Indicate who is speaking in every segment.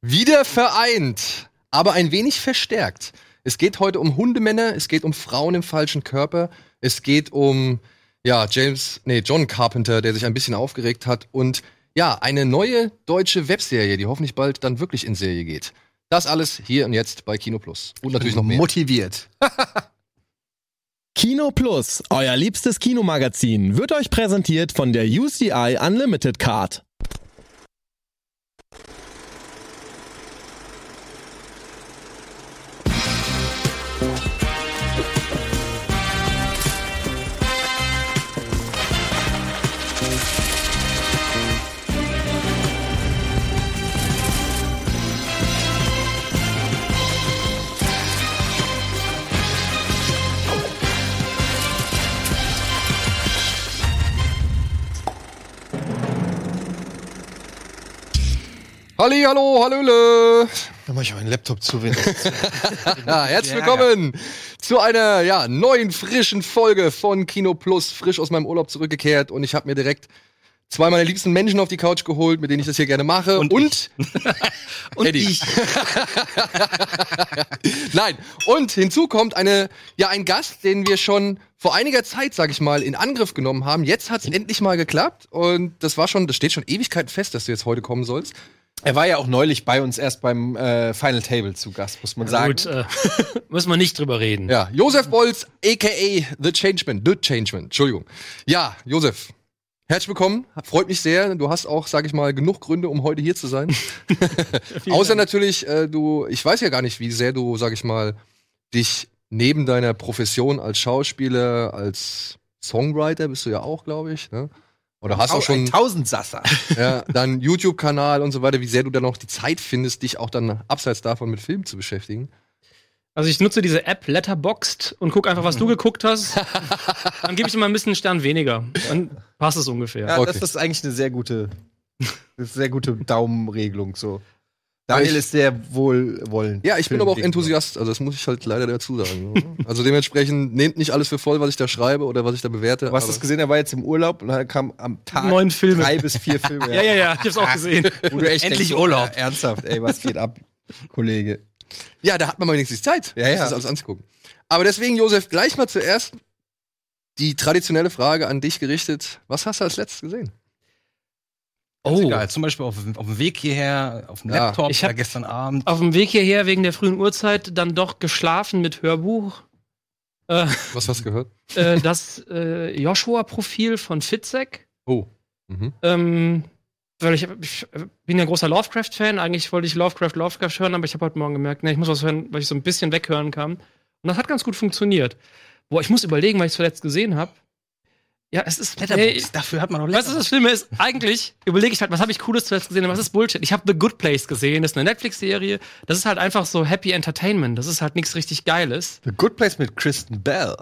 Speaker 1: Wieder vereint, aber ein wenig verstärkt. Es geht heute um Hundemänner, es geht um Frauen im falschen Körper, es geht um ja, James, nee, John Carpenter, der sich ein bisschen aufgeregt hat und ja, eine neue deutsche Webserie, die hoffentlich bald dann wirklich in Serie geht. Das alles hier und jetzt bei Kino Plus. Und natürlich noch mehr.
Speaker 2: Motiviert.
Speaker 3: Kino Plus, euer liebstes Kinomagazin, wird euch präsentiert von der UCI Unlimited Card.
Speaker 1: Halli, hallo, hallöle.
Speaker 2: Da mach ich meinen Laptop zu, wenn ich
Speaker 1: Ja, herzlich willkommen zu einer ja, neuen, frischen Folge von Kino Plus. Frisch aus meinem Urlaub zurückgekehrt und ich habe mir direkt zwei meiner liebsten Menschen auf die Couch geholt, mit denen ich das hier gerne mache. Und,
Speaker 2: Und
Speaker 1: Eddie.
Speaker 2: ich.
Speaker 1: nein, und hinzu kommt eine, ja, ein Gast, den wir schon vor einiger Zeit, sag ich mal, in Angriff genommen haben. Jetzt hat es endlich mal geklappt und das war schon, das steht schon Ewigkeiten fest, dass du jetzt heute kommen sollst.
Speaker 2: Er war ja auch neulich bei uns erst beim äh, Final Table zu Gast, muss man sagen.
Speaker 4: Gut, äh, müssen wir nicht drüber reden.
Speaker 1: Hm. Ja, Josef Bolz, a.k.a. The Changeman. The Changeman, Entschuldigung. Ja, Josef, herzlich willkommen. Freut mich sehr. Du hast auch, sag ich mal, genug Gründe, um heute hier zu sein. Außer natürlich, äh, du, ich weiß ja gar nicht, wie sehr du, sag ich mal, dich neben deiner Profession als Schauspieler, als Songwriter bist du ja auch, glaube ich, ne? Oder hast auch schon
Speaker 2: Tausendsasser.
Speaker 1: ja, deinen YouTube-Kanal und so weiter, wie sehr du dann noch die Zeit findest, dich auch dann abseits davon mit Film zu beschäftigen.
Speaker 4: Also ich nutze diese App Letterboxd und guck einfach, was du geguckt hast. Dann gebe ich immer ein bisschen einen Stern weniger. Dann passt es ungefähr.
Speaker 2: Ja,
Speaker 1: Okay.
Speaker 2: das ist eigentlich eine sehr gute, eine sehr gute Daumenregelung so. Daniel
Speaker 1: ich-
Speaker 2: ist sehr wohlwollend.
Speaker 1: Ja, ich bin aber auch
Speaker 2: Filmgegenüber.
Speaker 1: Enthusiast, also das muss ich halt leider dazu sagen. Also dementsprechend nehmt nicht alles für voll, was ich da schreibe oder was ich da bewerte.
Speaker 2: Du hast das
Speaker 1: aber-
Speaker 2: gesehen, er war jetzt im Urlaub und dann kam am Tag
Speaker 4: Neun Filme.
Speaker 2: drei bis vier Filme.
Speaker 4: Ja, ja, ja, ich hab's auch gesehen.
Speaker 2: Wo du echt
Speaker 4: Endlich
Speaker 2: denkst,
Speaker 4: Urlaub.
Speaker 2: Ja, ernsthaft, ey, was geht ab, Kollege?
Speaker 1: ja, da hat man mal wenigstens Zeit,
Speaker 2: Ja, ja.
Speaker 1: sich das alles anzugucken. Aber deswegen, Josef, gleich mal zuerst die traditionelle Frage an dich gerichtet. Was hast du als letztes gesehen?
Speaker 5: Oh.
Speaker 4: Oh,
Speaker 5: Egal. Zum Beispiel auf, auf dem Weg hierher, auf dem
Speaker 1: Ja.
Speaker 5: Laptop,
Speaker 4: Ich hab-
Speaker 5: ja, gestern Abend.
Speaker 4: auf dem Weg hierher wegen der frühen Uhrzeit dann doch geschlafen mit Hörbuch. Äh,
Speaker 1: Was hast du gehört?
Speaker 4: äh, das äh, Joshua-Profil von Fitzek.
Speaker 1: Oh. Mhm.
Speaker 4: Ähm, weil ich, ich bin ja großer Lovecraft-Fan. Eigentlich wollte ich Lovecraft, Lovecraft hören, aber ich habe heute Morgen gemerkt, nee, ich muss was hören, weil ich so ein bisschen weghören kann. Und das hat ganz gut funktioniert. Boah, ich muss überlegen, weil ich es zuletzt gesehen habe. Ja, es ist. Nee,
Speaker 5: Letterboxd, dafür hat man doch
Speaker 4: Weißt du, was das Schlimme ist? Eigentlich überlege ich halt, was habe ich Cooles zuletzt gesehen, und was ist Bullshit? Ich habe The Good Place gesehen, das ist eine Netflix-Serie. Das ist halt einfach so Happy Entertainment. Das ist halt nichts richtig Geiles.
Speaker 2: The Good Place mit Kristen Bell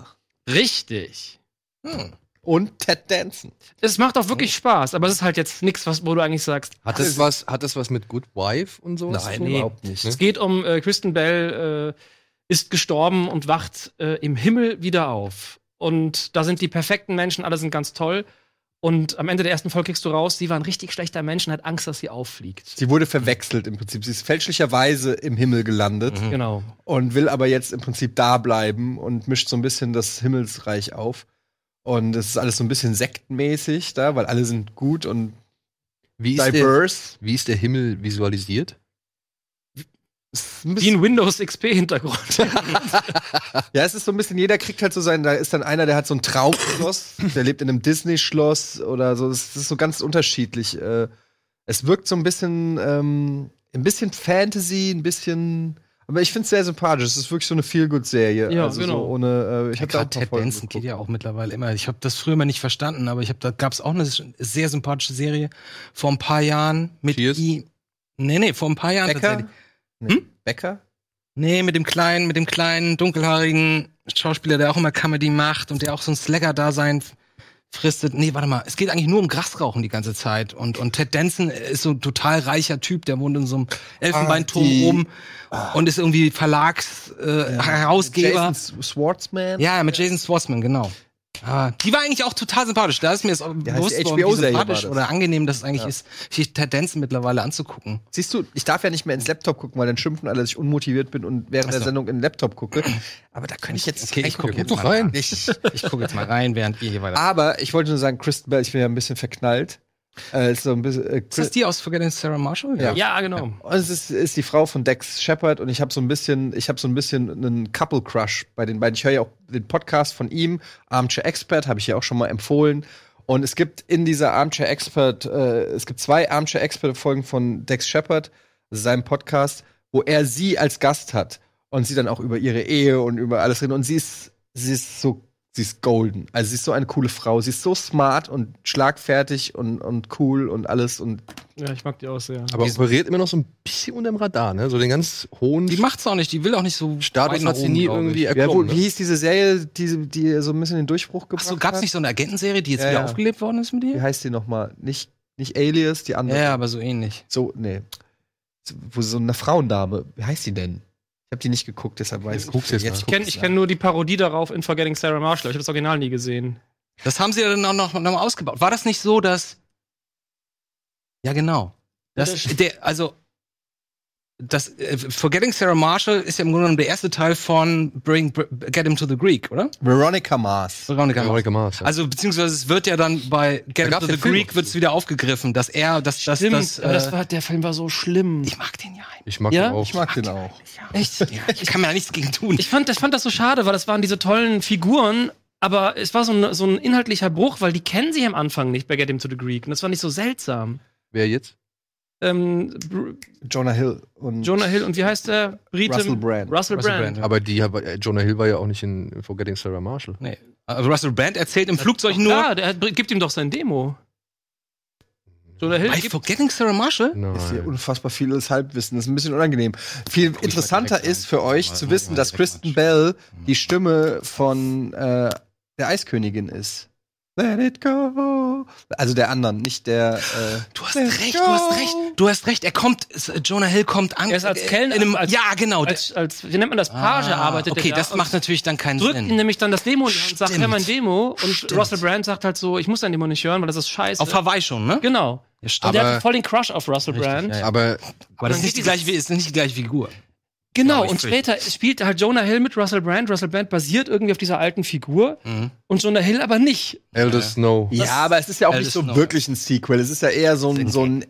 Speaker 4: Richtig.
Speaker 5: Hm.
Speaker 2: und Ted Danson.
Speaker 4: Es macht auch wirklich Spaß, aber es ist halt jetzt nichts, was, wo du eigentlich sagst.
Speaker 1: Hat das was, hat das was mit Good Wife und so?
Speaker 4: Nein, nee. überhaupt
Speaker 2: nicht.
Speaker 1: Ne?
Speaker 4: Es geht um äh, Kristen Bell, äh, ist gestorben und wacht äh, im Himmel wieder auf. Und da sind die perfekten Menschen, alle sind ganz toll. Und am Ende der ersten Folge kriegst du raus, sie war ein richtig schlechter Mensch und hat Angst, dass sie auffliegt.
Speaker 2: Sie wurde verwechselt im Prinzip. Sie ist fälschlicherweise im Himmel gelandet
Speaker 5: Mhm.
Speaker 4: Genau.
Speaker 2: und will aber jetzt im Prinzip da bleiben und mischt so ein bisschen das Himmelsreich auf. Und es ist alles so ein bisschen sektenmäßig da, weil alle sind gut und
Speaker 1: Wie ist, der,
Speaker 2: diverse.
Speaker 1: wie ist der Himmel visualisiert?
Speaker 2: Es ist ein
Speaker 4: Wie
Speaker 2: bisschen,
Speaker 4: ein Windows XP-Hintergrund.
Speaker 2: ja, es ist so ein bisschen, jeder kriegt halt so seinen, da ist dann einer, der hat so ein Traumschloss, der lebt in einem Disney-Schloss oder so. Es ist so ganz unterschiedlich. äh, Es wirkt so ein bisschen, ähm, ein bisschen Fantasy, ein bisschen. Aber ich finde es sehr sympathisch. Es ist wirklich so eine Feel-Good-Serie.
Speaker 4: Ja,
Speaker 2: also
Speaker 4: genau.
Speaker 2: So ohne, äh, ich
Speaker 5: Ich
Speaker 2: habe
Speaker 5: hab
Speaker 2: da auch
Speaker 5: gerade
Speaker 2: ein paar
Speaker 5: Ted
Speaker 2: Folgen
Speaker 5: Danson
Speaker 2: geguckt.
Speaker 5: geht ja auch mittlerweile immer. Ich habe das früher mal nicht verstanden, aber ich habe da gab es auch eine sehr sympathische Serie vor ein paar Jahren mit
Speaker 1: Cheers.
Speaker 5: ihm. Nee, nee, vor ein paar Jahren
Speaker 2: Becker? Nee.
Speaker 5: Hm?
Speaker 2: Becker?
Speaker 5: Nee, mit dem kleinen, mit dem kleinen, dunkelhaarigen Schauspieler, der auch immer Comedy macht und der auch so ein Slagger-Dasein f- fristet. Nee, warte mal, es geht eigentlich nur um Grasrauchen die ganze Zeit. Und, und Ted Danson ist so ein total reicher Typ, der wohnt in so einem Elfenbeinturm
Speaker 2: Ah, die- Ah.
Speaker 5: rum und ist irgendwie Verlags, äh, Herausgeber.
Speaker 2: Jason Schwartzman?
Speaker 5: Ja, mit Jason Swartzman, genau. Ah, die war eigentlich auch total sympathisch. Da ist mir jetzt auch
Speaker 2: die
Speaker 5: bewusst
Speaker 2: HBO
Speaker 5: worden, wie
Speaker 2: -Serie
Speaker 5: sympathisch
Speaker 2: war das.
Speaker 5: oder angenehm das eigentlich
Speaker 2: Ja.
Speaker 5: ist, sich Tendenzen mittlerweile anzugucken.
Speaker 2: Siehst du, ich darf ja nicht mehr ins Laptop gucken, weil dann schimpfen alle, dass ich unmotiviert bin und während
Speaker 5: Ach so.
Speaker 2: der Sendung in den Laptop gucke. Aber da könnte ich jetzt Ah,
Speaker 5: Okay, ich gucke
Speaker 1: guck
Speaker 5: jetzt
Speaker 1: doch
Speaker 5: mal
Speaker 1: rein.
Speaker 5: rein. Ich, ich gucke jetzt mal rein, während ihr hier weiter.
Speaker 2: Aber ich wollte nur sagen, Kristen Bell, ich bin ja ein bisschen verknallt. Äh, ist so ein bisschen, äh,
Speaker 5: Ist das die aus Forgetting Sarah Marshall?
Speaker 2: Ja.
Speaker 4: Ja, genau.
Speaker 2: Und es ist, ist die Frau von Dex Shepard und ich habe so ein bisschen, ich habe so ein bisschen einen Couple Crush bei den beiden. Ich höre ja auch den Podcast von ihm, Armchair Expert, habe ich ja auch schon mal empfohlen. Und es gibt in dieser Armchair Expert, äh, es gibt zwei Armchair Expert Folgen von Dex Shepard, seinem Podcast, wo er sie als Gast hat und sie dann auch über ihre Ehe und über alles reden. Und sie ist, sie ist so, sie ist golden. Also sie ist so eine coole Frau. Sie ist so smart und schlagfertig und, und cool und alles und
Speaker 4: Ja, ich mag die auch sehr.
Speaker 1: Aber operiert immer noch so ein bisschen unterm Radar, ne? So den ganz hohen
Speaker 5: Die macht's auch nicht, die will auch nicht so.
Speaker 1: Status
Speaker 5: weit nach
Speaker 1: hat sie
Speaker 5: oben,
Speaker 1: nie
Speaker 5: glaub ich.
Speaker 1: irgendwie
Speaker 2: Ja, wo,
Speaker 1: erklommen. ne?
Speaker 2: wie hieß diese Serie, die, die so ein bisschen den Durchbruch gebracht
Speaker 5: Achso, gab's
Speaker 2: hat?
Speaker 5: nicht so eine Agentenserie, die jetzt
Speaker 2: Ja,
Speaker 5: wieder
Speaker 2: ja.
Speaker 5: aufgelebt worden ist mit
Speaker 2: Wie
Speaker 5: ihr?
Speaker 2: heißt die nochmal? Nicht, nicht Alias, die
Speaker 5: Ja,
Speaker 2: andere.
Speaker 5: ja, aber so ähnlich.
Speaker 2: So, nee. So- Wo so eine Frauendame. Wie heißt die denn? Ich habe die nicht geguckt, deshalb weiß
Speaker 1: guck's jetzt mal.
Speaker 4: Ich kenne ich kenn nur die Parodie darauf in Forgetting Sarah Marshall. Ich habe das Original nie gesehen.
Speaker 5: Das haben sie ja dann auch noch, noch mal ausgebaut. War das nicht so, dass. Ja, genau. Das, der, also, das, äh, Forgetting Sarah Marshall ist ja im Grunde genommen der erste Teil von Bring, Br Get Him to the Greek, oder?
Speaker 2: Veronica Mars.
Speaker 5: Veronica.
Speaker 1: Veronica Mars. ja.
Speaker 5: Also, beziehungsweise es wird ja dann bei Get Him
Speaker 1: gab's
Speaker 5: to
Speaker 1: den
Speaker 5: the
Speaker 1: Film
Speaker 5: Greek
Speaker 1: auch.
Speaker 5: wird es wieder aufgegriffen, dass er, dass, dass, dass,
Speaker 4: aber
Speaker 5: äh,
Speaker 4: das war, der Film war so schlimm.
Speaker 5: ich mag den ja eigentlich.
Speaker 1: ich mag
Speaker 4: Ja?
Speaker 1: den auch.
Speaker 2: Ich mag den auch.
Speaker 5: Echt? Ja, ich kann mir ja nichts gegen tun.
Speaker 4: Ich fand, ich fand das so schade, weil das waren diese tollen Figuren, aber es war so ein, so ein inhaltlicher Bruch, weil die kennen sie am Anfang nicht bei Get Him to the Greek. Und das war nicht so seltsam.
Speaker 1: Wer jetzt?
Speaker 4: Ähm, Br-
Speaker 2: Jonah Hill und
Speaker 4: Jonah Hill und wie heißt der? Brite?
Speaker 2: Russell Brand.
Speaker 4: Russell
Speaker 5: Russell
Speaker 4: Brand.
Speaker 5: Brand, ja.
Speaker 1: Aber die, äh, Jonah Hill war ja auch nicht in Forgetting Sarah Marshall.
Speaker 5: Nee. Also Russell Brand erzählt im Flugzeug nur.
Speaker 4: Ja, Ah, der hat, gibt ihm doch sein Demo. Jonah Hill
Speaker 5: Bei
Speaker 4: gibt
Speaker 5: Forgetting Sarah Marshall?
Speaker 2: ist hier
Speaker 1: Nein.
Speaker 2: unfassbar vieles Halbwissen. Das ist ein bisschen unangenehm. Viel
Speaker 5: mal
Speaker 2: interessanter
Speaker 5: direkt rein.
Speaker 2: ist für euch
Speaker 5: Mal-
Speaker 2: zu
Speaker 5: mal-
Speaker 2: wissen,
Speaker 5: mal
Speaker 2: dass
Speaker 5: direkt
Speaker 2: Kristen
Speaker 5: rein.
Speaker 2: Bell die Stimme von äh, der Eiskönigin ist. Let it go. Also der anderen, nicht der. Äh,
Speaker 5: Du hast
Speaker 2: Let's
Speaker 5: recht,
Speaker 2: go.
Speaker 5: du hast recht, du hast recht. Er kommt, es- Jonah Hill kommt an.
Speaker 4: Er ist als
Speaker 5: äh,
Speaker 4: Kellner-
Speaker 5: in einem,
Speaker 4: als-
Speaker 5: Ja, genau.
Speaker 4: als, als, wie nennt man das?
Speaker 5: Ah,
Speaker 4: Page arbeitet
Speaker 5: Okay,
Speaker 4: der
Speaker 5: das
Speaker 4: da
Speaker 5: macht natürlich dann keinen
Speaker 4: und drückt ihm
Speaker 5: Sinn.
Speaker 4: nämlich dann das Demo in die Hand und sagt,
Speaker 5: Stimmt.
Speaker 4: hör mein Demo. Und
Speaker 5: Stimmt.
Speaker 4: Russell Brand sagt halt so, ich muss dein Demo nicht hören, weil das ist scheiße.
Speaker 5: Auf Hawaii schon, ne?
Speaker 4: genau.
Speaker 5: Ja,
Speaker 4: Und
Speaker 5: stimmt.
Speaker 4: der
Speaker 1: Aber-
Speaker 4: hat voll den Crush auf Russell
Speaker 5: Richtig,
Speaker 4: Brand.
Speaker 5: ja, ja.
Speaker 1: Aber
Speaker 5: Aber das
Speaker 4: dann
Speaker 5: ist nicht, die
Speaker 4: geht
Speaker 5: gleiche, ist nicht die gleiche Figur.
Speaker 4: Genau,
Speaker 5: Ja,
Speaker 4: und
Speaker 5: richtig.
Speaker 4: später spielt halt Jonah Hill mit Russell Brand. Russell Brand basiert irgendwie auf dieser alten Figur
Speaker 5: Mhm.
Speaker 4: und Jonah Hill aber nicht.
Speaker 1: Elder Snow.
Speaker 2: ja, aber es ist ja auch
Speaker 5: Alice
Speaker 2: nicht so
Speaker 5: Noah.
Speaker 2: wirklich ein Sequel. Es ist ja eher so ein, so ein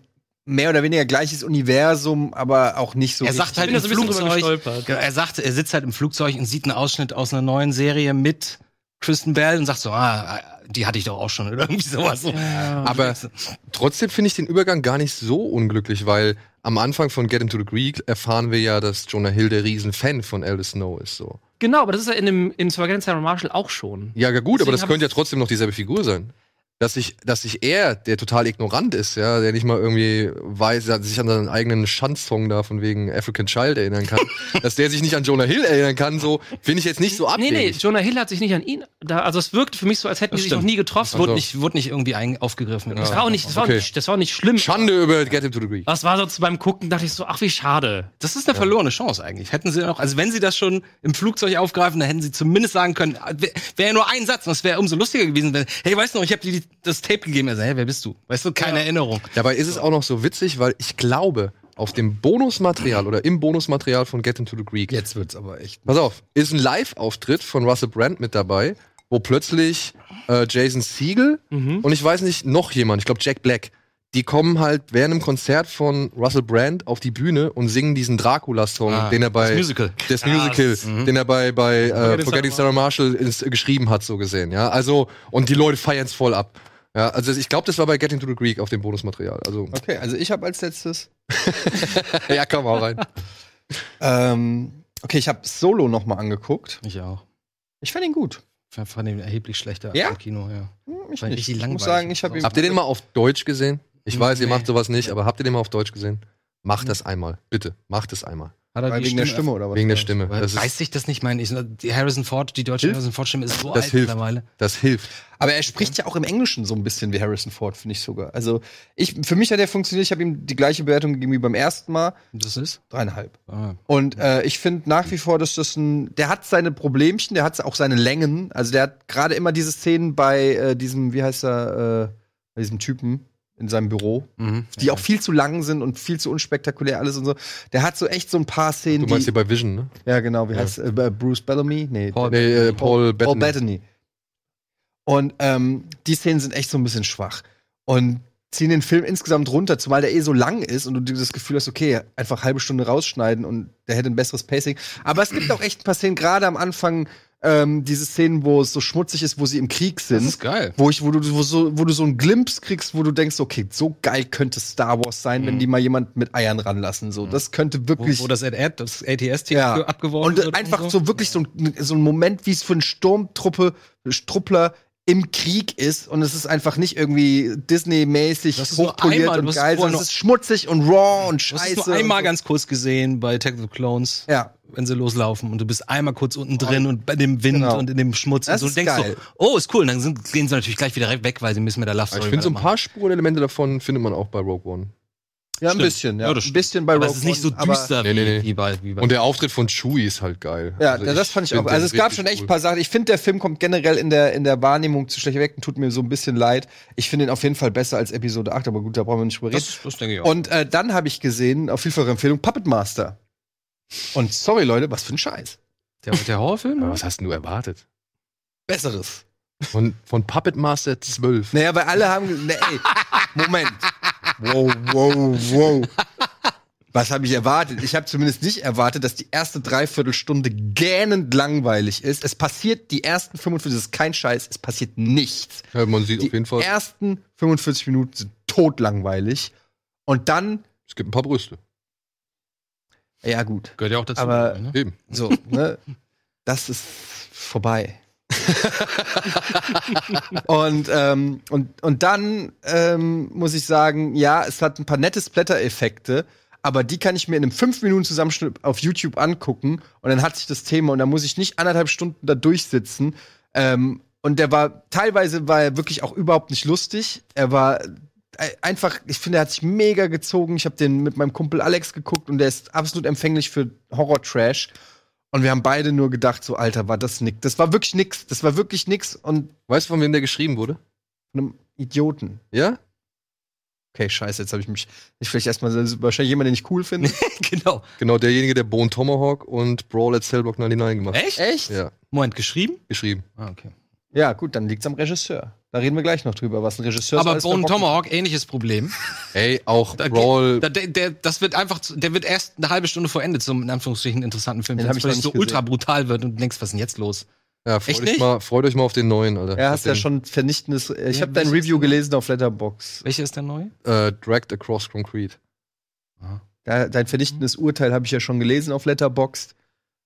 Speaker 2: mehr oder weniger gleiches Universum, aber auch nicht so.
Speaker 5: Er
Speaker 2: richtig.
Speaker 5: sagt halt
Speaker 4: bin da
Speaker 5: im
Speaker 4: so ein bisschen drüber
Speaker 5: Flugzeug.
Speaker 4: gestolpert.
Speaker 5: Er sagt, er sitzt halt im Flugzeug und sieht einen Ausschnitt aus einer neuen Serie mit Kristen Bell und sagt so, ah, die hatte ich doch auch schon oder irgendwie sowas. So.
Speaker 1: Aber
Speaker 5: Also,
Speaker 1: trotzdem finde ich den Übergang gar nicht so unglücklich, weil am Anfang von Get Into the Greek erfahren wir ja, dass Jonah Hill der Riesenfan von Elder Snow ist. So.
Speaker 4: Genau, aber das ist ja in, dem, in Forgetting Sarah Marshall auch schon.
Speaker 1: Ja, ja, gut, aber
Speaker 4: Deswegen
Speaker 1: das
Speaker 4: hab
Speaker 1: könnte ja
Speaker 4: ich-
Speaker 1: trotzdem noch dieselbe Figur sein. Dass sich, dass sich er, der total ignorant ist, ja, der nicht mal irgendwie weiß, der sich an seinen eigenen Schanzsong da von wegen African Child erinnern kann, dass der sich nicht an Jonah Hill erinnern kann, so finde ich jetzt nicht so
Speaker 4: Nee,
Speaker 1: abwegig.
Speaker 4: nee, Jonah Hill hat sich nicht an ihn. Da, also es wirkte für mich so, als hätten
Speaker 5: Das
Speaker 4: die sich
Speaker 5: stimmt.
Speaker 4: noch nie
Speaker 5: Das
Speaker 4: getroffen.
Speaker 5: wurde,
Speaker 1: Also-
Speaker 5: nicht, wurde nicht irgendwie ein, aufgegriffen.
Speaker 4: das, war auch nicht, das, war auch
Speaker 1: Okay.
Speaker 4: nicht, das war auch nicht schlimm.
Speaker 1: Schande über Get Him to the Greek.
Speaker 5: Ah.
Speaker 4: Das war so zu beim Gucken, dachte ich so, ach wie schade.
Speaker 5: Das ist eine verlorene Chance eigentlich. Hätten sie noch, also wenn sie das schon im Flugzeug aufgreifen, dann hätten sie zumindest sagen können, wäre wär ja nur ein Satz, und es wäre umso lustiger gewesen, wenn, hey, weißt du noch, ich habe dir die- das Tape gegeben. Er sagt, hey, wer bist du? Weißt du, keine Erinnerung.
Speaker 1: Dabei ist es auch noch so witzig, weil ich glaube, auf dem Bonusmaterial oder im Bonusmaterial von Get Into the Greek,
Speaker 2: Jetzt wird's aber echt.
Speaker 1: pass auf, ist ein Live-Auftritt von Russell Brand mit dabei, wo plötzlich äh, Jason Siegel
Speaker 5: Mhm.
Speaker 1: und ich weiß nicht, noch jemand, ich glaube Jack Black, die kommen halt während einem Konzert von Russell Brand auf die Bühne und singen diesen Dracula-Song,
Speaker 5: Ah,
Speaker 1: den er bei
Speaker 5: das Musical.
Speaker 1: das Musical,
Speaker 2: Mhm.
Speaker 1: den er bei, bei äh,
Speaker 4: Forgetting
Speaker 1: Forgetting Sarah
Speaker 4: Sarah
Speaker 1: Marshall ins, geschrieben hat, so gesehen. Ja, also und die Leute feiern es voll ab. Ja, also ich glaube, das war bei Getting to the Greek auf dem Bonusmaterial. Also
Speaker 2: Okay, also ich habe als letztes.
Speaker 1: ja, komm mal rein.
Speaker 2: Ähm, okay, ich habe Solo nochmal angeguckt.
Speaker 5: Ich auch.
Speaker 2: Ich fand ihn gut.
Speaker 5: Ich fand den erheblich schlechter
Speaker 2: Ja?
Speaker 5: im Kino, ja.
Speaker 2: Hm, Ich,
Speaker 5: Fand
Speaker 2: nicht.
Speaker 5: richtig
Speaker 2: ich muss
Speaker 5: langweilig.
Speaker 2: sagen, ich habe ihn.
Speaker 1: Habt ihr den mal auf Deutsch gesehen? Ich weiß, ihr
Speaker 5: Nee.
Speaker 1: macht sowas nicht, aber habt ihr den mal auf Deutsch gesehen? Macht das einmal, bitte, macht es einmal.
Speaker 5: Hat
Speaker 2: Weil
Speaker 5: er
Speaker 2: wegen
Speaker 5: die
Speaker 2: der
Speaker 5: Stimme?
Speaker 2: Stimme oder was?
Speaker 6: Wegen der Stimme. Das, ist,
Speaker 5: Weiß ich das nicht, meine ich. Die Harrison Ford, die deutsche
Speaker 6: Hilft?
Speaker 5: Harrison Ford-Stimme ist so
Speaker 6: Das
Speaker 5: alt
Speaker 6: hilft.
Speaker 5: mittlerweile.
Speaker 6: das hilft.
Speaker 2: Aber er spricht ja auch im Englischen so ein bisschen wie Harrison Ford, finde ich sogar. Also ich, für mich hat er funktioniert. Ich habe ihm die gleiche Bewertung gegeben wie beim ersten Mal.
Speaker 5: Das ist?
Speaker 2: Dreieinhalb.
Speaker 5: Ah.
Speaker 2: Und äh, ich finde nach wie vor, dass das ein. Der hat seine Problemchen, der hat auch seine Längen. Also der hat gerade immer diese Szenen bei äh, diesem, wie heißt er, äh, bei diesem Typen in seinem Büro,
Speaker 5: Mhm.
Speaker 2: die auch viel zu lang sind und viel zu unspektakulär alles und so. Der hat so echt so ein paar
Speaker 6: Du
Speaker 2: Szenen,
Speaker 6: meinst
Speaker 2: die.
Speaker 6: hier bei Vision, ne?
Speaker 2: Ja, genau, wie heißt äh, Bruce Bellamy? Nee,
Speaker 5: Paul
Speaker 6: Nee, äh, Paul,
Speaker 2: Paul
Speaker 6: Bettany.
Speaker 2: Bettany. Und ähm, die Szenen sind echt so ein bisschen schwach. Und ziehen den Film insgesamt runter, zumal der eh so lang ist und du dieses Gefühl hast, okay, einfach halbe Stunde rausschneiden und der hätte ein besseres Pacing. Aber es gibt auch echt ein paar Szenen, gerade am Anfang, ähm, diese Szenen, wo es so schmutzig ist, wo sie im Krieg
Speaker 5: Das
Speaker 2: sind.
Speaker 5: ist geil.
Speaker 2: Wo, ich, wo, du, wo, so, wo du so einen Glimpse kriegst, wo du denkst, okay, so geil könnte Star Wars sein, wenn die mal jemand mit Eiern ranlassen. So, das könnte
Speaker 5: Wo,
Speaker 2: wirklich.
Speaker 5: Mhm. wo das, AT-AT, das ATS-Team
Speaker 2: Ja.
Speaker 5: abgeworfen
Speaker 2: Und
Speaker 5: wird.
Speaker 2: äh, einfach so wirklich so ein, so ein Moment, wie es für einen Sturmtruppe, Struppler im Krieg ist. Und es ist einfach nicht irgendwie Disney-mäßig
Speaker 5: Das ist nur
Speaker 2: hochpoliert
Speaker 5: einmal, du
Speaker 2: und
Speaker 5: hast
Speaker 2: geil,
Speaker 5: vorher
Speaker 2: sondern es ist
Speaker 5: noch-
Speaker 2: schmutzig und raw und
Speaker 5: Du hast
Speaker 2: scheiße.
Speaker 5: es nur einmal
Speaker 2: und so.
Speaker 5: ganz kurz gesehen bei Attack of the Clones,
Speaker 2: Ja,
Speaker 5: wenn sie loslaufen und du bist einmal kurz unten drin und bei dem Wind
Speaker 2: Genau.
Speaker 5: und in dem Schmutz
Speaker 2: Das
Speaker 5: und
Speaker 2: ist
Speaker 5: du denkst
Speaker 2: geil.
Speaker 5: so, oh, ist cool. Und dann sind, gehen sie natürlich gleich wieder weg, weil sie müssen mit der Love
Speaker 6: Aber
Speaker 5: Story
Speaker 6: ich finde, so ein
Speaker 5: weitermachen.
Speaker 6: paar Spurenelemente davon findet man auch bei Rogue One.
Speaker 2: ja ein
Speaker 5: Stimmt.
Speaker 2: bisschen. Ja.
Speaker 5: Ja, das
Speaker 2: ein bisschen bei
Speaker 5: Aber es
Speaker 2: Rogue
Speaker 5: ist nicht so
Speaker 2: One, aber-
Speaker 5: düster
Speaker 6: Nee, nee, nee.
Speaker 5: Wie, wie bei, wie bei
Speaker 6: Und der Auftritt von Chewie ist halt geil.
Speaker 2: Ja,
Speaker 6: Also
Speaker 2: ja, das fand ich auch.
Speaker 6: find
Speaker 2: Also es
Speaker 6: den
Speaker 2: gab
Speaker 6: richtig
Speaker 2: schon echt ein
Speaker 6: cool.
Speaker 2: paar Sachen. Ich finde, der Film kommt generell in der, in der Wahrnehmung zu schlecht weg und tut mir so ein bisschen leid. Ich finde ihn auf jeden Fall besser als Episode 8, aber gut, da brauchen wir nicht drüber reden.
Speaker 5: das, das denke ich auch.
Speaker 2: Und äh, dann habe ich gesehen, auf vielfache Empfehlung, Puppet Master. Und sorry, Leute, was für ein Scheiß.
Speaker 5: der, der Horrorfilm?
Speaker 6: Aber was hast denn du erwartet?
Speaker 2: Besseres.
Speaker 6: Von, von Puppet Master 12.
Speaker 2: Naja, weil alle haben. ge- Nee, ey, Moment. Wow, wow, wow. Was habe ich erwartet? Ich habe zumindest nicht erwartet, dass die erste Dreiviertelstunde gähnend langweilig ist. Es passiert die ersten 45, das ist kein Scheiß, es passiert nichts.
Speaker 6: Ja, man sieht
Speaker 2: Die
Speaker 6: auf jeden Fall,
Speaker 2: ersten 45 Minuten sind totlangweilig. Und dann,
Speaker 6: es gibt ein paar Brüste.
Speaker 2: ja gut,
Speaker 5: Gehört ja auch dazu.
Speaker 2: Aber-
Speaker 5: ne?
Speaker 6: Eben.
Speaker 2: so, ne? Das ist vorbei. und, ähm, und, und dann ähm, muss ich sagen, ja, es hat ein paar nette Splatter-Effekte, aber die kann ich mir in einem 5-Minuten-Zusammenschnitt auf YouTube angucken und dann hat sich das Thema und dann muss ich nicht anderthalb Stunden da durchsitzen. Ähm, und der war, teilweise war er wirklich auch überhaupt nicht lustig. Er war äh, einfach, ich finde, er hat sich mega gezogen. Ich habe den mit meinem Kumpel Alex geguckt und der ist absolut empfänglich für Horror-Trash. Und wir haben beide nur gedacht, so, Alter, war das nix. Das war wirklich nix. Das war wirklich nix. Und
Speaker 6: Weißt du, von wem der geschrieben wurde?
Speaker 2: von einem Idioten.
Speaker 6: Ja?
Speaker 2: Okay, scheiße, jetzt habe ich mich. Ich vielleicht erstmal das ist wahrscheinlich jemand, den ich cool finde.
Speaker 5: genau.
Speaker 6: Genau, derjenige, der Bone Tomahawk und Brawl at Cellblock 99 gemacht hat.
Speaker 5: Echt?
Speaker 6: Ja,
Speaker 5: Moment, geschrieben?
Speaker 6: geschrieben.
Speaker 5: Ah, okay.
Speaker 2: ja, gut, dann liegt's am Regisseur. Da reden wir gleich noch drüber, was ein Regisseur so
Speaker 5: Aber
Speaker 2: alles
Speaker 5: Bone
Speaker 2: verbockt hat.
Speaker 5: Tomahawk, ähnliches Problem.
Speaker 6: Ey, auch
Speaker 5: Da geht-
Speaker 6: Brawl.
Speaker 5: Da, der, der, das wird einfach, zu- der wird erst eine halbe Stunde vor Ende zum, in Anführungsstrichen, interessanten Film,
Speaker 2: Den hab ich
Speaker 5: weil
Speaker 2: noch
Speaker 5: es
Speaker 2: nicht
Speaker 5: so
Speaker 2: gesehen.
Speaker 5: ultra brutal wird und du denkst, was ist denn jetzt los?
Speaker 6: ja, freut,
Speaker 5: echt
Speaker 6: euch
Speaker 5: nicht?
Speaker 6: mal, freut euch mal auf den neuen, Alter.
Speaker 2: Ja, hast ja
Speaker 6: Den,
Speaker 2: schon vernichtendes. Ich
Speaker 5: Ja, ne?
Speaker 2: habe dein
Speaker 5: welches
Speaker 2: Review
Speaker 5: denn?
Speaker 2: gelesen auf Letterbox.
Speaker 5: Welcher ist der neue?
Speaker 6: Äh, Dragged Across Concrete.
Speaker 2: Dein vernichtendes
Speaker 5: Mhm.
Speaker 2: Urteil habe ich ja schon gelesen auf Letterbox.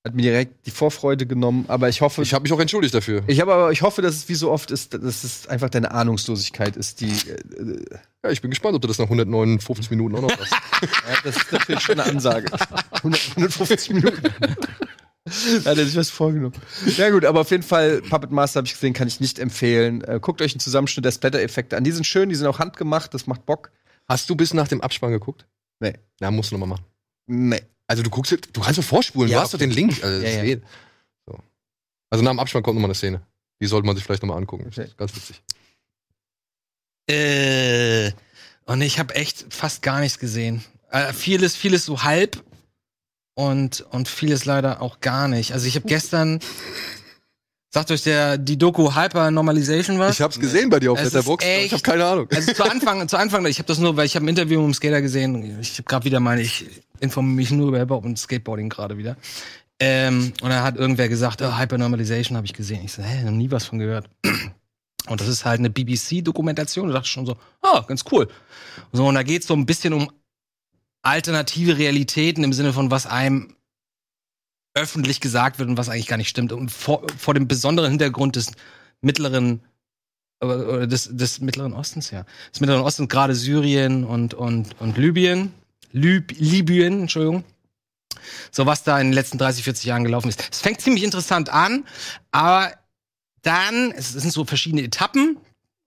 Speaker 2: Hat mir direkt die Vorfreude genommen, aber ich hoffe.
Speaker 6: Ich habe mich auch entschuldigt dafür.
Speaker 2: ich hab aber, ich hoffe, dass es wie so oft ist, dass es einfach deine Ahnungslosigkeit ist, die. Äh,
Speaker 6: Ja, ich bin gespannt, ob du das nach 159 Minuten auch noch hast.
Speaker 2: Ja, das ist natürlich schon eine Ansage. 100, 150 Minuten. Da hat er sich was vorgenommen. Ja, gut, aber auf jeden Fall, Puppet Master habe ich gesehen, kann ich nicht empfehlen. Äh, guckt euch einen Zusammenschnitt der Splatter-Effekte an. Die sind schön, die sind auch handgemacht, das macht Bock.
Speaker 6: Hast du bis nach dem Abspann geguckt?
Speaker 2: Nee.
Speaker 6: Na, musst du nochmal machen.
Speaker 2: Nee.
Speaker 6: Also du guckst, du kannst doch vorspulen,
Speaker 2: Ja,
Speaker 6: du hast doch
Speaker 2: okay.
Speaker 6: den Link. Also, das
Speaker 2: Ja, ja.
Speaker 6: geht. So. also nach dem Abspann kommt nochmal eine Szene. Die sollte man sich vielleicht nochmal angucken. Das
Speaker 2: Okay.
Speaker 6: ist ganz witzig.
Speaker 5: Äh, und ich habe echt fast gar nichts gesehen. Äh, vieles, vieles so halb und, und vieles leider auch gar nicht. Also ich habe gestern, sagt euch der, die Doku Hyper Normalization was?
Speaker 6: Ich hab's gesehen bei dir auf
Speaker 5: Es ist
Speaker 6: Letterboxd. aber Ich
Speaker 5: echt-
Speaker 6: habe keine Ahnung.
Speaker 5: Also zu Anfang, zu Anfang, ich habe das nur, weil ich habe ein Interview mit dem Skater gesehen. Ich habe gerade wieder meine, ich informiere mich nur über Hip-Hop und Skateboarding gerade wieder. Ähm, und da hat irgendwer gesagt, oh, Hypernormalization habe ich gesehen. Ich so, hä, noch nie was von gehört. Und das ist halt eine BBC-Dokumentation. Da dachte ich schon so, ah, ganz cool. So, und da geht es so ein bisschen um alternative Realitäten im Sinne von, was einem öffentlich gesagt wird und was eigentlich gar nicht stimmt. Und vor, vor dem besonderen Hintergrund des mittleren aber- oder des, des Mittleren Ostens, ja. Des Mittleren Ostens, gerade Syrien und, und, und Libyen. Lüb, Libyen, Entschuldigung. so was da in den letzten 30, 40 Jahren gelaufen ist. Es fängt ziemlich interessant an, aber dann, es sind so verschiedene Etappen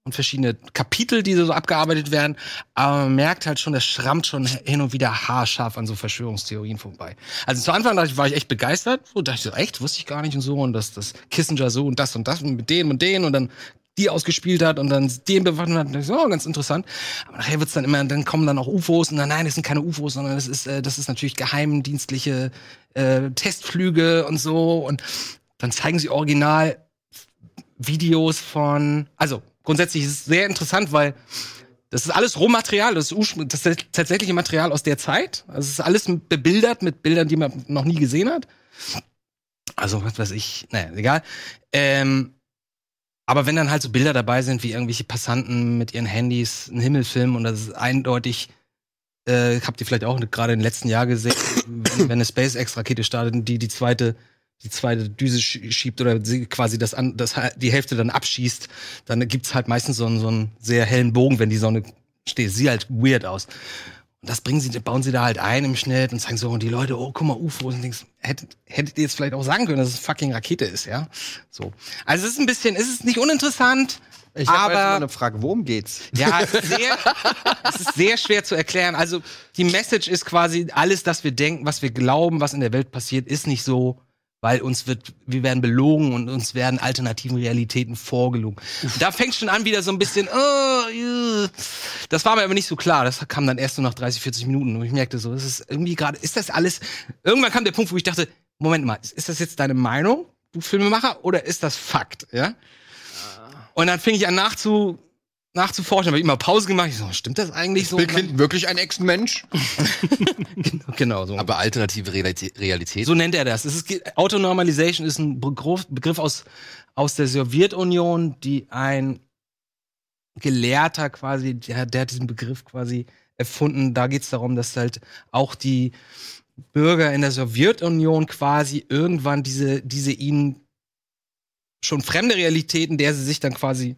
Speaker 5: und verschiedene Kapitel, die so abgearbeitet werden, aber man merkt halt schon, das schrammt schon hin und wieder haarscharf an so Verschwörungstheorien vorbei. Also zu Anfang dachte ich, war ich echt begeistert, so dachte ich so, echt, wusste ich gar nicht und so und dass das Kissinger so und das und das und mit dem und den und dann die ausgespielt hat und dann den bewaffnet hat. Und ich so, oh, ganz interessant. Aber nachher wird's dann immer, dann kommen dann auch UFOs und dann, nein, das sind keine UFOs, sondern das ist, äh, das ist natürlich geheimdienstliche äh, Testflüge und so. Und dann zeigen sie original Videos von, also grundsätzlich ist es sehr interessant, weil das ist alles Rohmaterial, das ist ursch- das ist tatsächliche Material aus der Zeit. Also es ist alles bebildert mit Bildern, die man noch nie gesehen hat. Also was weiß ich, naja, egal. Ähm, aber wenn dann halt so Bilder dabei sind, wie irgendwelche Passanten mit ihren Handys einen Himmel filmen und das ist eindeutig, äh, habt ihr vielleicht auch gerade im letzten Jahr gesehen, wenn, wenn eine SpaceX-Rakete startet und die die zweite, die zweite Düse sch- schiebt oder sie quasi das, an, das die Hälfte dann abschießt, dann gibt's halt meistens so einen, so einen sehr hellen Bogen, wenn die Sonne steht. Sieht halt weird aus. Und das bringen sie, bauen sie da halt ein im Schnitt und zeigen so, und die Leute, oh, guck mal, UFOs und denkst, hättet, hättet ihr jetzt vielleicht auch sagen können, dass es fucking Rakete ist, ja? So. Also es ist ein bisschen, es ist nicht uninteressant,
Speaker 2: Ich habe jetzt mal
Speaker 5: aber
Speaker 2: eine Frage, worum geht's?
Speaker 5: ja, es ist, sehr, es ist sehr schwer zu erklären. Also die Message ist quasi, alles, das wir denken, was wir glauben, was in der Welt passiert, ist nicht so, weil uns wird, wir werden belogen und uns werden alternativen Realitäten vorgelogen. Da fängt schon an wieder so ein bisschen, oh, äh. das war mir aber nicht so klar. Das kam dann erst so nach 30, 40 Minuten und ich merkte so, das ist irgendwie gerade, ist das alles, irgendwann kam der Punkt, wo ich dachte, Moment mal, ist das jetzt deine Meinung, du Filmemacher, oder ist das Fakt, ja? Und dann fing ich an nachzu, nachzuforschen, habe ich immer Pause gemacht. Ich so, stimmt das eigentlich so? Und dann-
Speaker 2: wirklich ein Ex-Mensch?
Speaker 5: Genau so.
Speaker 1: Aber alternative Realität. Realität.
Speaker 5: so nennt er das. Es ist, Autonormalization ist ein Begriff, Begriff aus, aus der Sowjetunion, die ein Gelehrter quasi, der, der hat diesen Begriff quasi erfunden. Da geht es darum, dass halt auch die Bürger in der Sowjetunion quasi irgendwann diese, diese ihnen schon fremde Realitäten, der sie sich dann quasi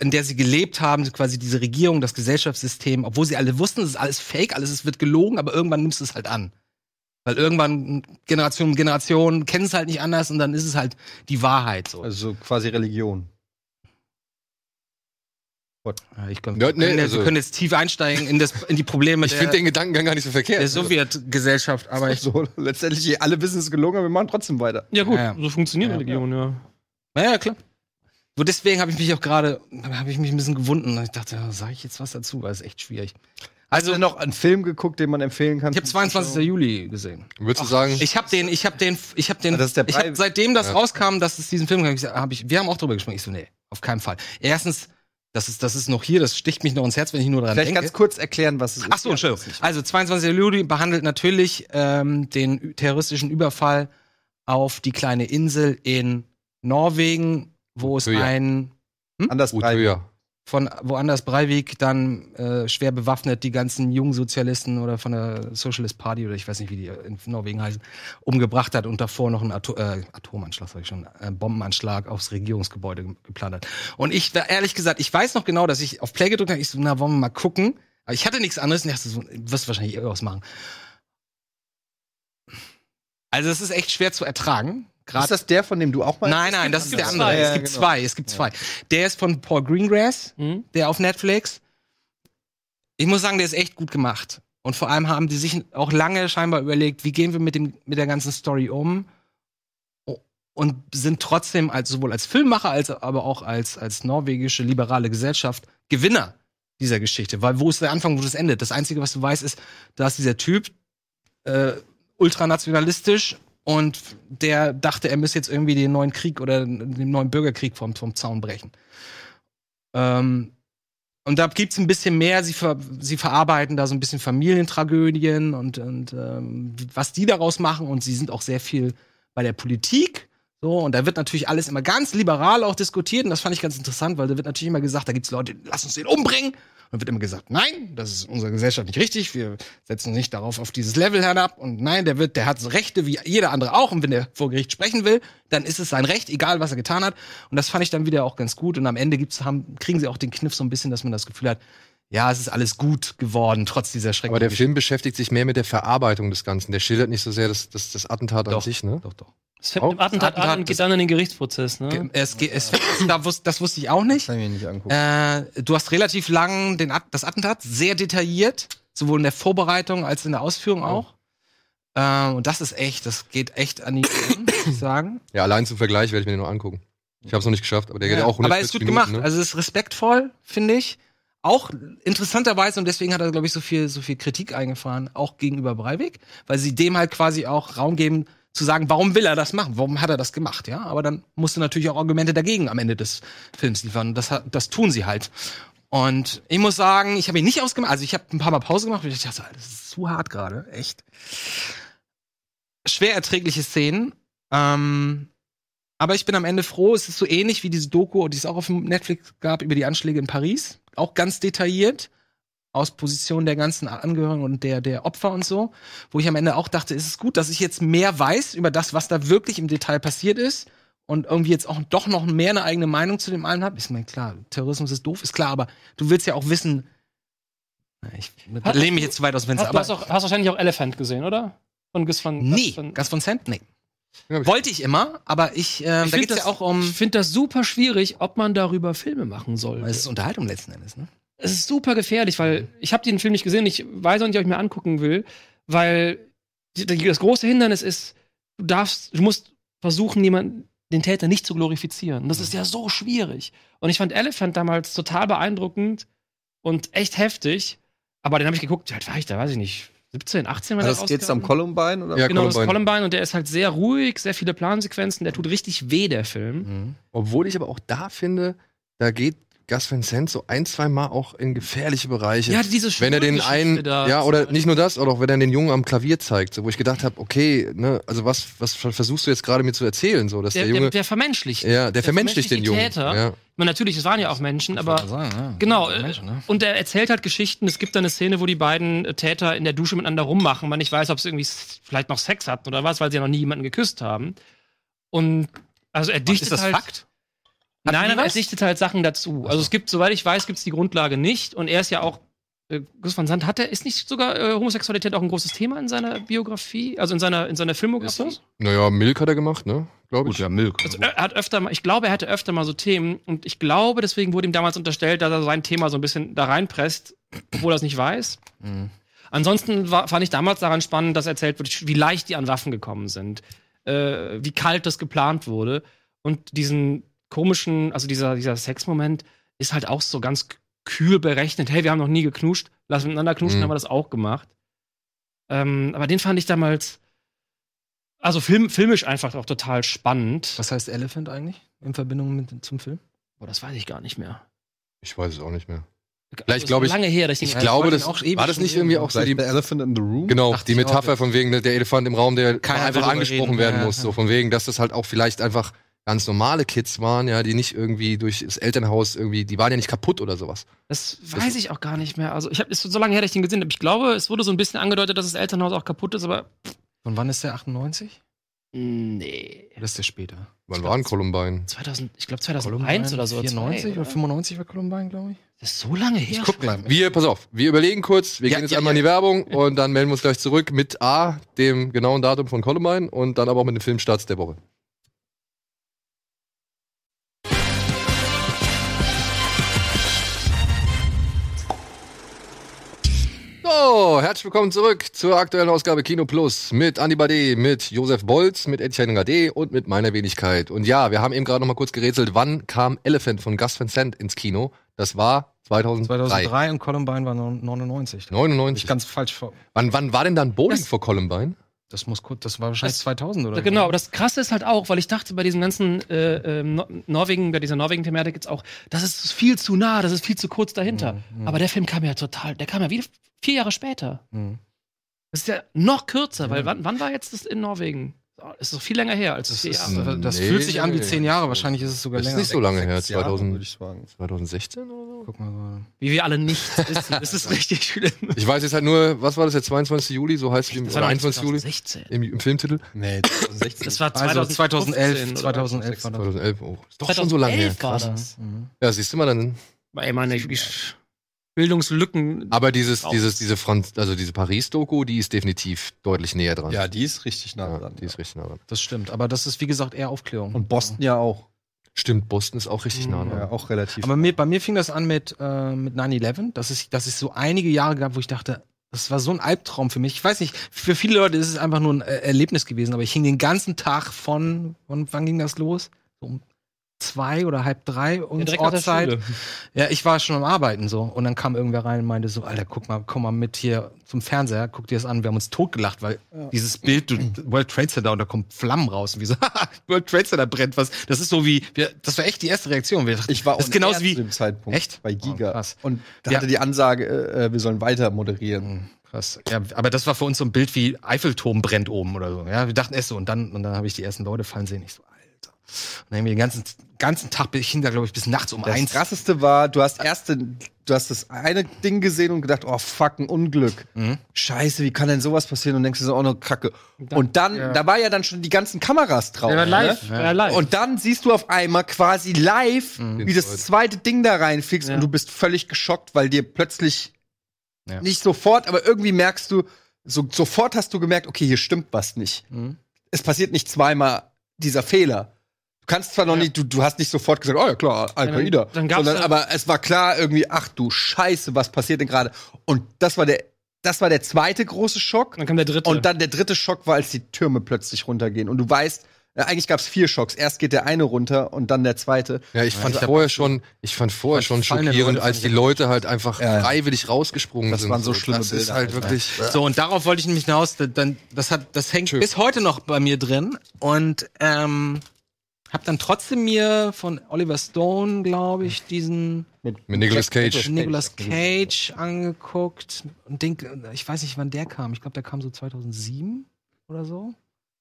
Speaker 5: in der sie gelebt haben, quasi diese Regierung, das Gesellschaftssystem, obwohl sie alle wussten, es ist alles fake, alles es wird gelogen, aber irgendwann nimmst du es halt an. Weil irgendwann Generation um Generation kennen es halt nicht anders und dann ist es halt die Wahrheit so.
Speaker 2: Also quasi Religion.
Speaker 5: Ja, ich kann,
Speaker 6: Ja,
Speaker 5: wir
Speaker 6: nee,
Speaker 5: können, ja-
Speaker 6: also-
Speaker 5: wir können jetzt tief einsteigen in, das, in die Probleme
Speaker 6: Ich
Speaker 5: der,
Speaker 6: finde den Gedankengang gar nicht so verkehrt.
Speaker 5: der Sowjetgesellschaft, aber ich,
Speaker 2: So, Also, letztendlich, alle wissen es gelungen, aber wir machen trotzdem weiter.
Speaker 4: Ja, gut,
Speaker 5: Ja, ja.
Speaker 4: so funktioniert
Speaker 5: Ja,
Speaker 4: Religion, ja.
Speaker 5: naja, klar. So deswegen habe ich mich auch gerade, habe ich mich ein bisschen gewunden. Ich dachte, ja, sage ich jetzt was dazu, weil es ist echt schwierig.
Speaker 2: Also noch einen Film geguckt, den man empfehlen kann.
Speaker 5: Ich habe 22. Juli gesehen.
Speaker 6: Würdest du sagen,
Speaker 5: Ich habe den, ich habe den, ich habe den.
Speaker 2: Ah, das ist der
Speaker 5: ich
Speaker 2: Brei-
Speaker 5: hab, seitdem das rauskam, dass es diesen Film gab, habe ich, wir haben auch drüber gesprochen. Ich so, nee, auf keinen Fall. Erstens, das ist, das ist noch hier, das sticht mich noch ins Herz, wenn ich nur dran
Speaker 2: Vielleicht
Speaker 5: denke.
Speaker 2: ganz kurz erklären, was es ist.
Speaker 5: Ach so, Entschuldigung. Also 22. Juli behandelt natürlich ähm, den ü- terroristischen Überfall auf die kleine Insel in Norwegen, wo es
Speaker 6: Utøya.
Speaker 5: ein
Speaker 2: Anders
Speaker 6: gut,
Speaker 2: drei.
Speaker 6: ja.
Speaker 5: von woanders Breivik dann äh, schwer bewaffnet die ganzen jungen Sozialisten oder von der Socialist Party oder ich weiß nicht, wie die in Norwegen heißen, umgebracht hat und davor noch einen Ato äh, Atomanschlag, sag ich schon, äh, Bombenanschlag aufs Regierungsgebäude ge geplant hat. Und ich, da, ehrlich gesagt, ich weiß noch genau, dass ich auf Play gedrückt habe, ich so, na, wollen wir mal gucken. Aber ich hatte nichts anderes und dachte so, wirst wahrscheinlich irgendwas machen. Also es ist echt schwer zu ertragen.
Speaker 2: Ist
Speaker 5: Gerade
Speaker 2: das der, von dem du auch mal
Speaker 5: Nein, nein, das ist der
Speaker 4: gibt
Speaker 5: andere.
Speaker 4: zwei.
Speaker 5: es
Speaker 2: Ja,
Speaker 5: gibt
Speaker 2: genau.
Speaker 5: zwei, es gibt zwei. Der ist von Paul Greengrass,
Speaker 4: Mhm.
Speaker 5: der auf Netflix. Ich muss sagen, der ist echt gut gemacht. Und vor allem haben die sich auch lange scheinbar überlegt, wie gehen wir mit, dem, mit der ganzen Story um und sind trotzdem als, sowohl als Filmmacher als aber auch als, als norwegische liberale Gesellschaft Gewinner dieser Geschichte. Weil wo ist der Anfang, wo das endet? Das Einzige, was du weißt, ist, da ist dieser Typ, äh, ultranationalistisch und der dachte, er müsse jetzt irgendwie den neuen Krieg oder den neuen Bürgerkrieg vom, vom Zaun brechen. Ähm, und da gibt's ein bisschen mehr, sie, ver, sie verarbeiten da so ein bisschen Familientragödien und, und ähm, was die daraus machen. Und sie sind auch sehr viel bei der Politik. So, und da wird natürlich alles immer ganz liberal auch diskutiert. Und das fand ich ganz interessant, weil da wird natürlich immer gesagt, da gibt's Leute, lass uns den umbringen. Und dann wird immer gesagt, nein, das ist in unserer Gesellschaft nicht richtig. Wir setzen uns nicht darauf auf dieses Level herab. Und nein, der wird, der hat so Rechte wie jeder andere auch. Und wenn der vor Gericht sprechen will, dann ist es sein Recht, egal was er getan hat. Und das fand ich dann wieder auch ganz gut. Und am Ende gibt's, haben, kriegen sie auch den Kniff so ein bisschen, dass man das Gefühl hat, ja, es ist alles gut geworden, trotz dieser schrecklichen
Speaker 1: Aber der Film beschäftigt sich mehr mit der Verarbeitung des Ganzen. Der schildert nicht so sehr das, das, das Attentat an
Speaker 5: Doch.
Speaker 1: sich, ne?
Speaker 5: Doch, doch.
Speaker 4: Es fängt mit dem Attentat,
Speaker 5: Oh, Attentat
Speaker 4: an und
Speaker 5: ist-
Speaker 4: geht dann in den Gerichtsprozess, ne?
Speaker 5: Ge- Es, ge- es, da wus das wusste ich auch
Speaker 2: Das
Speaker 5: nicht.
Speaker 2: kann ich mir nicht angucken.
Speaker 5: Äh, du hast relativ lang den At das Attentat, sehr detailliert, sowohl in der Vorbereitung als in der Ausführung auch. Äh, und das ist echt, das geht echt an die Ohren, muss ich sagen.
Speaker 1: Ja, allein zum Vergleich werde ich mir den noch angucken. Ich habe es noch nicht geschafft, aber der geht
Speaker 5: Ja,
Speaker 1: auch 140
Speaker 5: aber er ist gut
Speaker 1: Minuten,
Speaker 5: gemacht.
Speaker 1: ne?
Speaker 5: Also es ist respektvoll, finde ich. Auch interessanterweise, und deswegen hat er, glaube ich, so viel, so viel Kritik eingefahren, auch gegenüber Breivik, weil sie dem halt quasi auch Raum geben, zu sagen, warum will er das machen? Warum hat er das gemacht? Ja, aber dann musst du natürlich auch Argumente dagegen am Ende des Films liefern. Das, hat- das tun sie halt. Und ich muss sagen, ich habe ihn nicht ausgemacht. Also ich habe ein paar Mal Pause gemacht und ich dachte, Alter, das ist zu hart gerade, echt. Schwer erträgliche Szenen. Ähm, aber ich bin am Ende froh, es ist so ähnlich wie diese Doku, die es auch auf Netflix gab, über die Anschläge in Paris. Auch ganz detailliert. Aus Position der ganzen Angehörigen und der, der Opfer und so. Wo ich am Ende auch dachte, es ist gut, dass ich jetzt mehr weiß über das, was da wirklich im Detail passiert ist. Und irgendwie jetzt auch doch noch mehr eine eigene Meinung zu dem allen habe. Ist mir klar, Terrorismus ist doof, ist klar, aber du willst ja auch wissen. Na, Ich lehne mich jetzt zu weit aus dem Fenster.
Speaker 4: hast, du
Speaker 5: aber-
Speaker 4: hast, auch, hast wahrscheinlich auch Elephant gesehen, oder? Von Gus von
Speaker 5: Nee,
Speaker 4: Gus von-
Speaker 5: Gas von Cent, nee.
Speaker 1: Ja, hab ich-
Speaker 5: Wollte ich immer, aber ich,
Speaker 4: Ich
Speaker 5: äh, da
Speaker 4: find
Speaker 5: geht's
Speaker 4: das-
Speaker 5: ja auch um.
Speaker 4: Ich finde das super schwierig, ob man darüber Filme machen soll.
Speaker 5: Es ist Unterhaltung letzten Endes, ne?
Speaker 4: es ist super gefährlich,
Speaker 1: Mhm.
Speaker 4: weil ich habe den Film nicht gesehen, ich weiß auch nicht, ob ich mir angucken will, weil die- die- das große Hindernis ist, du darfst, du musst versuchen, jemanden, den Täter nicht zu glorifizieren. Und Das ist ja so schwierig. Und ich fand Elephant damals total beeindruckend und echt heftig, aber den habe ich geguckt, wie alt war ich da, weiß ich nicht, 17, 18 war
Speaker 2: Also
Speaker 4: der
Speaker 2: das geht's
Speaker 4: rauskam?
Speaker 2: am Columbine oder?
Speaker 1: Ja,
Speaker 4: Genau, das
Speaker 1: Columbine.
Speaker 4: Columbine und der ist halt sehr ruhig, sehr viele Plansequenzen, der tut richtig weh, der Film.
Speaker 1: Mhm. Obwohl ich aber auch da finde, da geht Gus Van Sant so ein, zwei Mal auch in gefährliche Bereiche.
Speaker 4: Ja, diese
Speaker 1: wenn er den
Speaker 4: Schwulgeschichte
Speaker 1: einen,
Speaker 4: da
Speaker 1: ja,
Speaker 4: zum
Speaker 1: oder
Speaker 4: Beispiel.
Speaker 1: nicht nur das, oder auch wenn er den Jungen am Klavier zeigt, so, wo ich gedacht habe, okay, ne, also was, was versuchst du jetzt gerade mir zu erzählen, so, dass der,
Speaker 4: Der, der,
Speaker 1: Junge,
Speaker 4: der vermenschlicht.
Speaker 1: ja, der, vermenschlicht den
Speaker 4: die
Speaker 1: Jungen.
Speaker 4: Täter.
Speaker 1: Ja.
Speaker 4: Ich meine, natürlich, es waren ja auch Menschen, aber
Speaker 1: also
Speaker 4: Genau, äh,
Speaker 5: ne?
Speaker 4: und er erzählt halt Geschichten. Es gibt da eine Szene, wo die beiden äh, Täter in der Dusche miteinander rummachen. Man nicht weiß, ob sie irgendwie s- vielleicht noch Sex hatten oder was, weil sie ja noch nie jemanden geküsst haben. Und also er dichtet
Speaker 5: ist das
Speaker 4: halt.
Speaker 5: Fakt?
Speaker 4: Nein,
Speaker 5: Hatten die
Speaker 4: nein, er
Speaker 5: was?
Speaker 4: dichtet halt Sachen dazu. Also es gibt, soweit ich weiß, gibt es die Grundlage nicht. Und er ist ja auch. äh, Gus van Sant hat er, ist nicht sogar äh, Homosexualität auch ein großes Thema in seiner Biografie, also in seiner, in seiner Filmografie?
Speaker 5: Ist
Speaker 1: Naja, Milk hat er gemacht, ne, glaube ich.
Speaker 5: Gut, ja, Milk.
Speaker 4: Also, er hat öfter mal, ich glaube, er hatte öfter mal so Themen und ich glaube, deswegen wurde ihm damals unterstellt, dass er sein Thema so ein bisschen da reinpresst, obwohl er es nicht weiß.
Speaker 5: Mhm.
Speaker 4: Ansonsten war, fand ich damals daran spannend, dass erzählt wird, wie leicht die an Waffen gekommen sind, äh, wie kalt das geplant wurde und diesen komischen, also dieser, dieser Sexmoment ist halt auch so ganz kühl berechnet. Hey, wir haben noch nie geknuscht, lass miteinander knutschen,
Speaker 1: Mhm.
Speaker 4: haben wir das auch gemacht. Ähm, aber den fand ich damals, also film, filmisch einfach auch total spannend.
Speaker 5: Was heißt Elephant eigentlich in Verbindung mit zum Film?
Speaker 4: Boah, das weiß ich gar nicht mehr.
Speaker 1: Ich weiß es auch nicht mehr.
Speaker 4: Also,
Speaker 1: glaub
Speaker 4: ist
Speaker 1: ich-
Speaker 4: Lange her, dass ich,
Speaker 1: Ich
Speaker 5: Ja,
Speaker 1: glaube,
Speaker 5: ich
Speaker 1: das,
Speaker 5: wollte ihn auch
Speaker 1: war das
Speaker 5: ewig
Speaker 1: nicht
Speaker 5: schon
Speaker 1: irgendwie
Speaker 5: sehen.
Speaker 1: auch so
Speaker 2: Vielleicht
Speaker 1: die,
Speaker 2: The Elephant in the Room?
Speaker 1: Genau,
Speaker 5: Dachte
Speaker 1: die
Speaker 5: ich auch,
Speaker 1: Metapher
Speaker 5: ja.
Speaker 1: von wegen, ne, der Elefant im Raum, der
Speaker 5: Keiner will
Speaker 1: einfach
Speaker 5: drüber
Speaker 1: angesprochen
Speaker 5: reden,
Speaker 1: werden
Speaker 5: ja,
Speaker 1: muss.
Speaker 5: ja.
Speaker 1: So von wegen, dass das halt auch vielleicht einfach ganz normale Kids waren, ja, die nicht irgendwie durch das Elternhaus irgendwie, die waren ja nicht kaputt oder sowas.
Speaker 4: das weiß ich auch gar nicht mehr. Also ich habe ist so lange her, dass ich den gesehen habe. Ich glaube, es wurde so ein bisschen angedeutet, dass das Elternhaus auch kaputt ist, aber
Speaker 5: Von wann ist der 98?
Speaker 4: nee.
Speaker 5: Oder ist der später?
Speaker 1: Wann waren Columbine?
Speaker 4: 2000, ich glaube 2001 oder so.
Speaker 5: 94
Speaker 4: zwei,
Speaker 5: oder 95 war Columbine, glaube ich.
Speaker 4: Das ist so lange her.
Speaker 5: Guck mal.
Speaker 1: Wir, pass auf, wir überlegen kurz, wir
Speaker 5: Ja,
Speaker 1: gehen jetzt
Speaker 5: ja,
Speaker 1: einmal
Speaker 5: ja.
Speaker 1: in die Werbung und dann melden wir uns gleich zurück mit A, dem genauen Datum von Columbine und dann aber auch mit den Filmstarts der Woche. So, herzlich willkommen zurück zur aktuellen Ausgabe Kino Plus mit Andi Bade, mit Josef Bolz, mit Etienne Gade und mit meiner Wenigkeit. Und ja, wir haben eben gerade noch mal kurz gerätselt, wann kam Elephant von Gus Van Sant ins Kino? Das war 2003.
Speaker 5: 2003 und Columbine war neun- 99. Hab
Speaker 1: 99.
Speaker 5: Ich ganz falsch ver
Speaker 1: Wann, wann war denn dann Bowling
Speaker 4: Das-
Speaker 1: vor Columbine?
Speaker 5: Das muss kurz, das war wahrscheinlich
Speaker 4: Das-
Speaker 5: 2000 oder
Speaker 4: Genau, aber das Krasse ist halt auch, weil ich dachte bei diesem ganzen äh, ähm, Nor- Norwegen, bei dieser Norwegen-Thematik jetzt auch, das ist viel zu nah, das ist viel zu kurz
Speaker 5: Mhm,
Speaker 4: dahinter. Aber der Film kam ja total, der kam ja wieder vier Jahre später.
Speaker 5: Mhm.
Speaker 4: Das ist ja noch kürzer, weil wann, wann war jetzt das in Norwegen? Das ist doch viel länger her als das
Speaker 5: Das,
Speaker 4: vier
Speaker 5: ist,
Speaker 4: Jahre.
Speaker 1: Jahre.
Speaker 5: das
Speaker 1: Nee,
Speaker 5: fühlt sich an wie
Speaker 1: nee,
Speaker 5: zehn
Speaker 1: nee.
Speaker 5: Jahre. Wahrscheinlich ist es sogar
Speaker 1: Das ist
Speaker 5: länger.
Speaker 1: nicht so lange her,
Speaker 2: Sechs Jahre,
Speaker 1: 2000,
Speaker 2: würde ich sagen.
Speaker 1: 2016 oder so?
Speaker 5: Guck mal so.
Speaker 4: Wie wir alle nichts wissen. Das ist richtig schlimm.
Speaker 1: Ich weiß jetzt halt nur, was war das jetzt, 22. Juli, so heißt es im,
Speaker 4: Das
Speaker 1: oder
Speaker 4: war
Speaker 1: 21. Juli
Speaker 4: 2016.
Speaker 1: im, im Filmtitel?
Speaker 2: Nee, 2016.
Speaker 4: Das war
Speaker 5: Also 2011,
Speaker 4: 2011.
Speaker 5: 2011 war das.
Speaker 1: 2011, oh, ist doch schon so lange her.
Speaker 4: war
Speaker 1: Krass.
Speaker 4: das.
Speaker 5: Mhm.
Speaker 1: Ja, siehst du mal dann.
Speaker 4: Ey, Mann, ich, ich, Bildungslücken.
Speaker 1: Aber dieses, dieses, diese Franz, also diese Paris-Doku, die ist definitiv deutlich näher dran.
Speaker 2: Ja, die ist richtig nah
Speaker 1: Ja,
Speaker 2: dran.
Speaker 1: die ist richtig nah dran.
Speaker 5: Das stimmt. Aber das ist, wie gesagt, eher Aufklärung.
Speaker 2: Und Boston ja auch.
Speaker 1: Stimmt, Boston ist auch richtig nah dran.
Speaker 2: Hm, Ja, auch relativ.
Speaker 5: Aber mir, bei mir fing das an mit, äh, mit 9-11, dass es, dass es so einige Jahre gab, wo ich dachte, das war so ein Albtraum für mich. Ich weiß nicht, für viele Leute ist es einfach nur ein äh, Erlebnis gewesen, aber ich hing den ganzen Tag von, von wann ging das los? So um zwei oder halb drei und
Speaker 4: direkt nach der
Speaker 5: Ortszeit.
Speaker 4: Schule.
Speaker 5: Ja, ich war schon am Arbeiten so. Und dann kam irgendwer rein und meinte so, Alter, guck mal, komm mal mit hier zum Fernseher, guck dir das an. Wir haben uns totgelacht, weil dieses Bild, du, World Trade Center, und da kommen Flammen raus. Und wir so, World Trade Center brennt was. Das ist so wie, wir, das war echt die erste Reaktion. Wir dachten,
Speaker 2: ich war
Speaker 5: das ist genauso
Speaker 2: unerst
Speaker 5: wie,
Speaker 2: zu dem Zeitpunkt
Speaker 5: Echt?
Speaker 2: bei
Speaker 5: Oh,
Speaker 2: Giga.
Speaker 5: krass.
Speaker 2: und da
Speaker 5: Ja. Mhm.
Speaker 2: hatte die Ansage, äh, äh, wir sollen weiter moderieren.
Speaker 5: Krass. Ja, aber das war für uns so ein Bild wie Eiffelturm brennt oben oder so. Ja, wir dachten erst so und dann und dann habe ich die ersten Leute fallen sehen. Ich so, Alter. Und dann haben wir den ganzen ganzen Tag bin ich hinter, glaube ich, bis nachts um
Speaker 2: Das
Speaker 5: eins.
Speaker 2: krasseste war, du hast erst den, du hast das eine Ding gesehen und gedacht, oh fuck, ein Unglück.
Speaker 5: Mhm.
Speaker 2: Scheiße, wie kann denn sowas passieren? Und denkst du so, oh ne Kacke. und dann,
Speaker 4: ja.
Speaker 2: da war ja dann schon die ganzen Kameras drauf.
Speaker 4: Der war live.
Speaker 2: Ne?
Speaker 4: Der war live.
Speaker 2: Und dann siehst du auf einmal quasi live,
Speaker 5: Mhm.
Speaker 2: wie das zweite Ding da reinfliegt
Speaker 4: Ja.
Speaker 2: und du bist völlig geschockt, weil dir plötzlich
Speaker 5: Ja.
Speaker 2: nicht sofort, aber irgendwie merkst du, so, sofort hast du gemerkt, okay, hier stimmt was nicht
Speaker 5: Mhm.
Speaker 2: es passiert nicht zweimal dieser Fehler. Du kannst zwar noch
Speaker 4: Ja.
Speaker 2: nicht, du, du hast nicht sofort gesagt, oh ja klar, Al-Qaida.
Speaker 4: dann- dann gab's
Speaker 2: sondern
Speaker 4: ja-
Speaker 2: aber es war klar irgendwie, ach du Scheiße, was passiert denn gerade? Und das war der, das war der zweite große Schock.
Speaker 4: dann kam der dritte.
Speaker 2: Und dann der dritte Schock war, als die Türme plötzlich runtergehen. Und du weißt, äh, eigentlich gab es vier Schocks. Erst geht der eine runter und dann der zweite.
Speaker 1: Ja, ich fand vorher schon, ich fand vorher schon
Speaker 5: fallende
Speaker 1: schockierend,
Speaker 5: Leute
Speaker 1: als die Leute halt einfach
Speaker 2: Ja, ja.
Speaker 1: freiwillig rausgesprungen
Speaker 2: Das
Speaker 1: sind.
Speaker 2: waren so schlimme
Speaker 1: Das ist
Speaker 2: Bilder,
Speaker 1: halt
Speaker 2: Alter.
Speaker 1: wirklich.
Speaker 5: So, und darauf wollte ich nämlich hinaus. da- Dann, das, hat, das hängt
Speaker 1: Schön.
Speaker 5: bis heute noch bei mir drin. Und ähm, hab dann trotzdem mir von Oliver Stone, glaube ich, diesen
Speaker 1: Mit Nicolas Cage.
Speaker 5: Nicolas Cage angeguckt. Und denk, ich weiß nicht, wann der kam. Ich glaube, der kam so 2007 oder so.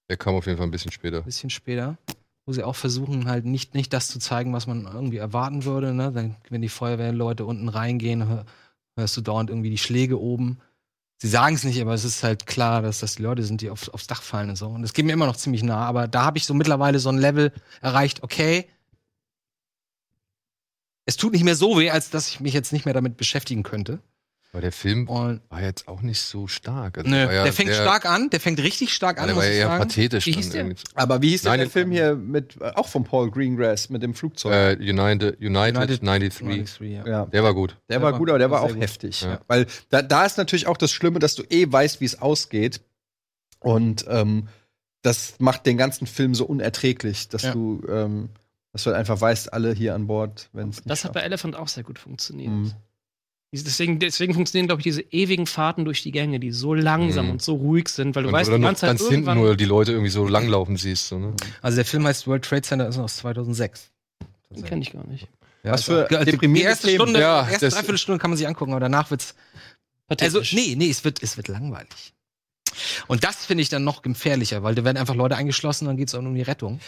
Speaker 1: Der kam auf jeden Fall ein bisschen später.
Speaker 5: bisschen später, wo sie auch versuchen, halt nicht, nicht das zu zeigen, was man irgendwie erwarten würde. Ne? Dann, wenn die Feuerwehrleute unten reingehen, hör, hörst du dauernd irgendwie die Schläge oben. Sie sagen es nicht, aber es ist halt klar, dass das die Leute sind, die auf, aufs Dach fallen und so. Und das geht mir immer noch ziemlich nah. Aber da habe ich so mittlerweile so ein Level erreicht, okay. Es tut nicht mehr so weh, als dass ich mich jetzt nicht mehr damit beschäftigen könnte.
Speaker 1: Aber der Film
Speaker 5: Und
Speaker 1: war jetzt auch nicht so stark. Also
Speaker 5: Oh. nö,
Speaker 1: war ja
Speaker 5: der fängt
Speaker 1: sehr-
Speaker 5: stark an, der fängt richtig stark
Speaker 1: Ja,
Speaker 5: an.
Speaker 1: der
Speaker 5: muss
Speaker 1: war ja
Speaker 5: ich
Speaker 1: eher
Speaker 5: sagen.
Speaker 1: pathetisch.
Speaker 5: Wie
Speaker 1: dann
Speaker 5: hieß der?
Speaker 1: irgendwie.
Speaker 2: Aber wie hieß denn
Speaker 1: Nein,
Speaker 2: der
Speaker 1: den-
Speaker 2: Film hier mit, äh, auch von Paul Greengrass, mit dem Flugzeug?
Speaker 1: Äh, United, United,
Speaker 5: United
Speaker 1: 93.
Speaker 5: 93, ja.
Speaker 2: ja.
Speaker 1: Der war gut.
Speaker 2: Der war gut, aber der war auch
Speaker 5: Äh, sehr gut.
Speaker 2: heftig.
Speaker 1: Ja.
Speaker 2: Weil da, da ist natürlich auch das Schlimme, dass du eh weißt, wie es ausgeht. Und ähm, das macht den ganzen Film so unerträglich, dass
Speaker 5: Ja.
Speaker 2: du, ähm, dass du halt einfach weißt, alle hier an Bord, wenn es
Speaker 4: das hat bei Elephant auch sehr gut funktioniert.
Speaker 2: Mhm.
Speaker 4: Diese- Deswegen, deswegen funktionieren, glaube ich, diese ewigen Fahrten durch die Gänge, die so langsam
Speaker 1: Mhm.
Speaker 4: und so ruhig sind, weil du weißt,
Speaker 1: oder
Speaker 4: die
Speaker 1: noch
Speaker 4: ganze Zeit
Speaker 1: ganz hinten
Speaker 4: irgendwann.
Speaker 1: nur die Leute irgendwie so langlaufen siehst. So, ne?
Speaker 5: Also der Film heißt World Trade Center, ist aus 2006.
Speaker 4: Den kenne ich gar nicht.
Speaker 2: ja, was
Speaker 5: Also,
Speaker 2: für
Speaker 5: ge- die
Speaker 2: deprimierendes
Speaker 5: erste
Speaker 2: Leben.
Speaker 5: Stunde,
Speaker 1: Ja,
Speaker 5: die erste
Speaker 1: das-
Speaker 5: Dreiviertelstunde kann man sich angucken, aber danach wird's also
Speaker 4: Pathetisch.
Speaker 5: nee, nee, es wird es wird langweilig. Und das finde ich dann noch gefährlicher, weil da werden einfach Leute eingeschlossen, dann geht's auch nur um die Rettung.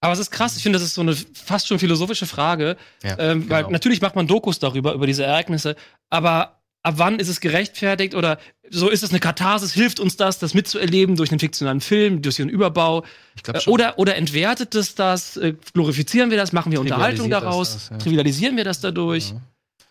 Speaker 4: Aber es ist krass, ich finde, das ist so eine fast schon philosophische Frage.
Speaker 5: Ja,
Speaker 4: ähm, Weil
Speaker 5: genau.
Speaker 4: natürlich macht man Dokus darüber, über diese Ereignisse, aber ab wann ist es gerechtfertigt oder so ist es eine Katharsis, hilft uns das, das mitzuerleben durch einen fiktionalen Film, durch einen Überbau?
Speaker 5: Ich glaube
Speaker 4: Äh, Oder, oder entwertet es das, äh, glorifizieren wir das, machen wir Unterhaltung
Speaker 5: Trivialisiert das
Speaker 4: daraus,
Speaker 5: das, ja.
Speaker 4: trivialisieren wir das dadurch?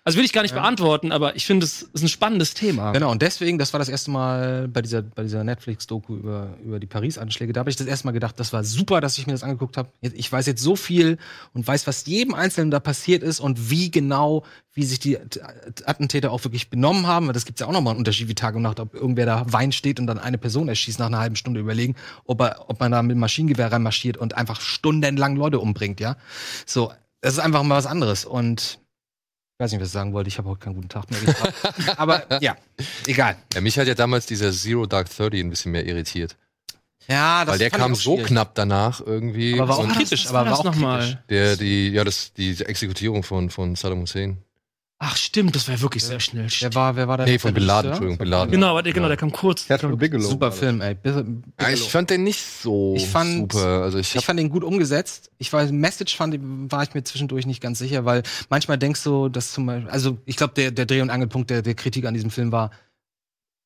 Speaker 4: Also will ich gar nicht beantworten, aber ich finde, es ist ein spannendes Thema.
Speaker 5: Genau, und deswegen, das war das erste Mal bei dieser, bei dieser Netflix-Doku über, über die Paris-Anschläge. Da habe ich das erste Mal gedacht, das war super, dass ich mir das angeguckt habe. Jetzt- Ich weiß jetzt so viel und weiß, was jedem Einzelnen da passiert ist und wie genau, wie sich die At- Attentäter auch wirklich benommen haben. Weil das gibt ja auch nochmal einen Unterschied wie Tag und Nacht, ob irgendwer da Wein steht und dann eine Person erschießt, nach einer halben Stunde überlegen, ob, er, ob man da mit Maschinengewehr reinmarschiert und einfach stundenlang Leute umbringt, ja. So, das ist einfach mal was anderes. Und ich weiß nicht, was ich sagen wollte. Ich habe heute keinen guten Tag mehr gehabt. Aber ja, egal.
Speaker 1: Ja, mich hat ja damals dieser Zero Dark Thirty ein bisschen mehr irritiert.
Speaker 5: Ja, das
Speaker 1: weil der
Speaker 5: fand ich
Speaker 1: kam
Speaker 5: auch
Speaker 1: so
Speaker 5: schwierig.
Speaker 1: knapp danach irgendwie.
Speaker 5: Aber war auch
Speaker 1: und
Speaker 5: kritisch,
Speaker 4: was
Speaker 5: Oh, aber
Speaker 4: war
Speaker 5: war
Speaker 4: das
Speaker 5: auch
Speaker 4: nochmal?
Speaker 5: kritisch.
Speaker 1: der, die, ja, das, die Exekutierung von, von Saddam Hussein.
Speaker 4: Ach stimmt, das war wirklich sehr schnell.
Speaker 5: Wer war, wer war der?
Speaker 1: Nee, von
Speaker 5: der
Speaker 1: Bin Laden,
Speaker 5: Regisseur?
Speaker 1: Entschuldigung, Bin Laden.
Speaker 4: Genau, der, genau, der kam kurz.
Speaker 2: Catherine Bigelow.
Speaker 5: Super Film, ey. Bis-
Speaker 1: Ja, ich fand den nicht so
Speaker 5: Ich fand-
Speaker 1: super. Also ich, hab,
Speaker 5: Ich fand ihn gut umgesetzt. Ich weiß, Message fand, war ich mir zwischendurch nicht ganz sicher, weil manchmal denkst du, dass zum Beispiel, also ich glaube, der, der Dreh- und Angelpunkt der, der Kritik an diesem Film war,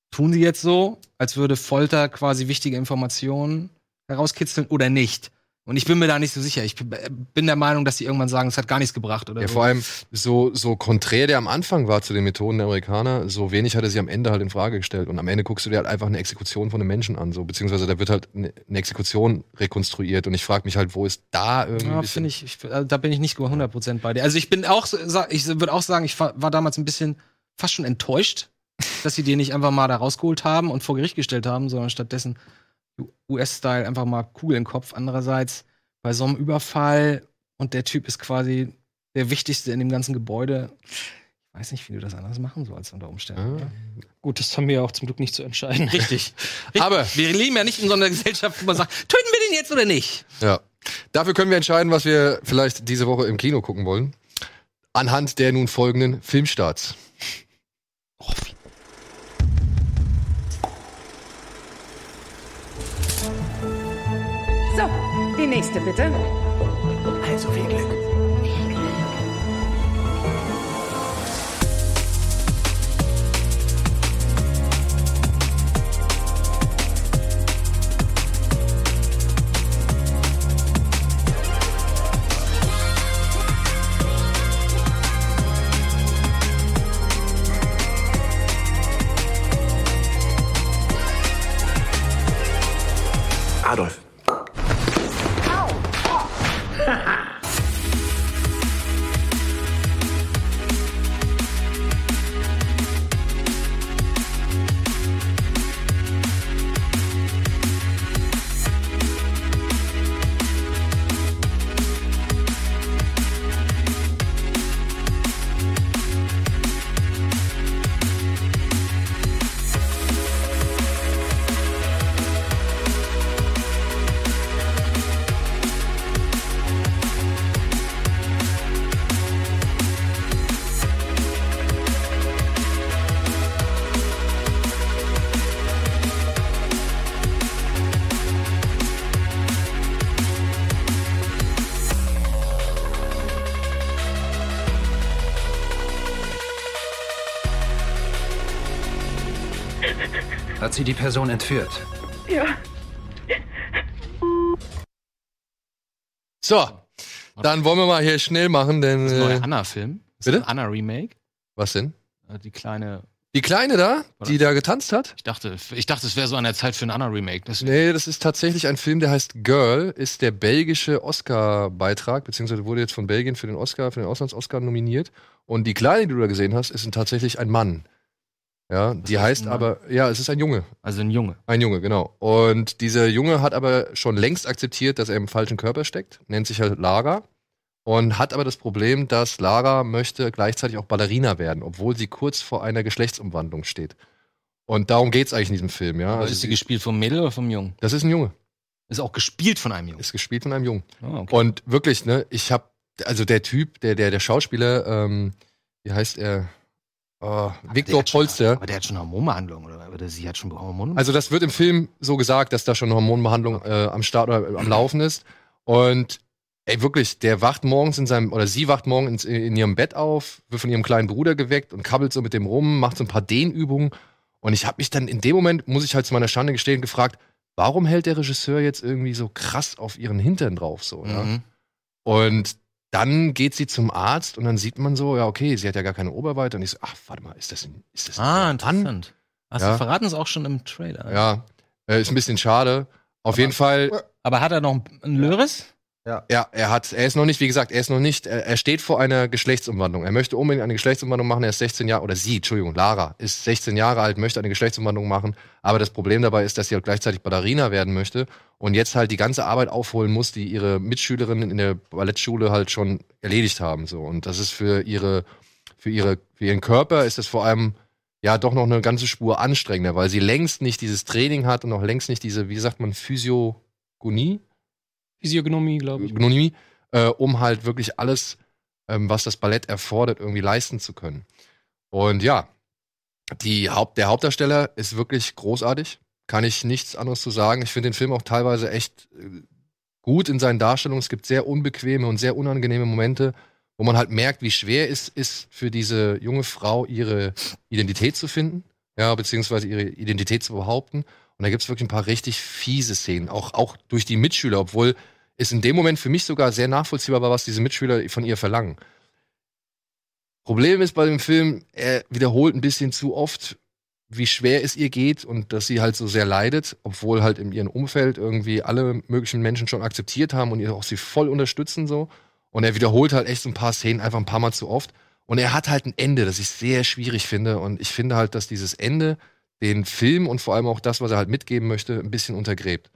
Speaker 5: tun sie jetzt so, als würde Folter quasi wichtige Informationen herauskitzeln oder nicht? Und ich bin mir da nicht so sicher. Ich bin der Meinung, dass die irgendwann sagen, es hat gar nichts gebracht oder
Speaker 1: Ja,
Speaker 5: so.
Speaker 1: vor allem, so, so konträr der am Anfang war zu den Methoden der Amerikaner, so wenig hat er sie am Ende halt in Frage gestellt. Und am Ende guckst du dir halt einfach eine Exekution von einem Menschen an, so. Beziehungsweise da wird halt eine eine Exekution rekonstruiert. Und ich frage mich halt, wo ist da irgendwie. ein
Speaker 5: Ja,
Speaker 1: bisschen-
Speaker 5: finde ich, ich also da bin ich nicht 100% bei dir. Also ich bin auch, so- sa- ich würde auch sagen, ich fa- war damals ein bisschen fast schon enttäuscht, dass sie den nicht einfach mal da rausgeholt haben und vor Gericht gestellt haben, sondern stattdessen U- US-Style einfach mal Kugel im Kopf. Andererseits bei so einem Überfall und der Typ ist quasi der wichtigste in dem ganzen Gebäude. Ich weiß nicht, wie du das anders machen sollst unter Umständen. ne?
Speaker 1: Ja.
Speaker 4: Gut, das haben wir ja auch zum Glück nicht zu entscheiden.
Speaker 5: Richtig. Richtig.
Speaker 1: Aber-
Speaker 5: wir leben ja nicht in so einer Gesellschaft, wo man sagt, töten wir den jetzt oder nicht?
Speaker 1: Ja. Dafür können wir entscheiden, was wir vielleicht diese Woche im Kino gucken wollen. Anhand der nun folgenden Filmstarts.
Speaker 7: So, die nächste bitte.
Speaker 8: Also viel Glück. Adolf. Hat sie die Person entführt?
Speaker 1: So. Dann wollen wir mal hier schnell machen, denn.
Speaker 5: Das neue
Speaker 1: Äh,
Speaker 5: Anna-Film.
Speaker 1: bitte?
Speaker 5: Anna-Remake. Äh,
Speaker 1: was denn?
Speaker 5: Die kleine
Speaker 1: Die Kleine da, die da getanzt hat?
Speaker 5: Ich dachte, ich dachte, es wäre so an der Zeit für ein Anna-Remake. Das-
Speaker 1: Nee, das ist tatsächlich ein Film, der heißt Girl, ist der belgische Oscar-Beitrag, beziehungsweise wurde jetzt von Belgien für den Oscar, für den Auslands-Oscar nominiert. Und die Kleine, die du da gesehen hast, ist ein- tatsächlich ein Mann. Ja, die
Speaker 5: heißt
Speaker 1: heißt
Speaker 5: ein Mann?
Speaker 1: aber, ja, es ist ein Junge.
Speaker 5: Also ein Junge.
Speaker 1: Ein Junge, genau. Und dieser Junge hat aber schon längst akzeptiert, dass er im falschen Körper steckt, nennt sich halt Lara und hat aber das Problem, dass Lara möchte gleichzeitig auch Ballerina werden, obwohl sie kurz vor einer Geschlechtsumwandlung steht. Und darum geht's eigentlich in diesem Film, ja.
Speaker 5: Also
Speaker 1: Also
Speaker 5: ist sie
Speaker 1: sie-
Speaker 5: gespielt vom Mädel oder vom Jungen?
Speaker 1: das ist ein Junge,
Speaker 5: Ist auch gespielt von einem Jungen.
Speaker 1: ist gespielt von einem Jungen.
Speaker 5: Oh, okay.
Speaker 1: Und wirklich, ne, ich hab, also der Typ, der, der, der Schauspieler, ähm, wie heißt er? Oh, Viktor Polster.
Speaker 5: Aber der hat schon eine Hormonbehandlung oder, oder sie hat schon Hormone.
Speaker 1: Also das wird im Film so gesagt, dass da schon Hormonbehandlung äh, am Start oder am Laufen ist. Und ey, wirklich, der wacht morgens in seinem, oder sie wacht morgens in, in ihrem Bett auf, wird von ihrem kleinen Bruder geweckt und kabbelt so mit dem rum, macht so ein paar Dehnübungen. Und ich habe mich dann in dem Moment, muss ich halt zu meiner Schande gestehen, gefragt, warum hält der Regisseur jetzt irgendwie so krass auf ihren Hintern drauf so? Also, Ja?
Speaker 5: mhm.
Speaker 1: Und dann geht sie zum Arzt und dann sieht man so, ja, okay, sie hat ja gar keine Oberweite. Und ich so, ach, warte mal, ist das ein, ist das ein
Speaker 5: Ah,
Speaker 1: Mann?
Speaker 5: interessant. Hast
Speaker 1: Ja.
Speaker 5: du verraten es auch schon im Trailer?
Speaker 1: Ja, äh, ist ein bisschen schade. Auf jeden Fall,
Speaker 5: Aber hat er noch ein- ein Löres?
Speaker 1: ja, er hat, er ist noch nicht, wie gesagt, er ist noch nicht, er, er steht vor einer Geschlechtsumwandlung. Er möchte unbedingt eine Geschlechtsumwandlung machen. Er ist 16 Jahre, oder sie, Entschuldigung, Lara ist 16 Jahre alt, möchte eine Geschlechtsumwandlung machen. Aber das Problem dabei ist, dass sie halt gleichzeitig Ballerina werden möchte und jetzt halt die ganze Arbeit aufholen muss, die ihre Mitschülerinnen in der Ballettschule halt schon erledigt haben. So. Und das ist für ihre, für ihre, für ihren Körper ist das vor allem ja doch noch eine ganze Spur anstrengender, weil sie längst nicht dieses Training hat und noch längst nicht diese, wie sagt man, Physiogonie.
Speaker 4: Physiognomie, glaube ich.
Speaker 1: Ökonomie, äh, um halt wirklich alles, ähm, was das Ballett erfordert, irgendwie leisten zu können. Und ja, die Haupt, der Hauptdarsteller ist wirklich großartig. Kann ich nichts anderes zu sagen. Ich finde den Film auch teilweise echt äh, gut in seinen Darstellungen. Es gibt sehr unbequeme und sehr unangenehme Momente, wo man halt merkt, wie schwer es ist, für diese junge Frau ihre Identität zu finden, ja, beziehungsweise ihre Identität zu behaupten. Und da gibt es wirklich ein paar richtig fiese Szenen, auch, auch durch die Mitschüler, obwohl ist in dem Moment für mich sogar sehr nachvollziehbar, war, was diese Mitschüler von ihr verlangen. Problem ist bei dem Film, er wiederholt ein bisschen zu oft, wie schwer es ihr geht und dass sie halt so sehr leidet, obwohl halt in ihrem Umfeld irgendwie alle möglichen Menschen schon akzeptiert haben und ihr auch sie voll unterstützen so. Und er wiederholt halt echt so ein paar Szenen einfach ein paar Mal zu oft. Und er hat halt ein Ende, das ich sehr schwierig finde. Und ich finde halt, dass dieses Ende den Film und vor allem auch das, was er halt mitgeben möchte, ein bisschen untergräbt.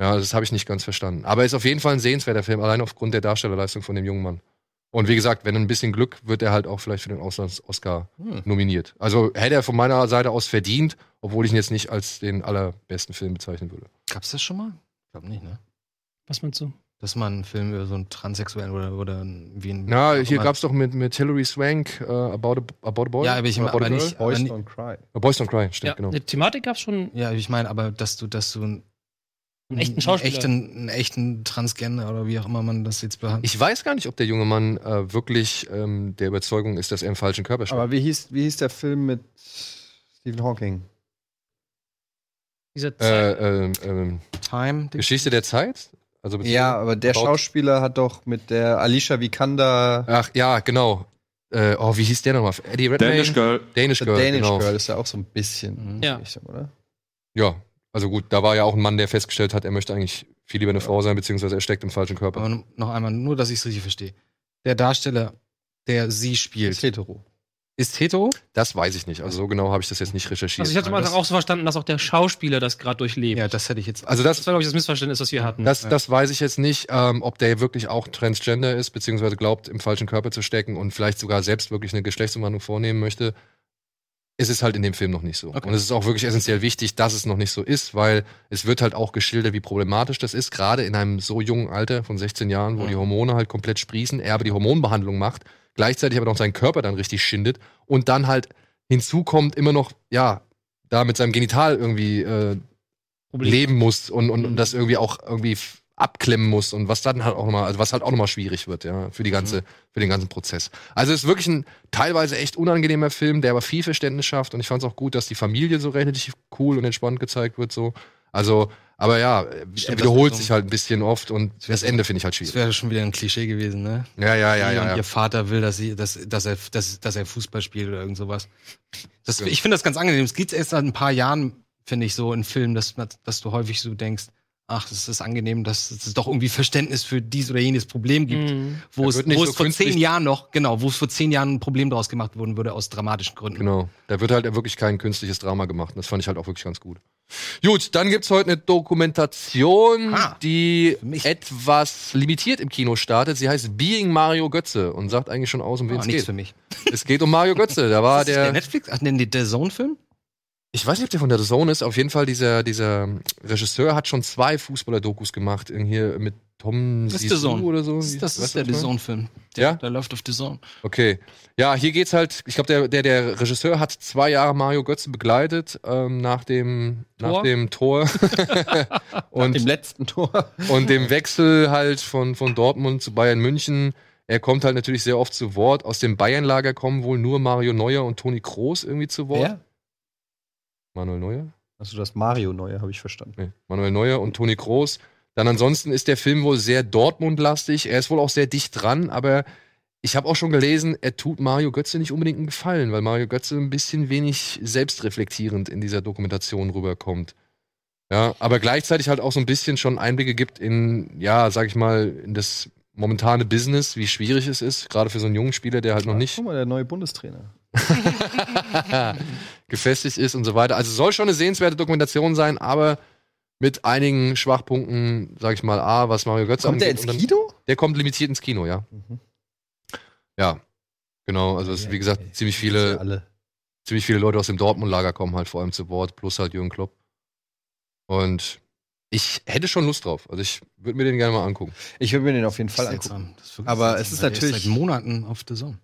Speaker 1: Ja, das habe ich nicht ganz verstanden. Aber ist auf jeden Fall ein sehenswerter Film, allein aufgrund der Darstellerleistung von dem jungen Mann. Und wie gesagt, wenn ein bisschen Glück, wird er halt auch vielleicht für den Auslands-Oscar nominiert. Also hätte er von meiner Seite aus verdient, obwohl ich ihn jetzt nicht als den allerbesten Film bezeichnen würde.
Speaker 5: Gab's das schon mal? Ich glaube nicht, ne?
Speaker 4: Was meinst du?
Speaker 5: Dass man einen Film über so einen Transsexuellen oder, oder einen- wie einen.
Speaker 1: Na, hier
Speaker 5: aber-
Speaker 1: gab's doch mit, mit Hilary Swank äh, About, a, about a Boy.
Speaker 5: Ja, aber ich
Speaker 1: Oder
Speaker 5: aber
Speaker 1: a Girl?
Speaker 5: nicht. Aber,
Speaker 2: Boys
Speaker 5: ni-
Speaker 2: Don't Cry.
Speaker 1: A Boys Don't Cry, stimmt,
Speaker 4: Ja,
Speaker 1: genau.
Speaker 4: eine Thematik gab es schon
Speaker 5: ja, ich meine, aber dass du, dass du einen
Speaker 4: einen echten Schauspieler.
Speaker 5: echten, einen echten Transgender oder wie auch immer man das jetzt behandelt.
Speaker 1: Ich weiß gar nicht, ob der junge Mann äh, wirklich ähm, der Überzeugung ist, dass er im falschen Körper steht.
Speaker 2: Aber wie hieß, wie hieß der Film mit Stephen Hawking?
Speaker 4: dieser
Speaker 1: Äh,
Speaker 4: Zeit-
Speaker 1: ähm, ähm,
Speaker 5: Time.
Speaker 1: Geschichte der Zeit? Also
Speaker 2: Ja, aber der
Speaker 1: About-
Speaker 2: Schauspieler hat doch mit der Alicia Vikander
Speaker 1: Ach ja, genau. Äh, oh, wie hieß der nochmal? Eddie Redmayne?
Speaker 9: Danish Girl.
Speaker 1: Danish
Speaker 2: The
Speaker 1: Girl,
Speaker 2: Danish
Speaker 1: genau. Mhm.
Speaker 2: Girl ist ja auch so ein
Speaker 5: Mhm.
Speaker 2: bisschen
Speaker 4: Ja.
Speaker 2: Richtung, oder?
Speaker 1: Ja, also gut, da war ja auch ein Mann, der festgestellt hat, er möchte eigentlich viel lieber eine Frau sein, beziehungsweise er steckt im falschen Körper.
Speaker 5: Aber n- noch einmal, nur dass ich es richtig verstehe. Der Darsteller, der sie
Speaker 2: Ist
Speaker 5: spielt,
Speaker 2: hetero.
Speaker 5: ist hetero.
Speaker 1: Das weiß ich nicht. Also so genau habe ich das jetzt nicht recherchiert.
Speaker 4: also ich hatte am Anfang auch so verstanden, dass auch der Schauspieler das gerade durchlebt.
Speaker 5: Ja, das hätte ich jetzt.
Speaker 1: Also
Speaker 4: Das
Speaker 1: das,
Speaker 4: war, glaube ich, das Missverständnis, das wir hatten.
Speaker 1: das, das weiß ich jetzt nicht, ähm, ob der wirklich auch transgender ist, beziehungsweise glaubt, im falschen Körper zu stecken und vielleicht sogar selbst wirklich eine Geschlechtsumwandlung vornehmen möchte. Es ist halt in dem Film noch nicht so.
Speaker 5: Okay.
Speaker 1: Und es ist auch wirklich essentiell wichtig, dass es noch nicht so ist, weil es wird halt auch geschildert, wie problematisch das ist, gerade in einem so jungen Alter von 16 Jahren, wo
Speaker 5: Mhm.
Speaker 1: die Hormone halt komplett sprießen, er aber die Hormonbehandlung macht, gleichzeitig aber noch seinen Körper dann richtig schindet und dann halt hinzu kommt immer noch, ja, da mit seinem Genital irgendwie äh,
Speaker 4: Problem.
Speaker 1: leben muss und, und, und das irgendwie auch irgendwie f- abklemmen muss und was dann halt auch nochmal, also was halt auch nochmal schwierig wird, ja, für die ganze, für den ganzen Prozess. Also es ist wirklich ein teilweise echt unangenehmer Film, der aber viel Verständnis schafft und ich fand es auch gut, dass die Familie so relativ cool und entspannt gezeigt wird, so. Also, aber ja, er
Speaker 5: Stimmt,
Speaker 1: wiederholt
Speaker 5: das ist
Speaker 1: sich
Speaker 5: so-
Speaker 1: halt ein bisschen oft und das Ende finde ich halt
Speaker 5: Das
Speaker 1: schwierig.
Speaker 5: wäre schon wieder ein Klischee gewesen, ne?
Speaker 1: Ja, ja, ja,
Speaker 5: Sie und
Speaker 1: ja. ja.
Speaker 5: Ihr Vater will, dass sie, dass, dass er, dass, dass er Fußball spielt oder irgend sowas. Das, ich finde das ganz angenehm. Es geht erst seit ein paar Jahren, finde ich, so in Filmen, dass, dass du häufig so denkst, ach, es ist angenehm, dass es doch irgendwie Verständnis für dies oder jenes Problem gibt,
Speaker 4: Mhm.
Speaker 5: wo
Speaker 1: Da
Speaker 5: es,
Speaker 1: wird nicht
Speaker 5: wo
Speaker 1: so
Speaker 5: es vor zehn
Speaker 1: künstlich-
Speaker 5: Jahren noch, genau, wo es vor zehn Jahren ein Problem daraus gemacht worden würde, aus dramatischen Gründen.
Speaker 1: Genau. Da wird halt wirklich kein künstliches Drama gemacht. Und das fand ich halt auch wirklich ganz gut. Gut, dann gibt's heute eine Dokumentation,
Speaker 5: Ah,
Speaker 1: die
Speaker 5: mich.
Speaker 1: etwas limitiert im Kino startet. Sie heißt Being Mario Götze und sagt eigentlich schon aus, um wen
Speaker 5: Ah,
Speaker 1: es
Speaker 5: nichts für
Speaker 1: geht.
Speaker 5: mich.
Speaker 1: Es geht um Mario Götze. Da war
Speaker 5: Ist das der
Speaker 1: der,
Speaker 5: Netflix? Ach, nee, der Zone-Film?
Speaker 1: ich weiß nicht, ob der von der Zone ist. Auf jeden Fall, dieser, dieser Regisseur hat schon zwei Fußballer-Dokus gemacht. In hier mit Tom
Speaker 5: Das ist
Speaker 1: Sisu
Speaker 5: DAZN.
Speaker 1: oder so.
Speaker 5: Das ist,
Speaker 1: Weißt
Speaker 5: das ist
Speaker 1: du,
Speaker 5: der
Speaker 1: was ich meine?
Speaker 5: Zone-Film.
Speaker 1: Ja?
Speaker 5: Der läuft auf The Zone.
Speaker 1: Okay. Ja, hier geht's halt, ich glaube, der, der, der Regisseur hat zwei Jahre Mario Götze begleitet, ähm, nach dem Tor. Nach
Speaker 4: Tor?
Speaker 1: dem Tor. und,
Speaker 2: Im letzten Tor.
Speaker 1: und dem Wechsel halt von, von Dortmund zu Bayern München. Er kommt halt natürlich sehr oft zu Wort. Aus dem Bayern-Lager kommen wohl nur Mario Neuer und Toni Kroos irgendwie zu Wort.
Speaker 2: Wer?
Speaker 1: Manuel Neuer?
Speaker 2: Also das Mario neue, habe ich verstanden.
Speaker 1: Nee, Manuel Neuer und Toni Kroos. Dann ansonsten ist der Film wohl sehr Dortmund-lastig. Er ist wohl auch sehr dicht dran, aber ich habe auch schon gelesen, er tut Mario Götze nicht unbedingt einen Gefallen, weil Mario Götze ein bisschen wenig selbstreflektierend in dieser Dokumentation rüberkommt. Ja, aber gleichzeitig halt auch so ein bisschen schon Einblicke gibt in, ja, sag ich mal, in das momentane Business, wie schwierig es ist, gerade für so einen jungen Spieler, der halt noch nicht
Speaker 2: Guck mal, der neue Bundestrainer.
Speaker 1: gefestigt ist und so weiter. Also soll schon eine sehenswerte Dokumentation sein, aber mit einigen Schwachpunkten, sag ich mal, A, was Mario Götze
Speaker 2: Kommt der
Speaker 1: angeht
Speaker 2: ins
Speaker 1: und dann-
Speaker 2: Kino?
Speaker 1: Der kommt limitiert ins Kino, ja.
Speaker 2: Mhm.
Speaker 1: Ja, genau. Also es, ist, wie gesagt, ziemlich
Speaker 2: Ja,
Speaker 1: viele,
Speaker 2: alle.
Speaker 1: ziemlich viele Leute aus dem Dortmund-Lager kommen halt vor allem zu Wort, plus halt Jürgen Klopp. Und ich hätte schon Lust drauf. Also ich würde mir den gerne mal angucken.
Speaker 2: Ich würde mir den auf jeden Fall angucken.
Speaker 5: Seltsam. Das ist wirklich
Speaker 2: Aber es
Speaker 5: seltsam,
Speaker 2: ist
Speaker 5: weil der
Speaker 2: natürlich-
Speaker 5: seit Monaten auf The Zone.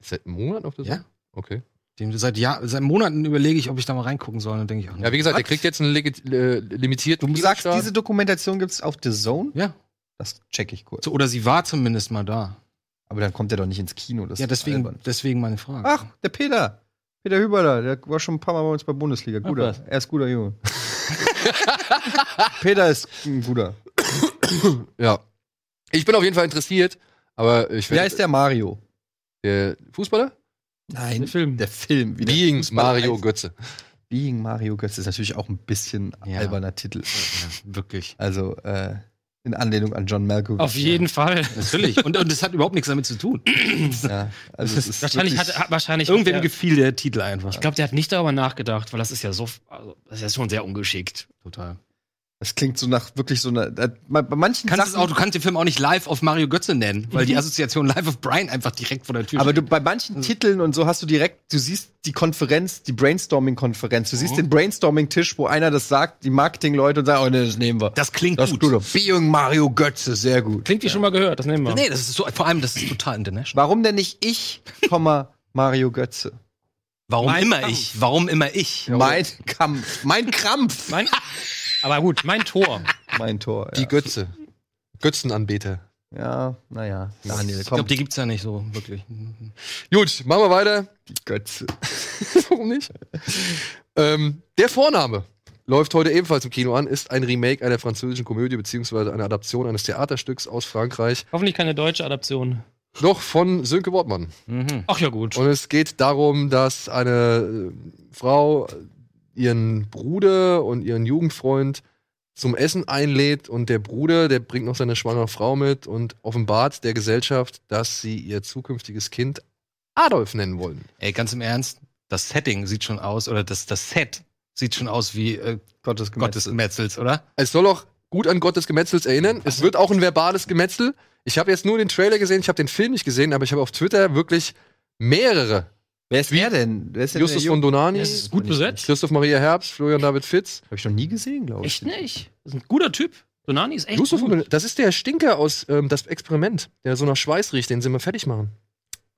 Speaker 1: Seit einem Monat auf der
Speaker 5: Ja.
Speaker 1: Seite? Okay.
Speaker 5: Dem, seit, Jahr, seit Monaten überlege ich, ob ich da mal reingucken soll. Dann denke ich, ach, nee.
Speaker 1: Ja, wie gesagt, der kriegt jetzt einen legi- äh, limitierten
Speaker 2: Du sagst,
Speaker 1: Kinostart.
Speaker 2: diese Dokumentation gibt es auf The Zone?
Speaker 5: Ja.
Speaker 2: Das check ich kurz.
Speaker 5: So, oder sie war zumindest mal da.
Speaker 2: Aber dann kommt der doch nicht ins Kino. Das
Speaker 5: ja,
Speaker 2: ist
Speaker 5: deswegen,
Speaker 2: albern.
Speaker 5: deswegen meine Frage.
Speaker 2: Ach, der Peter. Peter Hüberler, der war schon ein paar Mal bei uns bei Bundesliga. Guter.
Speaker 4: was.
Speaker 2: er ist guter Junge. Peter ist ein guter.
Speaker 1: Ja. Ich bin auf jeden Fall interessiert, aber ich
Speaker 2: Wer
Speaker 1: werde.
Speaker 2: ist der Mario?
Speaker 1: der Fußballer?
Speaker 2: Nein,
Speaker 4: Der Film.
Speaker 2: der Film. wie der
Speaker 1: Being
Speaker 2: Fußball
Speaker 1: Mario
Speaker 2: heißt.
Speaker 1: Götze.
Speaker 2: Being Mario Götze ist natürlich auch ein bisschen
Speaker 5: Ja.
Speaker 2: alberner Titel.
Speaker 5: wirklich.
Speaker 2: Also äh, in Anlehnung an John Malkovich.
Speaker 4: Auf jeden Fall.
Speaker 5: Natürlich. Und, und das hat überhaupt nichts damit zu tun.
Speaker 2: Ja, also es ist
Speaker 4: Wahrscheinlich
Speaker 2: wirklich-
Speaker 4: hat, hat wahrscheinlich.
Speaker 5: Irgendwem
Speaker 4: hat der-
Speaker 5: gefiel der Titel einfach.
Speaker 4: ich glaube, der hat nicht darüber nachgedacht, weil das ist ja so, also, das ist ja schon sehr ungeschickt.
Speaker 5: total.
Speaker 2: Das klingt so nach wirklich so einer. äh, Bei bei manchen
Speaker 5: Kannst
Speaker 2: Sachen.
Speaker 5: es auch, du kannst den Film auch nicht live auf Mario Götze nennen, weil die Assoziation live of Brian einfach direkt vor der Tür
Speaker 2: Mhm. aber du, bei manchen Titeln und so hast du direkt, du siehst die Konferenz, die Brainstorming-Konferenz, du siehst den Brainstorming-Tisch, wo einer das sagt, die Marketing-Leute und sagen, oh ne, das nehmen wir.
Speaker 5: Das klingt
Speaker 2: das
Speaker 5: gut.
Speaker 2: Ist gut. Being Mario Götze, sehr gut.
Speaker 4: Klingt wie schon mal gehört, das nehmen wir.
Speaker 5: Nee, das ist so, vor allem, das ist total international.
Speaker 2: Warum denn nicht ich, Komma, Mario Götze?
Speaker 5: Warum
Speaker 4: Mein
Speaker 5: immer
Speaker 4: Kampf.
Speaker 5: ich? Warum immer ich?
Speaker 2: Mein Kampf, mein Krampf,
Speaker 4: Mein, aber gut, mein Tor.
Speaker 2: mein Tor.
Speaker 1: Die Götze. Götzenanbeter.
Speaker 2: Ja, ja naja. Daniel,
Speaker 5: Ich glaube,
Speaker 2: komm,
Speaker 5: die gibt's ja nicht so wirklich.
Speaker 1: Gut, machen wir weiter.
Speaker 2: die Götze.
Speaker 1: Warum nicht? ähm, der Vorname läuft heute ebenfalls im Kino an, ist ein Remake einer französischen Komödie beziehungsweise eine Adaption eines Theaterstücks aus Frankreich,
Speaker 4: Hoffentlich keine deutsche Adaption.
Speaker 1: doch von Sönke Wortmann.
Speaker 2: Mhm.
Speaker 4: Ach ja, gut.
Speaker 1: Und es geht darum, dass eine äh, Frau ihren Bruder und ihren Jugendfreund zum Essen einlädt und der Bruder, der bringt noch seine schwangere Frau mit und offenbart der Gesellschaft, dass sie ihr zukünftiges Kind Adolf nennen wollen.
Speaker 5: Ey, ganz im Ernst, das Setting sieht schon aus, oder das, das Set sieht schon aus wie äh,
Speaker 2: Gottes
Speaker 5: Gottes
Speaker 2: Gottes.
Speaker 5: Metzels, oder?
Speaker 1: es soll auch gut an Gottes Gemetzels erinnern. Es wird auch ein verbales Gemetzel. Ich habe jetzt nur den Trailer gesehen, ich habe den Film nicht gesehen, aber ich habe auf Twitter wirklich mehrere.
Speaker 2: Wer ist wer denn? Wer ist denn
Speaker 1: Justus
Speaker 2: der
Speaker 1: von
Speaker 2: Junge?
Speaker 1: Donani,
Speaker 4: Es ist gut besetzt.
Speaker 1: Christoph Maria Herbst, Florian David Fitz.
Speaker 2: Hab ich noch nie gesehen, glaube ich.
Speaker 4: Echt nicht. Das ist ein guter Typ. Donani ist echt.
Speaker 1: Justus
Speaker 4: Gut.
Speaker 1: von, das ist der Stinker aus ähm, Das Experiment, der so nach Schweiß riecht, den sie mal fertig machen.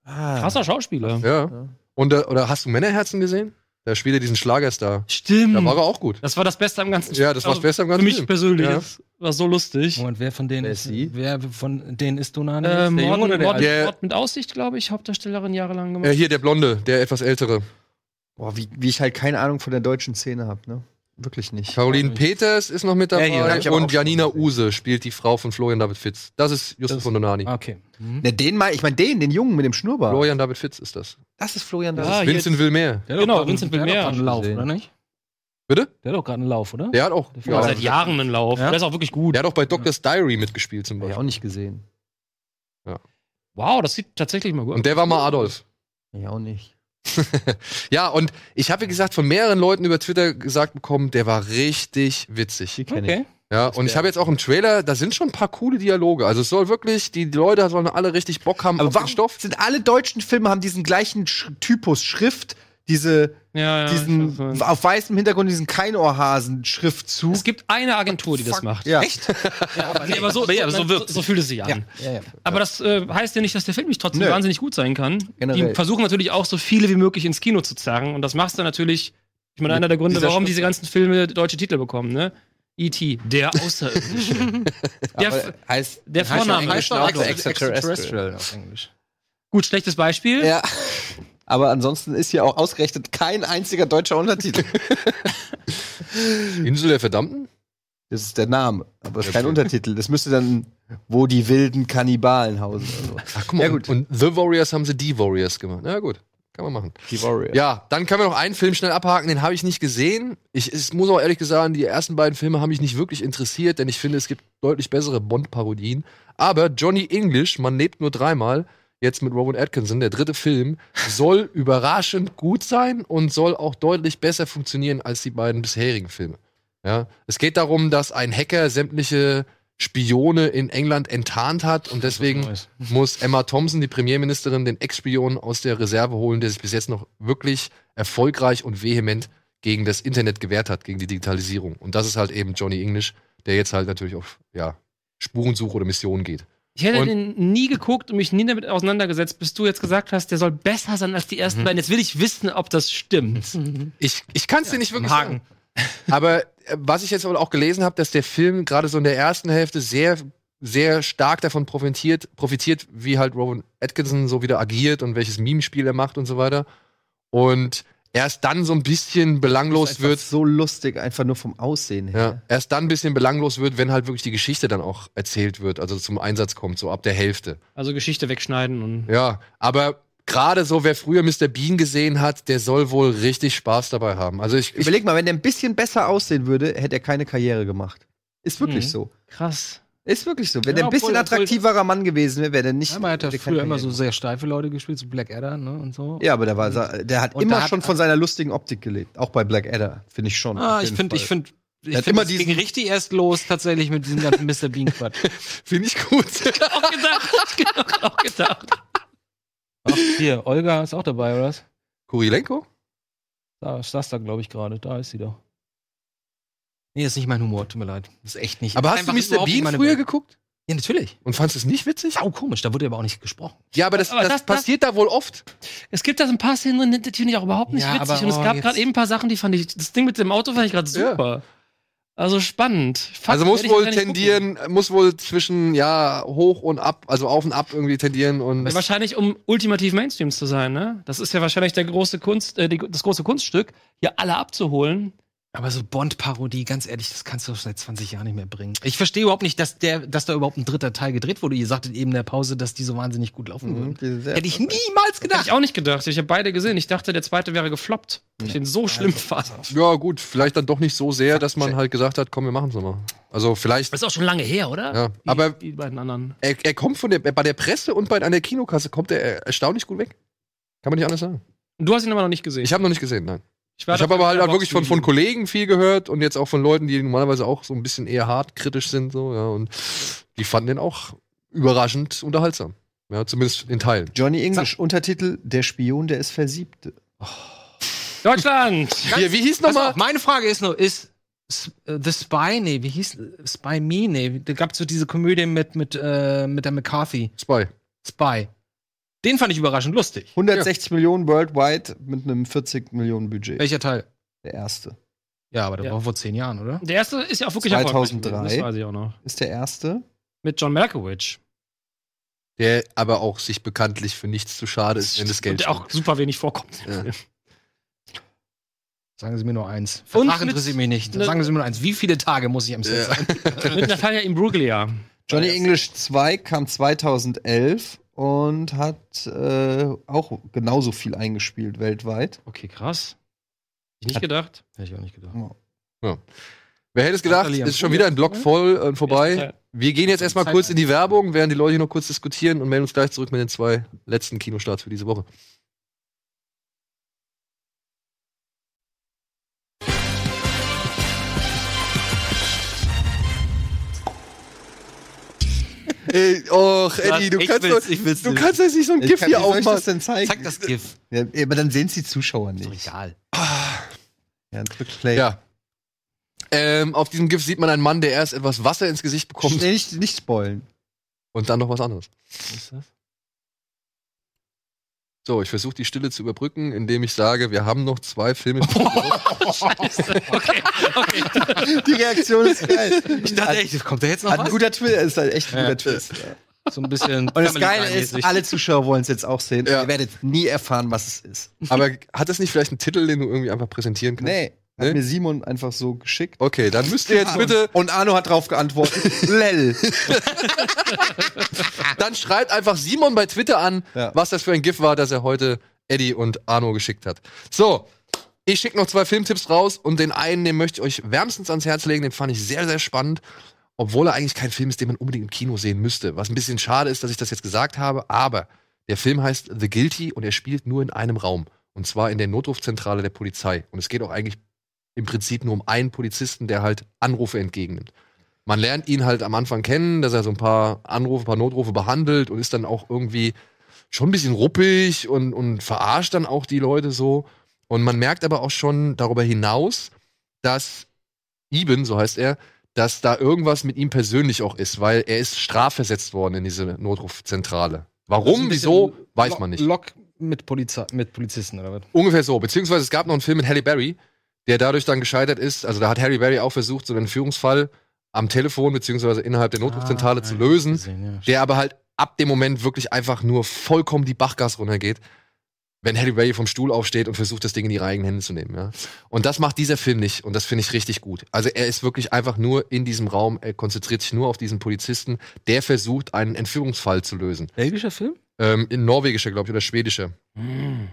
Speaker 2: Ah.
Speaker 4: Krasser Schauspieler.
Speaker 1: Ja. Und, äh, oder hast du Männerherzen gesehen? Da spielt er diesen Schlagerstar. Da war
Speaker 4: Stimmt.
Speaker 1: er auch gut.
Speaker 4: Das war das Beste am ganzen
Speaker 1: Ja, das war's
Speaker 4: also,
Speaker 1: besser am
Speaker 4: Hm. Für
Speaker 1: ganzen
Speaker 4: mich
Speaker 1: Film.
Speaker 4: persönlich.
Speaker 1: Ja.
Speaker 4: Das war so lustig.
Speaker 5: Moment, wer von denen
Speaker 2: Wer
Speaker 5: ist,
Speaker 2: ist sie?
Speaker 5: wer von denen ist Donani?
Speaker 4: Äh,
Speaker 5: Ist der Junge
Speaker 4: Mord,
Speaker 5: oder der
Speaker 4: Mord,
Speaker 5: Alte?
Speaker 1: Alte?
Speaker 4: Mord mit Aussicht, glaube ich, Hauptdarstellerin jahrelang gemacht.
Speaker 1: Äh, hier der Blonde, der etwas ältere.
Speaker 2: Boah, wie, wie ich halt keine Ahnung von der deutschen Szene habe, ne? Wirklich nicht.
Speaker 1: Caroline Peters ist noch mit dabei.
Speaker 5: Ja, hier, hab
Speaker 2: ich aber auch
Speaker 1: und
Speaker 2: schon
Speaker 1: Janina
Speaker 2: gesehen.
Speaker 1: Use spielt die Frau von Florian David Fitz. Das ist Justus
Speaker 5: Das-
Speaker 1: von Donani.
Speaker 5: Ah, Okay. Mhm.
Speaker 2: Ne, den mal, ich meine den, den Jungen mit dem Schnurrbart.
Speaker 1: Florian David Fitz ist das.
Speaker 2: Das ist Florian
Speaker 4: Ja,
Speaker 2: Dahl.
Speaker 4: Ah, hier-
Speaker 1: Vincent will mehr.
Speaker 5: Der
Speaker 4: Genau,
Speaker 5: hat doch grad-
Speaker 4: Vincent
Speaker 5: der hat doch
Speaker 4: Wilmer.
Speaker 5: grad einen Lauf,
Speaker 2: Gesehen.
Speaker 5: oder nicht?
Speaker 1: Bitte?
Speaker 5: Der hat doch gerade einen Lauf, oder?
Speaker 1: Der hat auch,
Speaker 5: Der
Speaker 4: Ja.
Speaker 1: ja,
Speaker 4: Seit Jahren im Lauf.
Speaker 5: Ja.
Speaker 4: Der ist auch wirklich gut.
Speaker 1: der hat auch bei Doctor's Diary mitgespielt zum
Speaker 2: Hab ich
Speaker 1: Beispiel.
Speaker 2: auch nicht gesehen.
Speaker 4: Wow, das sieht tatsächlich mal gut
Speaker 1: Und der war mal Adolf.
Speaker 2: Ich auch nicht.
Speaker 1: Ja, und ich habe, wie gesagt, von mehreren Leuten über Twitter gesagt bekommen, der war richtig witzig.
Speaker 2: Die kenne
Speaker 5: Okay.
Speaker 1: Ja, und ich habe jetzt auch im Trailer, da sind schon ein paar coole Dialoge. Also es soll wirklich, die, die Leute sollen alle richtig Bock haben
Speaker 2: ich. Aber
Speaker 1: auf den
Speaker 2: warum
Speaker 1: Stoff.
Speaker 2: sind alle deutschen Filme haben diesen gleichen Sch Typus Schrift, diese
Speaker 4: Ja, ja, ich weiß,
Speaker 2: diesen
Speaker 4: ja.
Speaker 2: auf weißem Hintergrund diesen Keinohrhasen Schriftzug.
Speaker 4: es gibt eine Agentur, die das macht.
Speaker 2: Ja.
Speaker 5: Echt?
Speaker 4: Nee, aber so,
Speaker 5: ja, so wirkt's.
Speaker 4: so, so fühlt es sich an.
Speaker 2: Ja, ja.
Speaker 4: Aber das äh, heißt ja nicht, dass der Film nicht trotzdem
Speaker 2: Nö.
Speaker 4: wahnsinnig gut sein kann.
Speaker 2: Generell.
Speaker 4: Die versuchen natürlich auch so viele wie möglich ins Kino zu zerren. Und das machst du natürlich, ich meine, einer der Gründe,
Speaker 2: dieser
Speaker 4: warum
Speaker 2: Schrift-
Speaker 4: diese ganzen Filme deutsche Titel bekommen, ne? E.T., der Außerirdische. der,
Speaker 2: Aber heißt
Speaker 4: der Vorname.
Speaker 5: heißt doch
Speaker 2: Adolf.
Speaker 5: Extraterrestrial auf Englisch.
Speaker 4: Gut, schlechtes Beispiel.
Speaker 2: ja. Aber ansonsten ist hier auch ausgerechnet kein einziger deutscher Untertitel.
Speaker 1: Insel der Verdammten?
Speaker 2: Das ist der Name, aber es ist
Speaker 1: Okay.
Speaker 2: kein Untertitel. Das müsste dann, wo die wilden Kannibalen hausen. Oder so.
Speaker 1: Ach, guck mal.
Speaker 2: Ja,
Speaker 1: und-
Speaker 2: gut.
Speaker 1: Und The Warriors haben sie die Warriors gemacht. Na gut, kann man machen.
Speaker 2: Die Warriors.
Speaker 1: Ja, dann können wir noch einen Film schnell abhaken, den habe ich nicht gesehen. Ich es muss auch ehrlich sagen, die ersten beiden Filme haben mich nicht wirklich interessiert, denn ich finde, es gibt deutlich bessere Bond-Parodien. Aber Johnny English, man lebt nur dreimal, jetzt mit Rowan Atkinson, der dritte Film, soll überraschend gut sein und soll auch deutlich besser funktionieren als die beiden bisherigen Filme. Ja, es geht darum, dass ein Hacker sämtliche Spione in England enttarnt hat und deswegen muss Emma Thompson, die Premierministerin, den Ex-Spion aus der Reserve holen, der sich bis jetzt noch wirklich erfolgreich und vehement gegen das Internet gewehrt hat, gegen die Digitalisierung. Und das ist halt eben Johnny English, der jetzt halt natürlich auf ja, Spurensuche oder Mission geht.
Speaker 4: Ich hätte
Speaker 1: Und-
Speaker 4: den nie geguckt und mich nie damit auseinandergesetzt, bis du jetzt gesagt hast, der soll besser sein als die ersten beiden. Jetzt will ich wissen, ob das stimmt.
Speaker 1: Ich, ich kann es dir nicht wirklich
Speaker 4: Haken.
Speaker 1: sagen. Aber äh, was ich jetzt wohl auch gelesen habe, dass der Film gerade so in der ersten Hälfte sehr, sehr stark davon profitiert, profitiert, wie halt Rowan Atkinson so wieder agiert und welches Mimenspiel er macht und so weiter. Und erst dann so ein bisschen
Speaker 2: Das
Speaker 1: belanglos
Speaker 2: ist einfach
Speaker 1: wird.
Speaker 2: so lustig, einfach nur vom Aussehen
Speaker 1: Ja,
Speaker 2: her.
Speaker 1: erst dann ein bisschen belanglos wird, wenn halt wirklich die Geschichte dann auch erzählt wird, also zum Einsatz kommt, so ab der Hälfte.
Speaker 4: Also Geschichte wegschneiden und.
Speaker 1: Ja, aber gerade so, wer früher Mr. Bean gesehen hat, der soll wohl richtig Spaß dabei haben. Also ich, ich
Speaker 2: Überleg mal, wenn der ein bisschen besser aussehen würde, hätte er keine Karriere gemacht. Ist wirklich
Speaker 4: Mhm.
Speaker 2: so.
Speaker 4: Krass.
Speaker 2: Ist wirklich so. Wenn
Speaker 4: Ja,
Speaker 2: der ein
Speaker 4: obwohl-
Speaker 2: bisschen
Speaker 4: obwohl-
Speaker 2: attraktiverer Mann gewesen wäre, wäre der nicht.
Speaker 5: Ja, man hat ja
Speaker 2: hätte keine
Speaker 5: früher immer so
Speaker 2: Karriere
Speaker 5: sehr steife Leute gespielt, so Black Adder, ne, und so.
Speaker 2: gemacht. Ja, aber der, war, der hat
Speaker 5: Und
Speaker 2: immer
Speaker 5: da hat-
Speaker 2: schon von seiner lustigen Optik gelebt. Auch bei Black Adder, finde ich schon.
Speaker 5: Ah,
Speaker 2: auf
Speaker 5: ich
Speaker 2: jeden
Speaker 5: finde,
Speaker 2: Fall.
Speaker 5: ich finde, ich
Speaker 2: hat
Speaker 5: finde,
Speaker 2: immer
Speaker 5: es
Speaker 2: diesen-
Speaker 5: ging richtig erst los, tatsächlich mit diesem ganzen Mr. Bean-Quatsch.
Speaker 1: finde ich gut.
Speaker 4: Auch gedacht. auch gedacht.
Speaker 5: Ach, hier, Olga ist auch dabei, oder was?
Speaker 1: Kurilenko?
Speaker 5: Da saß da, glaube ich, gerade. Da ist sie doch. Nee, ist nicht mein Humor, tut mir leid. Ist echt nicht.
Speaker 1: Aber hast
Speaker 5: Ist
Speaker 1: du
Speaker 5: einfach
Speaker 1: Mr.
Speaker 5: überhaupt nicht
Speaker 1: Bean
Speaker 5: meine
Speaker 1: früher
Speaker 5: Welt.
Speaker 1: geguckt?
Speaker 5: Ja, natürlich.
Speaker 1: Und fandst es nicht witzig?
Speaker 5: Sau komisch, da wurde aber auch nicht gesprochen.
Speaker 1: Ja, aber das,
Speaker 4: Aber
Speaker 1: das,
Speaker 4: das- das-
Speaker 1: passiert da wohl oft.
Speaker 4: Es gibt da so ein paar Szenen drin, die finde ich auch überhaupt nicht
Speaker 5: Ja,
Speaker 4: witzig.
Speaker 5: aber,
Speaker 4: und es
Speaker 5: oh,
Speaker 4: gab
Speaker 5: jetzt-
Speaker 4: gerade eben ein paar Sachen, die fand ich. Das Ding mit dem Auto fand ich gerade
Speaker 1: Ja.
Speaker 4: super. Also spannend. Fuck,
Speaker 1: Also muss
Speaker 4: werd ich
Speaker 1: wohl
Speaker 4: gar nicht gucken.
Speaker 1: tendieren, muss wohl zwischen ja hoch und ab, also auf und ab irgendwie tendieren und
Speaker 4: Ja, wahrscheinlich, um ultimativ Mainstream zu sein, ne? Das ist ja wahrscheinlich der große Kunst, äh, die, das große Kunststück, hier alle abzuholen.
Speaker 5: Aber so Bond-Parodie, ganz ehrlich, das kannst du seit 20 Jahren nicht mehr bringen. Ich verstehe überhaupt nicht, dass, der, dass da überhaupt ein dritter Teil gedreht wurde. Ihr sagtet eben in der Pause, dass die so wahnsinnig gut laufen
Speaker 2: Mhm,
Speaker 5: würden.
Speaker 2: die sind sehr-
Speaker 5: Hätte ich niemals
Speaker 4: Hätte
Speaker 5: gedacht.
Speaker 4: ich auch nicht gedacht. Ich habe beide gesehen. Ich dachte, der zweite wäre gefloppt. weil Ich den so schlimm
Speaker 1: also,
Speaker 4: fand.
Speaker 1: ja gut, vielleicht dann doch nicht so sehr, dass man halt gesagt hat, komm, wir machen's nochmal. Also vielleicht,
Speaker 4: Das ist auch schon lange her, oder?
Speaker 1: ja.
Speaker 4: Die,
Speaker 1: Aber
Speaker 4: die beiden anderen.
Speaker 1: er, er kommt von der, bei der Presse und bei an der Kinokasse kommt er erstaunlich gut weg. Kann man nicht anders sagen.
Speaker 4: Du hast ihn aber noch nicht gesehen.
Speaker 1: Ich habe noch nicht gesehen, nein.
Speaker 4: war
Speaker 1: ich
Speaker 4: da
Speaker 1: habe
Speaker 4: bei
Speaker 1: aber halt
Speaker 4: der
Speaker 1: auch wirklich von, von
Speaker 4: Box-Review.
Speaker 1: Kollegen viel gehört und jetzt auch von Leuten, die normalerweise auch so ein bisschen eher hart kritisch sind, so, ja, und die fanden den auch überraschend unterhaltsam. Ja, zumindest in Teilen.
Speaker 2: Johnny English, Untertitel: Der Spion, der ist versiebte.
Speaker 4: Deutschland!
Speaker 1: Hier, wie hieß
Speaker 5: Pass
Speaker 1: nochmal?
Speaker 5: auf, meine Frage ist nur, ist S- äh, The Spy, nee, wie hieß Spy Me, nee, da gab es so diese Komödie mit, mit, äh, mit der McCarthy,
Speaker 1: Spy.
Speaker 5: Spy. Den fand ich überraschend lustig.
Speaker 2: 160 Millionen worldwide mit einem 40 Millionen Budget.
Speaker 5: Welcher Teil?
Speaker 2: Der erste.
Speaker 5: Ja, aber der
Speaker 4: Ja.
Speaker 5: war vor zehn Jahren, oder?
Speaker 4: Der erste ist ja auch wirklich
Speaker 2: 2003.
Speaker 4: erfolgreich gewesen, Das weiß ich auch noch.
Speaker 2: Ist der erste?
Speaker 4: Mit John Malkovich.
Speaker 1: Der aber auch sich bekanntlich für nichts zu schade ist, wenn das
Speaker 4: Und
Speaker 1: Geld
Speaker 4: der auch super wenig vorkommt.
Speaker 1: Ja.
Speaker 5: Sagen Sie mir nur eins.
Speaker 4: Und
Speaker 5: Vertrag
Speaker 4: mit-
Speaker 5: interessiert mich nicht.
Speaker 4: ne-
Speaker 5: Sagen Sie mir nur eins. Wie viele Tage muss ich am Set
Speaker 1: Ja.
Speaker 5: sein?
Speaker 4: Mit Natalia Imbruglia.
Speaker 2: Johnny English 2 kam 2011 und hat äh, auch genauso viel eingespielt weltweit.
Speaker 4: Okay, krass. Hätte ich nicht gedacht.
Speaker 5: Hätte ich auch nicht gedacht.
Speaker 1: Wer hätte es gedacht,
Speaker 5: Natalie am
Speaker 1: ist schon
Speaker 5: Pool
Speaker 1: wieder ein Block
Speaker 4: jetzt,
Speaker 1: voll und vorbei.
Speaker 4: Teil.
Speaker 1: Wir gehen jetzt erstmal
Speaker 5: Zeit
Speaker 1: kurz in die Werbung, während die Leute hier noch kurz diskutieren und melden uns gleich zurück mit den zwei letzten Kinostarts für diese Woche. Ey, och, Eddie, du
Speaker 5: Ich
Speaker 1: kannst,
Speaker 5: will's,
Speaker 1: doch,
Speaker 5: ich will's
Speaker 1: du
Speaker 5: nicht.
Speaker 1: kannst jetzt nicht so ein
Speaker 2: Ich
Speaker 1: Gift
Speaker 2: kann-
Speaker 1: hier
Speaker 2: wie soll ich das
Speaker 1: aufmachen.
Speaker 2: denn zeigen?
Speaker 5: Zeig das GIF.
Speaker 2: Ja, aber dann sehen es die Zuschauer
Speaker 5: Ist doch
Speaker 2: nicht.
Speaker 5: egal.
Speaker 2: Ja, drück Play.
Speaker 1: Ah, Ja. Ähm, auf diesem GIF sieht man einen Mann, der erst etwas Wasser ins Gesicht bekommt
Speaker 2: Nee, nicht, nicht spoilen.
Speaker 1: und dann noch was anderes.
Speaker 5: Was ist das?
Speaker 1: So, ich versuche die Stille zu überbrücken, indem ich sage, wir haben noch zwei Filme.
Speaker 4: Okay, okay.
Speaker 2: Die Reaktion ist geil.
Speaker 5: Ich dachte echt, kommt da jetzt noch
Speaker 2: Hat ein
Speaker 5: was?
Speaker 2: guter Twist, ist halt echt ein
Speaker 5: Ja.
Speaker 2: guter Twist. Ja.
Speaker 5: So ein bisschen.
Speaker 2: Und das Geile ist,
Speaker 5: Family-mäßig.
Speaker 2: alle Zuschauer wollen es jetzt auch sehen.
Speaker 1: Ja.
Speaker 2: Ihr werdet nie erfahren, was es ist.
Speaker 1: Aber hat das nicht vielleicht einen Titel, den du irgendwie einfach präsentieren kannst?
Speaker 2: Nee, hat
Speaker 1: Nee?
Speaker 2: mir Simon einfach so geschickt.
Speaker 1: Okay, dann müsst ihr
Speaker 2: Genau.
Speaker 1: jetzt bitte,
Speaker 2: Und Arno hat drauf geantwortet, lell.
Speaker 1: dann schreibt einfach Simon bei Twitter an,
Speaker 2: Ja.
Speaker 1: was das für ein GIF war, das er heute Eddie und Arno geschickt hat. So, ich schicke noch zwei Filmtipps raus und den einen, den möchte ich euch wärmstens ans Herz legen, den fand ich sehr, sehr spannend. Obwohl er eigentlich kein Film ist, den man unbedingt im Kino sehen müsste. Was ein bisschen schade ist, dass ich das jetzt gesagt habe, aber der Film heißt The Guilty und er spielt nur in einem Raum. Und zwar in der Notrufzentrale der Polizei. Und es geht auch eigentlich im Prinzip nur um einen Polizisten, der halt Anrufe entgegennimmt. Man lernt ihn halt am Anfang kennen, dass er so ein paar Anrufe, ein paar Notrufe behandelt und ist dann auch irgendwie schon ein bisschen ruppig und, und verarscht dann auch die Leute so. Und man merkt aber auch schon darüber hinaus, dass Eben, so heißt er, dass da irgendwas mit ihm persönlich auch ist, weil er ist strafversetzt worden in diese Notrufzentrale.
Speaker 5: Also ein
Speaker 1: Warum,
Speaker 5: bisschen
Speaker 1: wieso, weiß man nicht.
Speaker 5: Lock mit, Polizei, mit Polizisten oder was?
Speaker 1: Ungefähr so. Beziehungsweise es gab noch einen Film mit Halle Berry, der dadurch dann gescheitert ist. Also da hat Harry Berry auch versucht, so einen Führungsfall am Telefon beziehungsweise innerhalb der Notrufzentrale
Speaker 5: Ah,
Speaker 1: zu
Speaker 5: ja,
Speaker 1: lösen,
Speaker 5: gesehen, ja.
Speaker 1: der aber halt ab dem Moment wirklich einfach nur vollkommen die Bachgas runtergeht. wenn Hathaway vom Stuhl aufsteht und versucht, das Ding in ihre eigenen Hände zu nehmen. Ja? Und das macht dieser Film nicht und das finde ich richtig gut. Also er ist wirklich einfach nur in diesem Raum, er konzentriert sich nur auf diesen Polizisten, der versucht, einen Entführungsfall zu lösen.
Speaker 5: Belgischer Film?
Speaker 1: Ähm, in norwegischer, glaube ich, oder schwedischer.
Speaker 4: Mm.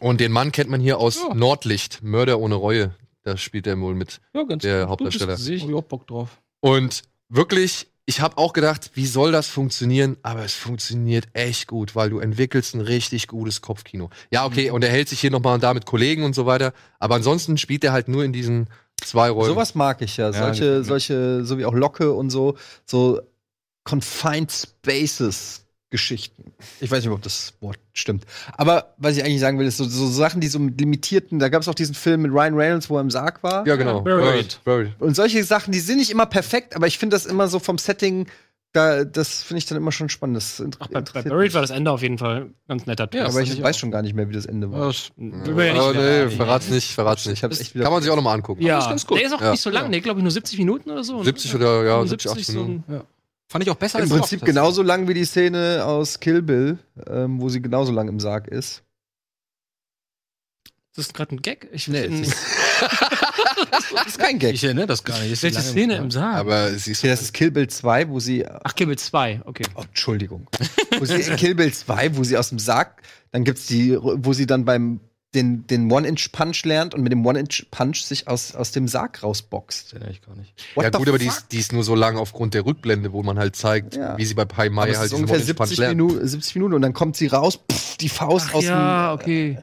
Speaker 1: Und den Mann kennt man hier aus
Speaker 5: Ja.
Speaker 1: Nordlicht, Mörder ohne Reue. Da spielt er wohl mit,
Speaker 5: Ja, ganz
Speaker 1: der
Speaker 5: gutes
Speaker 1: Hauptdarsteller.
Speaker 5: Gesicht. Oh, ja, Bock drauf.
Speaker 1: Und wirklich, ich habe auch gedacht, wie soll das funktionieren? Aber es funktioniert echt gut, weil du entwickelst ein richtig gutes Kopfkino. Ja, okay,
Speaker 4: Mhm.
Speaker 1: und er hält sich hier nochmal da mit Kollegen und so weiter. Aber ansonsten spielt er halt nur in diesen zwei Rollen.
Speaker 2: Sowas mag ich ja. Solche, solche, so wie auch Locke und so, so Confined Spaces Geschichten. Ich weiß nicht, ob das Wort stimmt. Aber was ich eigentlich sagen will, ist so, so Sachen, die so mit limitierten, da gab es auch diesen Film mit Ryan Reynolds, wo er im Sarg war.
Speaker 1: ja, genau.
Speaker 4: Buried.
Speaker 1: Buried.
Speaker 2: Und solche Sachen, die sind nicht immer perfekt, aber ich finde das immer so vom Setting, da, das finde ich dann immer schon spannend. Das inter
Speaker 4: Ach, bei, bei
Speaker 2: interessiert
Speaker 4: Buried
Speaker 2: mich.
Speaker 4: war das Ende auf jeden Fall ganz netter Twist.
Speaker 2: Ja, aber ich
Speaker 4: Nicht
Speaker 2: weiß
Speaker 4: auch-
Speaker 2: schon gar nicht mehr, wie das Ende war.
Speaker 5: Das
Speaker 4: Will man ja
Speaker 1: Oh,
Speaker 4: nicht mehr-
Speaker 1: nee, verrat's nicht, verrat's nicht.
Speaker 2: Ich hab's echt wieder
Speaker 1: Kann man sich auch nochmal angucken.
Speaker 4: Ja,
Speaker 5: ist ganz gut.
Speaker 4: der ist auch
Speaker 1: Ja.
Speaker 4: nicht so lang, der glaube ich nur 70 Minuten oder so. ne?
Speaker 1: 70 oder ja, 70,
Speaker 4: 75
Speaker 1: 80
Speaker 4: so
Speaker 1: Minuten.
Speaker 4: ein-
Speaker 5: fand ich auch besser
Speaker 2: Im
Speaker 5: Rock
Speaker 2: Prinzip
Speaker 5: tatsächlich.
Speaker 2: genauso lang wie die Szene aus Kill Bill, ähm, wo sie genauso lang im Sarg ist.
Speaker 4: Das ist gerade ein Gag. Ich
Speaker 2: Nee,
Speaker 4: nee,
Speaker 2: es Das ist kein Gag.
Speaker 5: Ich erinnere das gar nicht. Ist
Speaker 4: welche
Speaker 5: lange-
Speaker 4: Szene im Saal?
Speaker 1: Aber siehst
Speaker 2: Okay,
Speaker 1: du,
Speaker 2: das ist Kill Bill 2, wo sie. Oh,
Speaker 4: Ach, Kimmel 2, okay.
Speaker 2: Entschuldigung. wo sie, Kill Bill 2, wo sie aus dem Sarg, dann gibt's die, wo sie dann beim den, den One-Inch-Punch lernt und mit dem One-Inch-Punch sich aus, aus dem Sarg rausboxt.
Speaker 5: Das erinnere ich gar nicht.
Speaker 2: What
Speaker 1: ja
Speaker 2: the
Speaker 1: gut, aber die
Speaker 2: fuck?
Speaker 1: ist, die ist nur so lang aufgrund der Rückblende, wo man halt zeigt,
Speaker 2: Ja.
Speaker 1: wie sie bei Pai
Speaker 2: Aber
Speaker 1: Mai
Speaker 2: es
Speaker 1: halt
Speaker 2: ist
Speaker 1: diesen
Speaker 2: ungefähr
Speaker 1: One-Inch-Punch
Speaker 2: 70
Speaker 1: lernt.
Speaker 2: Minuten, 70 Minuten und dann kommt sie raus, pff, die Faust aus
Speaker 4: ja,
Speaker 2: dem.
Speaker 4: okay.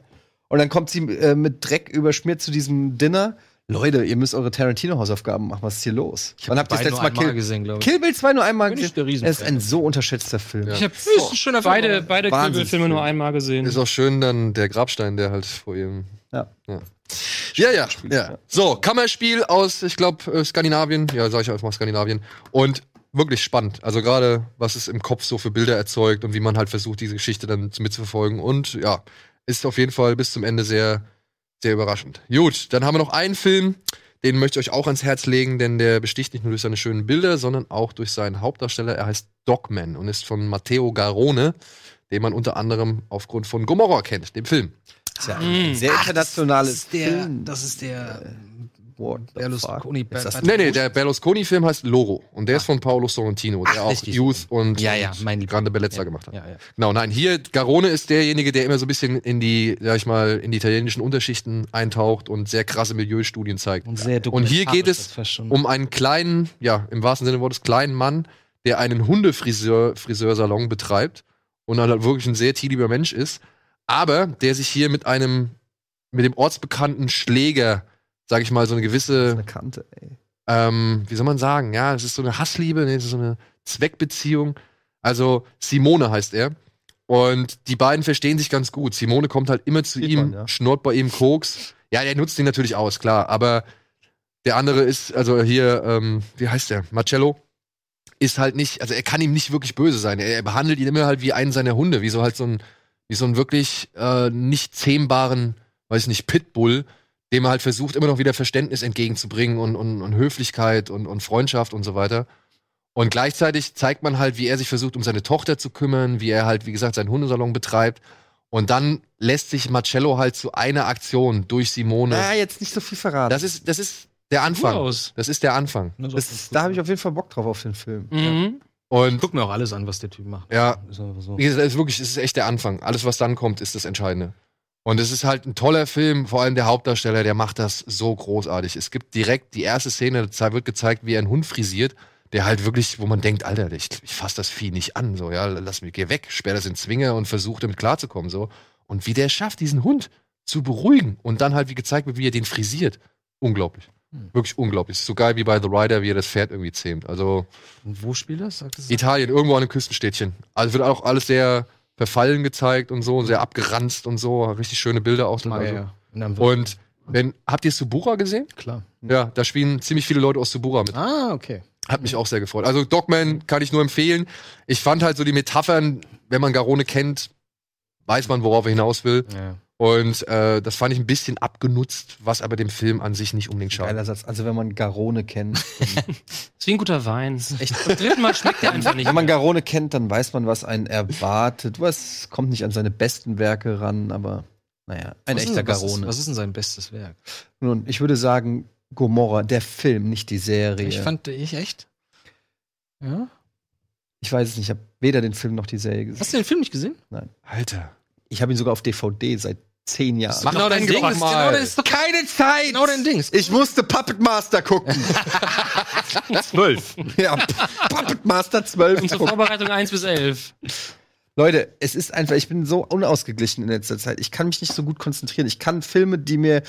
Speaker 2: Und dann kommt sie äh, mit Dreck überschmiert zu diesem Dinner. Leute, ihr müsst eure Tarantino-Hausaufgaben machen. Was ist hier los? Wann habt ihr das
Speaker 5: Beide
Speaker 2: letzte
Speaker 5: nur
Speaker 2: Mal
Speaker 5: einmal
Speaker 2: Kill,
Speaker 5: gesehen, glaube ich.
Speaker 2: Kill Bill 2 nur einmal
Speaker 5: Bin ich
Speaker 2: gesehen?
Speaker 5: der Riesenfan.
Speaker 2: Es ist ein so unterschätzter Film.
Speaker 1: Ja.
Speaker 4: Ich habe
Speaker 5: ein schöner Film,
Speaker 4: beide,
Speaker 5: aber-
Speaker 4: beide Kübelfilme
Speaker 2: Wahnsinnsfilm.
Speaker 4: nur einmal gesehen.
Speaker 1: Ist auch schön dann der Grabstein, der halt vor ihm.
Speaker 2: Ja.
Speaker 1: Ja, ja. ja, ja. So, Kammerspiel aus, ich glaube, Skandinavien. Ja, sag ich einfach mal Skandinavien. Und wirklich spannend. Also gerade, was es im Kopf so für Bilder erzeugt und wie man halt versucht, diese Geschichte dann mitzuverfolgen. Und ja, ist auf jeden Fall bis zum Ende sehr, sehr überraschend. Gut, dann haben wir noch einen Film. Den möchte ich euch auch ans Herz legen, denn der besticht nicht nur durch seine schönen Bilder, sondern auch durch seinen Hauptdarsteller. Er heißt Dogman und ist von Matteo Garrone den man unter anderem aufgrund von Gomorra kennt, dem Film.
Speaker 2: Das ist ja ein
Speaker 4: Mm.
Speaker 2: sehr internationales
Speaker 5: das ist der,
Speaker 2: Film. Äh,
Speaker 5: Das ist der
Speaker 2: What the fuck?
Speaker 5: Berlusconi.
Speaker 2: Ist das-
Speaker 1: Nee, nee, der Berlusconi-Film heißt Loro und der ist von Paolo Sorrentino, der
Speaker 5: Ach,
Speaker 1: auch
Speaker 5: richtig.
Speaker 1: Youth und,
Speaker 5: Ja, ja, mein
Speaker 1: und
Speaker 5: Lieblings-
Speaker 1: Grande Bellezza
Speaker 5: Ja.
Speaker 1: gemacht hat.
Speaker 5: Ja, ja.
Speaker 1: Genau, nein, hier Garone ist derjenige, der immer so ein bisschen in die, sag ich mal, in die italienischen Unterschichten eintaucht und sehr krasse Milieustudien zeigt.
Speaker 5: Und sehr
Speaker 1: Und hier geht es um einen kleinen, ja, im wahrsten Sinne des Wortes, kleinen Mann, der einen Hundefriseur Friseursalon betreibt und dann halt wirklich ein sehr tierlieber Mensch ist, aber der sich hier mit einem, mit dem ortsbekannten Schläger, sag ich mal, so eine
Speaker 2: Das ist
Speaker 1: gewisse,
Speaker 2: eine Kante, ey.
Speaker 1: ähm, wie soll man sagen, ja, es ist so eine Hassliebe, nee, es ist so eine Zweckbeziehung. Also Simone heißt er. Und die beiden verstehen sich ganz gut. Simone kommt halt immer zu
Speaker 2: Sieht
Speaker 1: ihm,
Speaker 2: man, ja.
Speaker 1: schnurrt bei ihm Koks. Ja, der nutzt ihn natürlich aus, klar. Aber der andere ist, also hier, ähm, wie heißt der? Marcello ist halt nicht, also er kann ihm nicht wirklich böse sein. Er, er behandelt ihn immer halt wie einen seiner Hunde, wie so halt so ein, wie so einen wirklich äh, nicht zähmbaren, weiß ich nicht, Pitbull, dem er halt versucht, immer noch wieder Verständnis entgegenzubringen und, und, und Höflichkeit und, und Freundschaft und so weiter. Und gleichzeitig zeigt man halt, wie er sich versucht, um seine Tochter zu kümmern, wie er halt, wie gesagt, seinen Hundesalon betreibt. Und dann lässt sich Marcello halt zu einer Aktion durch Simone.
Speaker 2: Ah, jetzt nicht so viel verraten.
Speaker 1: Das ist, das ist der
Speaker 4: Cool
Speaker 1: Anfang.
Speaker 4: aus.
Speaker 1: Das ist der Anfang.
Speaker 2: Das ist, da habe ich auf jeden Fall Bock drauf auf den Film.
Speaker 4: Mhm.
Speaker 1: Und
Speaker 5: Guck mir auch alles an, was der Typ macht.
Speaker 1: ja,
Speaker 5: Ist einfach so.
Speaker 1: wie gesagt, es ist wirklich, es ist echt der Anfang. Alles, was dann kommt, ist das Entscheidende. Und es ist halt ein toller Film, vor allem der Hauptdarsteller, der macht das so großartig. Es gibt direkt die erste Szene, da wird gezeigt, wie er einen Hund frisiert, der halt wirklich, wo man denkt, Alter, ich, ich fass das Vieh nicht an, so, ja, lass mich, geh weg, sperr das in den Zwinger und versuch damit klarzukommen, so. Und wie der es schafft, diesen Hund zu beruhigen und dann halt, wie gezeigt wird, wie er den frisiert. Unglaublich. Wirklich unglaublich. Ist so geil wie bei The Rider, wie er das Pferd irgendwie zähmt. Also,
Speaker 5: Und wo spielt das? Sagt es
Speaker 1: Italien, irgendwo an einem Küstenstädtchen. Also wird auch alles sehr verfallen gezeigt und so, und sehr abgeranzt und so. Richtig schöne Bilder auch.
Speaker 5: Ah,
Speaker 1: dabei. also.
Speaker 5: Und, dann wird-
Speaker 1: Und wenn, habt ihr Subura gesehen?
Speaker 5: klar.
Speaker 1: Ja, da spielen ziemlich viele Leute aus Subura mit.
Speaker 5: Ah, okay.
Speaker 1: Hat mich auch sehr gefreut. Also Dogman kann ich nur empfehlen. Ich fand halt so die Metaphern, wenn man Garone kennt, weiß man, worauf er hinaus will.
Speaker 5: Ja.
Speaker 1: Und äh, das fand ich ein bisschen abgenutzt, was aber dem Film an sich nicht unbedingt schadet.
Speaker 2: Geiler Satz. Also, wenn man Garone kennt.
Speaker 4: Ist wie ein guter Wein. Echt? Beim dritten Mal schmeckt der einfach nicht.
Speaker 2: wenn man
Speaker 4: mehr.
Speaker 2: Garone kennt, dann weiß man, was einen erwartet. Was kommt nicht an seine besten Werke ran, aber
Speaker 3: Naja, ein echter
Speaker 5: was ist, denn- was
Speaker 3: Garone.
Speaker 5: Ist, was ist denn sein bestes Werk?
Speaker 2: Nun, ich würde sagen, Gomorra, der Film, nicht die Serie.
Speaker 5: Ich fand ich echt. Ja.
Speaker 2: ich weiß es nicht, ich habe weder den Film noch die Serie gesehen.
Speaker 5: Hast du den Film nicht gesehen?
Speaker 1: Alter.
Speaker 2: Ich habe ihn sogar auf DVD seit zehn Jahren.
Speaker 5: Mach genau dein Ding. Das, genau, das ist doch
Speaker 2: keine Zeit!
Speaker 5: genau dein Ding.
Speaker 2: Ich musste Puppet Master gucken. Zwölf. ja, P- Puppet Master zwölf.
Speaker 4: Unsere Vorbereitung 1 bis 11.
Speaker 2: Leute, es ist einfach, ich bin so unausgeglichen in letzter Zeit. Ich kann mich nicht so gut konzentrieren. Ich kann Filme, die mir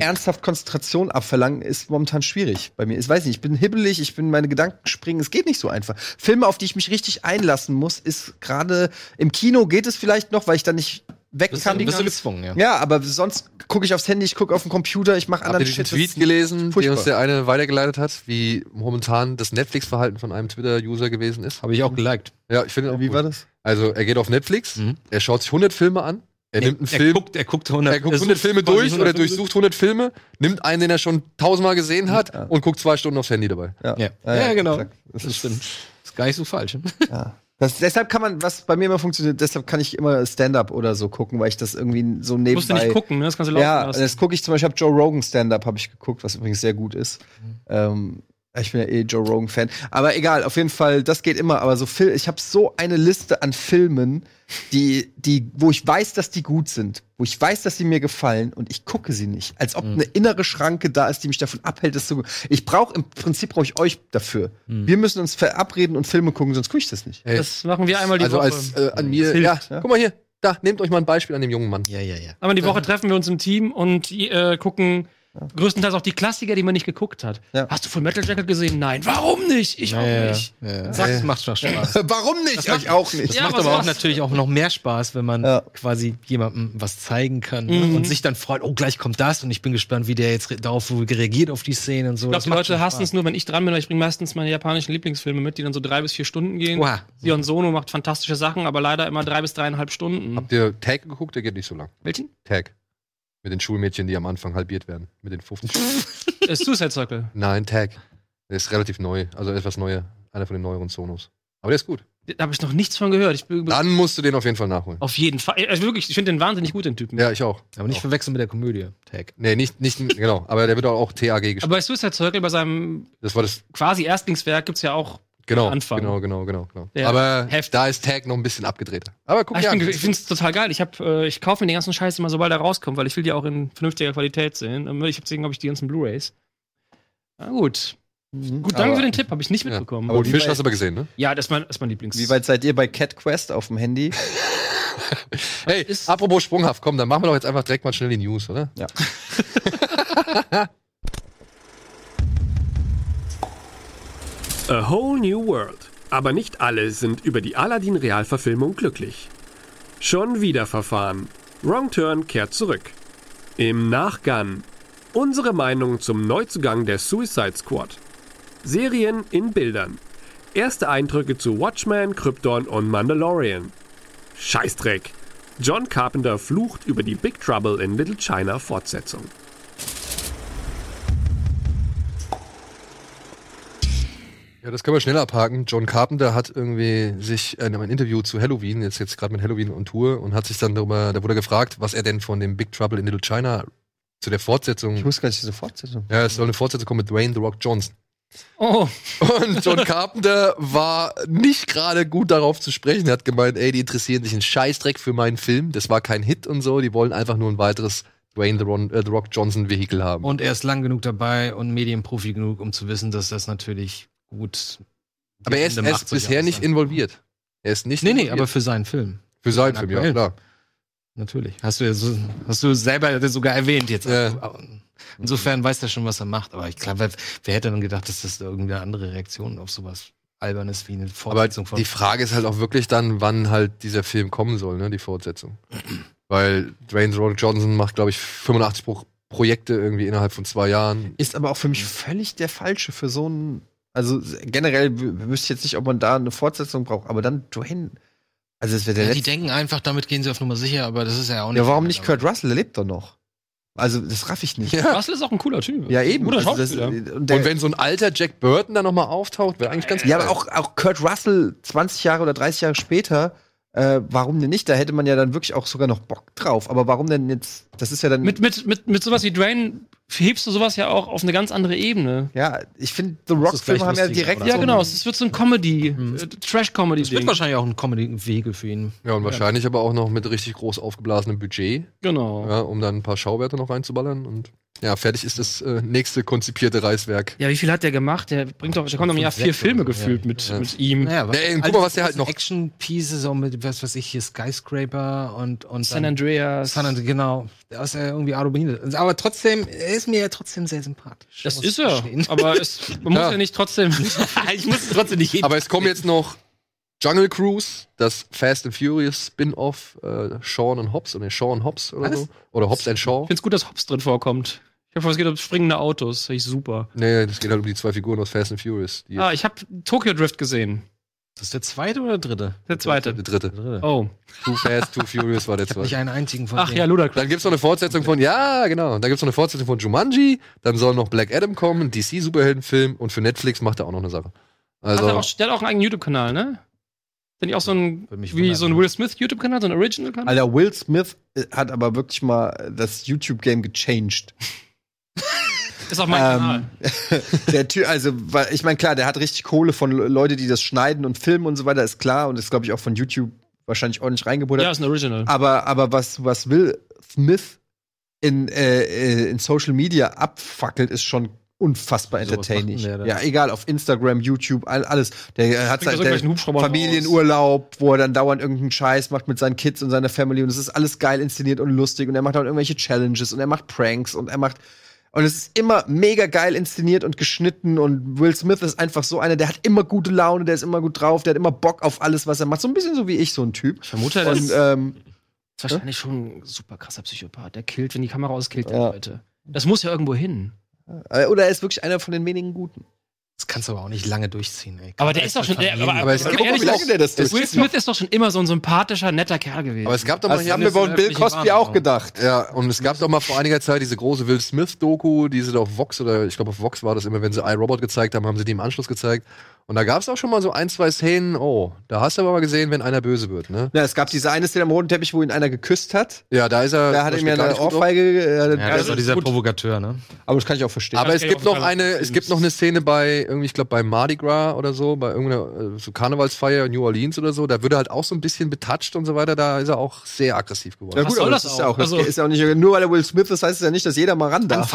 Speaker 2: ernsthaft Konzentration abverlangen, ist momentan schwierig bei mir. Ich weiß nicht, ich bin hibbelig, ich bin, meine Gedanken springen, es geht nicht so einfach. Filme, auf die ich mich richtig einlassen muss, ist gerade im Kino geht es vielleicht noch, weil ich da nicht weg
Speaker 5: Bist
Speaker 2: kann.
Speaker 5: du- bist du gezwungen, ja.
Speaker 2: Ja, aber sonst gucke ich aufs Handy, ich gucke auf den Computer, ich mache
Speaker 1: Habt
Speaker 2: anderen
Speaker 1: ihr diesen
Speaker 2: Shit.
Speaker 1: Tweet
Speaker 2: Das-
Speaker 1: gelesen, den
Speaker 2: furchtbar.
Speaker 1: uns der eine weitergeleitet hat, wie momentan das Netflix-Verhalten von einem Twitter-User gewesen ist?
Speaker 5: Habe ich auch geliked.
Speaker 1: Ja, ich finde auch
Speaker 2: Wie
Speaker 1: gut.
Speaker 2: war das?
Speaker 1: Also, er geht auf Netflix, er schaut sich 100 Filme an, er nimmt einen
Speaker 5: Er
Speaker 1: Film,
Speaker 5: guckt, er guckt 100,
Speaker 1: er guckt 100 Filme durch oder durchsucht 100 Filme, nimmt einen, den er schon tausendmal gesehen hat
Speaker 2: Ja.
Speaker 1: und guckt zwei Stunden aufs Handy dabei.
Speaker 5: Ja, ja genau.
Speaker 2: exakt. Das
Speaker 5: Das
Speaker 2: ist
Speaker 5: stimmt. ist gar nicht so falsch.
Speaker 2: Ja. Das, deshalb kann man, was bei mir immer funktioniert, deshalb kann ich immer Stand-up oder so gucken, weil ich das irgendwie so nebenbei.
Speaker 4: Musst du nicht gucken, ne? Das kannst du laufen
Speaker 2: Ja,
Speaker 4: lassen.
Speaker 2: das gucke ich zum Beispiel, habe Joe Rogan Stand-up habe ich geguckt, was übrigens sehr gut ist. Ähm, ich bin ja eh Joe Rogan Fan, aber egal, auf jeden Fall, das geht immer. Aber so Fil ich habe so eine Liste an Filmen, die, die, wo ich weiß, dass die gut sind, wo ich weiß, dass sie mir gefallen und ich gucke sie nicht, als ob eine innere Schranke da ist, die mich davon abhält, das zu. gucken. Ich brauche im Prinzip brauche ich euch dafür. Wir müssen uns verabreden und Filme gucken, sonst gucke ich das nicht.
Speaker 4: Das machen wir einmal die
Speaker 1: also
Speaker 4: Woche.
Speaker 1: als äh, an mir, ja, guck mal hier, da, nehmt euch mal ein Beispiel an dem jungen Mann.
Speaker 5: Ja, ja, ja.
Speaker 4: einmal die Woche treffen wir uns im Team und äh, gucken größtenteils auch die Klassiker, die man nicht geguckt hat.
Speaker 2: Ja.
Speaker 4: Hast du Full Metal Jacket gesehen? Nein. Warum nicht? Ich auch nicht.
Speaker 5: ja. Sag, es macht schon Spaß.
Speaker 2: Warum nicht? Ich auch nicht.
Speaker 5: Das
Speaker 4: Ja,
Speaker 5: macht
Speaker 4: was
Speaker 5: aber auch
Speaker 4: war's?
Speaker 5: natürlich auch noch mehr Spaß, wenn man
Speaker 2: Ja.
Speaker 5: quasi jemandem was zeigen kann ne? und sich dann freut, oh, gleich kommt das und ich bin gespannt, wie der jetzt re- darauf reagiert auf die Szene und so.
Speaker 4: Ich glaube,
Speaker 5: Das
Speaker 4: die
Speaker 5: macht schon
Speaker 4: Leute hassen
Speaker 5: Spaß.
Speaker 4: es nur, wenn ich dran bin, weil ich bringe meistens meine japanischen Lieblingsfilme mit, die dann so drei bis vier Stunden gehen.
Speaker 5: Oha.
Speaker 4: Sion Sono macht fantastische Sachen, aber leider immer drei bis dreieinhalb Stunden.
Speaker 1: Habt ihr Tag geguckt? Der geht nicht so lang.
Speaker 4: Welchen?
Speaker 1: Tag. Mit den Schulmädchen, die am Anfang halbiert werden. Mit den 50.
Speaker 4: Äh, Suicide Circle.
Speaker 1: Nein, Tag. Der ist relativ neu. Also etwas neuer. Einer von den neueren Sonos. Aber der ist gut.
Speaker 4: Da habe ich noch nichts von gehört. Ich bin
Speaker 5: Ah.
Speaker 1: Dann musst du den auf jeden Fall nachholen.
Speaker 4: auf jeden Fall. Also wirklich, ich finde den wahnsinnig gut, den Typen.
Speaker 1: Ja, ich auch.
Speaker 5: Aber nicht verwechseln mit der Komödie. Tag.
Speaker 1: Nee, nicht, nicht, genau. Aber der wird auch TAG geschrieben.
Speaker 4: Aber bei Suicide Circle, bei seinem
Speaker 1: Das war das,
Speaker 4: quasi Erstlingswerk, gibt es ja auch.
Speaker 1: genau.
Speaker 4: Anfang.
Speaker 1: Genau, genau, genau. genau.
Speaker 4: Ja,
Speaker 1: Aber
Speaker 4: heftig.
Speaker 1: da ist Tag noch ein bisschen abgedrehter. Aber guck
Speaker 4: Ah, ich
Speaker 1: dir
Speaker 4: bin-
Speaker 1: an.
Speaker 4: ich finde es total geil. Ich, hab, äh, ich kaufe mir den ganzen Scheiß immer, sobald er rauskommt, weil ich will die auch in vernünftiger Qualität sehen. Ähm, Ich habe deswegen, glaube ich, die ganzen Blu-Rays. Na gut. Gut, danke
Speaker 2: Mhm. Aber-
Speaker 4: für den Tipp, habe ich nicht mitbekommen.
Speaker 1: Und
Speaker 2: wie
Speaker 1: Fisch
Speaker 2: bei-
Speaker 1: hast du aber gesehen, ne?
Speaker 4: Ja, das ist mein, das ist mein Lieblings.
Speaker 2: Wie weit seid ihr bei Cat Quest auf dem Handy?
Speaker 1: Hey,
Speaker 4: ist-
Speaker 1: apropos sprunghaft, komm, dann machen wir doch jetzt einfach direkt mal schnell die News, oder?
Speaker 2: Ja.
Speaker 9: A Whole New World. Aber nicht alle sind über die Aladdin-Realverfilmung glücklich. Schon wieder Verfahren. Wrong Turn kehrt zurück. Im Nachgang. Unsere Meinung zum Neuzugang der Suicide Squad. Serien in Bildern. Erste Eindrücke zu Watchmen, Krypton und Mandalorian. Scheißdreck. John Carpenter flucht über die Big Trouble in Little China Fortsetzung.
Speaker 1: Ja, das können wir schnell abhaken. John Carpenter hat irgendwie sich äh, in einem Interview zu Halloween, jetzt, jetzt gerade mit Halloween on Tour, und hat sich dann darüber, da wurde gefragt, was er denn von dem Big Trouble in Little China zu der Fortsetzung.
Speaker 2: wusste gar nicht, diese Fortsetzung.
Speaker 1: Ja, es soll eine Fortsetzung kommen mit Dwayne The Rock Johnson.
Speaker 4: oh,
Speaker 1: Und John Carpenter war nicht gerade gut darauf zu sprechen. Er hat gemeint, ey, die interessieren sich einen Scheißdreck für meinen Film. Das war kein Hit und so. Die wollen einfach nur ein weiteres Dwayne The, Ron, äh, The Rock Johnson Vehikel haben.
Speaker 5: Und er ist lang genug dabei und Medienprofi genug, um zu wissen, dass das natürlich gut.
Speaker 1: Aber er ist,
Speaker 5: Ende
Speaker 1: er
Speaker 5: macht
Speaker 1: ist
Speaker 5: sich
Speaker 1: bisher
Speaker 5: aus.
Speaker 1: nicht involviert. Er ist nicht
Speaker 5: Nee, nee, aber
Speaker 1: involviert.
Speaker 5: für seinen Film.
Speaker 1: für seinen Film, ja,
Speaker 5: aktuell.
Speaker 1: klar.
Speaker 5: Natürlich. Hast du, ja so, hast du selber das sogar erwähnt jetzt.
Speaker 1: Ja.
Speaker 5: Insofern weiß er schon, was er macht. Aber ich glaube, wer, wer hätte dann gedacht, dass das irgendeine andere Reaktion auf sowas Albernes wie eine
Speaker 1: Aber
Speaker 5: Fortsetzung von.
Speaker 1: die Frage ist halt auch wirklich dann, wann halt dieser Film kommen soll, ne, die Fortsetzung. Weil Dwayne The Rock Johnson macht, glaube ich, 85 Pro Projekte irgendwie innerhalb von zwei Jahren.
Speaker 2: Ist aber auch für mich völlig der falsche für so einen. Also generell w- wüsste ich jetzt nicht, ob man da eine Fortsetzung braucht, aber dann Dwayne. Also es wäre der
Speaker 5: ja, die
Speaker 2: letzte.
Speaker 5: denken einfach, damit gehen sie auf Nummer sicher, aber das ist ja auch nicht.
Speaker 2: Ja, warum nicht Kurt Russell? Der lebt doch noch. Also das raff ich nicht. Ja,
Speaker 4: Russell ist auch ein cooler Typ.
Speaker 2: eben.
Speaker 4: Guter
Speaker 2: also, das,
Speaker 4: Schauspieler.
Speaker 2: und der,
Speaker 1: Und wenn so ein alter Jack Burton da nochmal auftaucht, wäre eigentlich ganz
Speaker 2: ja, aber auch, auch Kurt Russell 20 Jahre oder 30 Jahre später Äh, warum denn nicht? Da hätte man ja dann wirklich auch sogar noch Bock drauf. Aber warum denn jetzt? Das ist ja dann.
Speaker 4: Mit, mit, mit, mit sowas wie Drain hebst du sowas ja auch auf eine ganz andere Ebene.
Speaker 2: ja, ich finde, The
Speaker 10: ist gleich
Speaker 2: Rock-Filme haben ja
Speaker 10: lustiger,
Speaker 2: direkt.
Speaker 10: oder?
Speaker 4: Ja,
Speaker 2: so Mhm.
Speaker 4: genau. Es wird so ein Comedy, äh,
Speaker 5: Das wird
Speaker 4: Trash-Comedy-Ding.
Speaker 5: wahrscheinlich auch ein Comedy-Wege für ihn.
Speaker 1: Ja, und wahrscheinlich aber auch noch mit richtig groß aufgeblasenem Budget,
Speaker 4: Genau.
Speaker 1: ja, um dann ein paar Schauwerte noch reinzuballern. Und ja, fertig ist das äh, nächste konzipierte Reißwerk.
Speaker 4: Ja, wie viel hat der gemacht? Der bringt doch, da kommen doch im Jahr vier Filme gefühlt mit, mit ihm.
Speaker 5: Naja,
Speaker 1: Nee, guck mal, was der halt noch-
Speaker 5: Action-Pieces, so mit, was weiß ich, hier Skyscraper und, und
Speaker 4: San
Speaker 5: dann-
Speaker 4: Andreas.
Speaker 5: San Andreas, genau. Der ist ja irgendwie adobehindert. Aber trotzdem, er ist mir ja trotzdem sehr sympathisch.
Speaker 4: das
Speaker 5: muss
Speaker 4: ist
Speaker 5: ich
Speaker 4: er.
Speaker 5: gestehen.
Speaker 4: Aber es, man muss ja.
Speaker 1: Ja.
Speaker 4: nicht trotzdem.
Speaker 10: ich muss es trotzdem nicht jeden
Speaker 1: Aber es kommen jetzt noch Jungle Cruise, das Fast and Furious Spin-off, äh, Sean und Hobbs oder Sean Hobbs oder
Speaker 5: Was?
Speaker 1: so. Oder Hobbs and Shaw.
Speaker 4: Ich find's gut, dass Hobbs drin vorkommt. Ich hoffe, es geht um springende Autos. Finde ich super.
Speaker 1: Nee, das geht halt um die zwei Figuren aus Fast and Furious. Die
Speaker 4: Ah, ich habe Tokyo Drift gesehen.
Speaker 10: Das ist der zweite oder dritte?
Speaker 4: Der
Speaker 1: Die
Speaker 4: zweite.
Speaker 1: dritte.
Speaker 10: dritte.
Speaker 4: Oh.
Speaker 1: Too Fast, Too Furious war der
Speaker 5: Ich hab nicht
Speaker 1: zweite.
Speaker 5: einen einzigen von
Speaker 4: Ach
Speaker 5: denen.
Speaker 4: ja, Ludacris.
Speaker 1: Dann gibt's noch eine Fortsetzung von, ja, genau. Dann gibt's noch eine Fortsetzung von Jumanji, dann soll noch Black Adam kommen, ein DC-Superheldenfilm und für Netflix macht er auch noch eine Sache.
Speaker 4: Hat
Speaker 1: Also,
Speaker 4: er auch, der hat auch einen eigenen YouTube-Kanal, ne? Sind die auch so ein,
Speaker 10: Würde mich
Speaker 4: wie
Speaker 10: wundern.
Speaker 4: so ein Will Smith YouTube-Kanal, so ein Original-Kanal?
Speaker 2: Alter, Will Smith äh, hat aber wirklich mal äh, das YouTube-Game gechanged.
Speaker 4: Ist auch mein
Speaker 2: Ähm,
Speaker 4: Kanal.
Speaker 2: Der Typ, also, weil- ich meine, klar, der hat richtig Kohle von Le- Leute, die das schneiden und filmen und so weiter, ist klar. Und ist, glaube ich, auch von YouTube wahrscheinlich ordentlich reingebuddert.
Speaker 4: Ja, ist ein Original.
Speaker 2: Aber, aber was, was Will Smith in, äh, äh, in Social Media abfackelt, ist schon unfassbar
Speaker 10: Wieso, was
Speaker 2: entertaining.
Speaker 10: macht denn der da?
Speaker 2: Ja, egal, auf Instagram, YouTube, all, alles. Der äh, hat
Speaker 4: Bringt aus
Speaker 2: sein der
Speaker 4: irgendwelchen Hubschraubern
Speaker 2: Familienurlaub, wo er dann dauernd irgendeinen Scheiß macht mit seinen Kids und seiner Family und es ist alles geil inszeniert und lustig und er macht auch irgendwelche Challenges und er macht Pranks und er macht und es ist immer mega geil inszeniert und geschnitten und Will Smith ist einfach so einer, der hat immer gute Laune, der ist immer gut drauf, der hat immer Bock auf alles, was er macht. So ein bisschen so wie ich, so ein Typ.
Speaker 4: vermute, der
Speaker 2: und,
Speaker 1: äh,
Speaker 4: ist-
Speaker 2: ähm,
Speaker 4: Ist wahrscheinlich schon ein super krasser Psychopath. Der killt, wenn die Kamera auskillt,
Speaker 2: Ja.
Speaker 4: ja. Leute. Das muss ja irgendwo hin.
Speaker 2: Äh, Oder er ist wirklich einer von den wenigen Guten.
Speaker 5: Das kannst du aber auch nicht lange durchziehen, ey.
Speaker 4: Aber der ist doch schon. Der, aber, aber
Speaker 1: es gibt
Speaker 4: aber ehrlich,
Speaker 1: auch-
Speaker 2: der das
Speaker 4: Will Smith ist doch schon immer so ein sympathischer, netter Kerl gewesen.
Speaker 1: aber es gab doch mal
Speaker 2: Das
Speaker 1: hier
Speaker 2: haben wir bei Bill
Speaker 5: öffentliche
Speaker 2: Cosby
Speaker 5: Wahrnehmung.
Speaker 2: auch gedacht.
Speaker 1: Ja, und es gab doch mal vor einiger Zeit diese große Will Smith-Doku, die sie da auf Vox oder ich glaube auf Vox war das immer, wenn sie iRobot gezeigt haben, haben sie die im Anschluss gezeigt. Und da gab es auch schon mal so ein, zwei Szenen, oh, da hast du aber mal gesehen, wenn einer böse wird, ne?
Speaker 2: Na, es gab diese eine Szene am roten Teppich, wo ihn einer geküsst hat.
Speaker 1: Ja, da ist er.
Speaker 2: Da hat
Speaker 1: zum
Speaker 2: ihm
Speaker 1: Beispiel
Speaker 2: ja
Speaker 1: gar
Speaker 2: eine
Speaker 1: nicht gut drauf.
Speaker 2: Ohrfeige. Äh,
Speaker 10: Ja, das ist
Speaker 2: also-
Speaker 10: auch dieser Provokateur, ne?
Speaker 2: aber das kann ich auch verstehen.
Speaker 1: Aber
Speaker 4: Ja,
Speaker 1: es
Speaker 4: das
Speaker 1: gibt
Speaker 4: kann ich
Speaker 1: noch
Speaker 4: auch
Speaker 1: eine,
Speaker 4: sagen.
Speaker 1: es gibt noch eine Szene bei, irgendwie, ich glaube, bei Mardi Gras oder so, bei irgendeiner äh, so Karnevalsfeier in New Orleans oder so, da wird er halt auch so ein bisschen betatscht und so weiter, da ist er auch sehr aggressiv
Speaker 2: ja
Speaker 1: geworden.
Speaker 4: was
Speaker 2: gut,
Speaker 4: soll
Speaker 2: aber das
Speaker 4: das
Speaker 2: ist ja
Speaker 4: auch?
Speaker 2: auch, das
Speaker 4: Also-
Speaker 2: ist ja auch nicht, nur weil er Will Smith ist, heißt es ja nicht, dass jeder mal ran darf.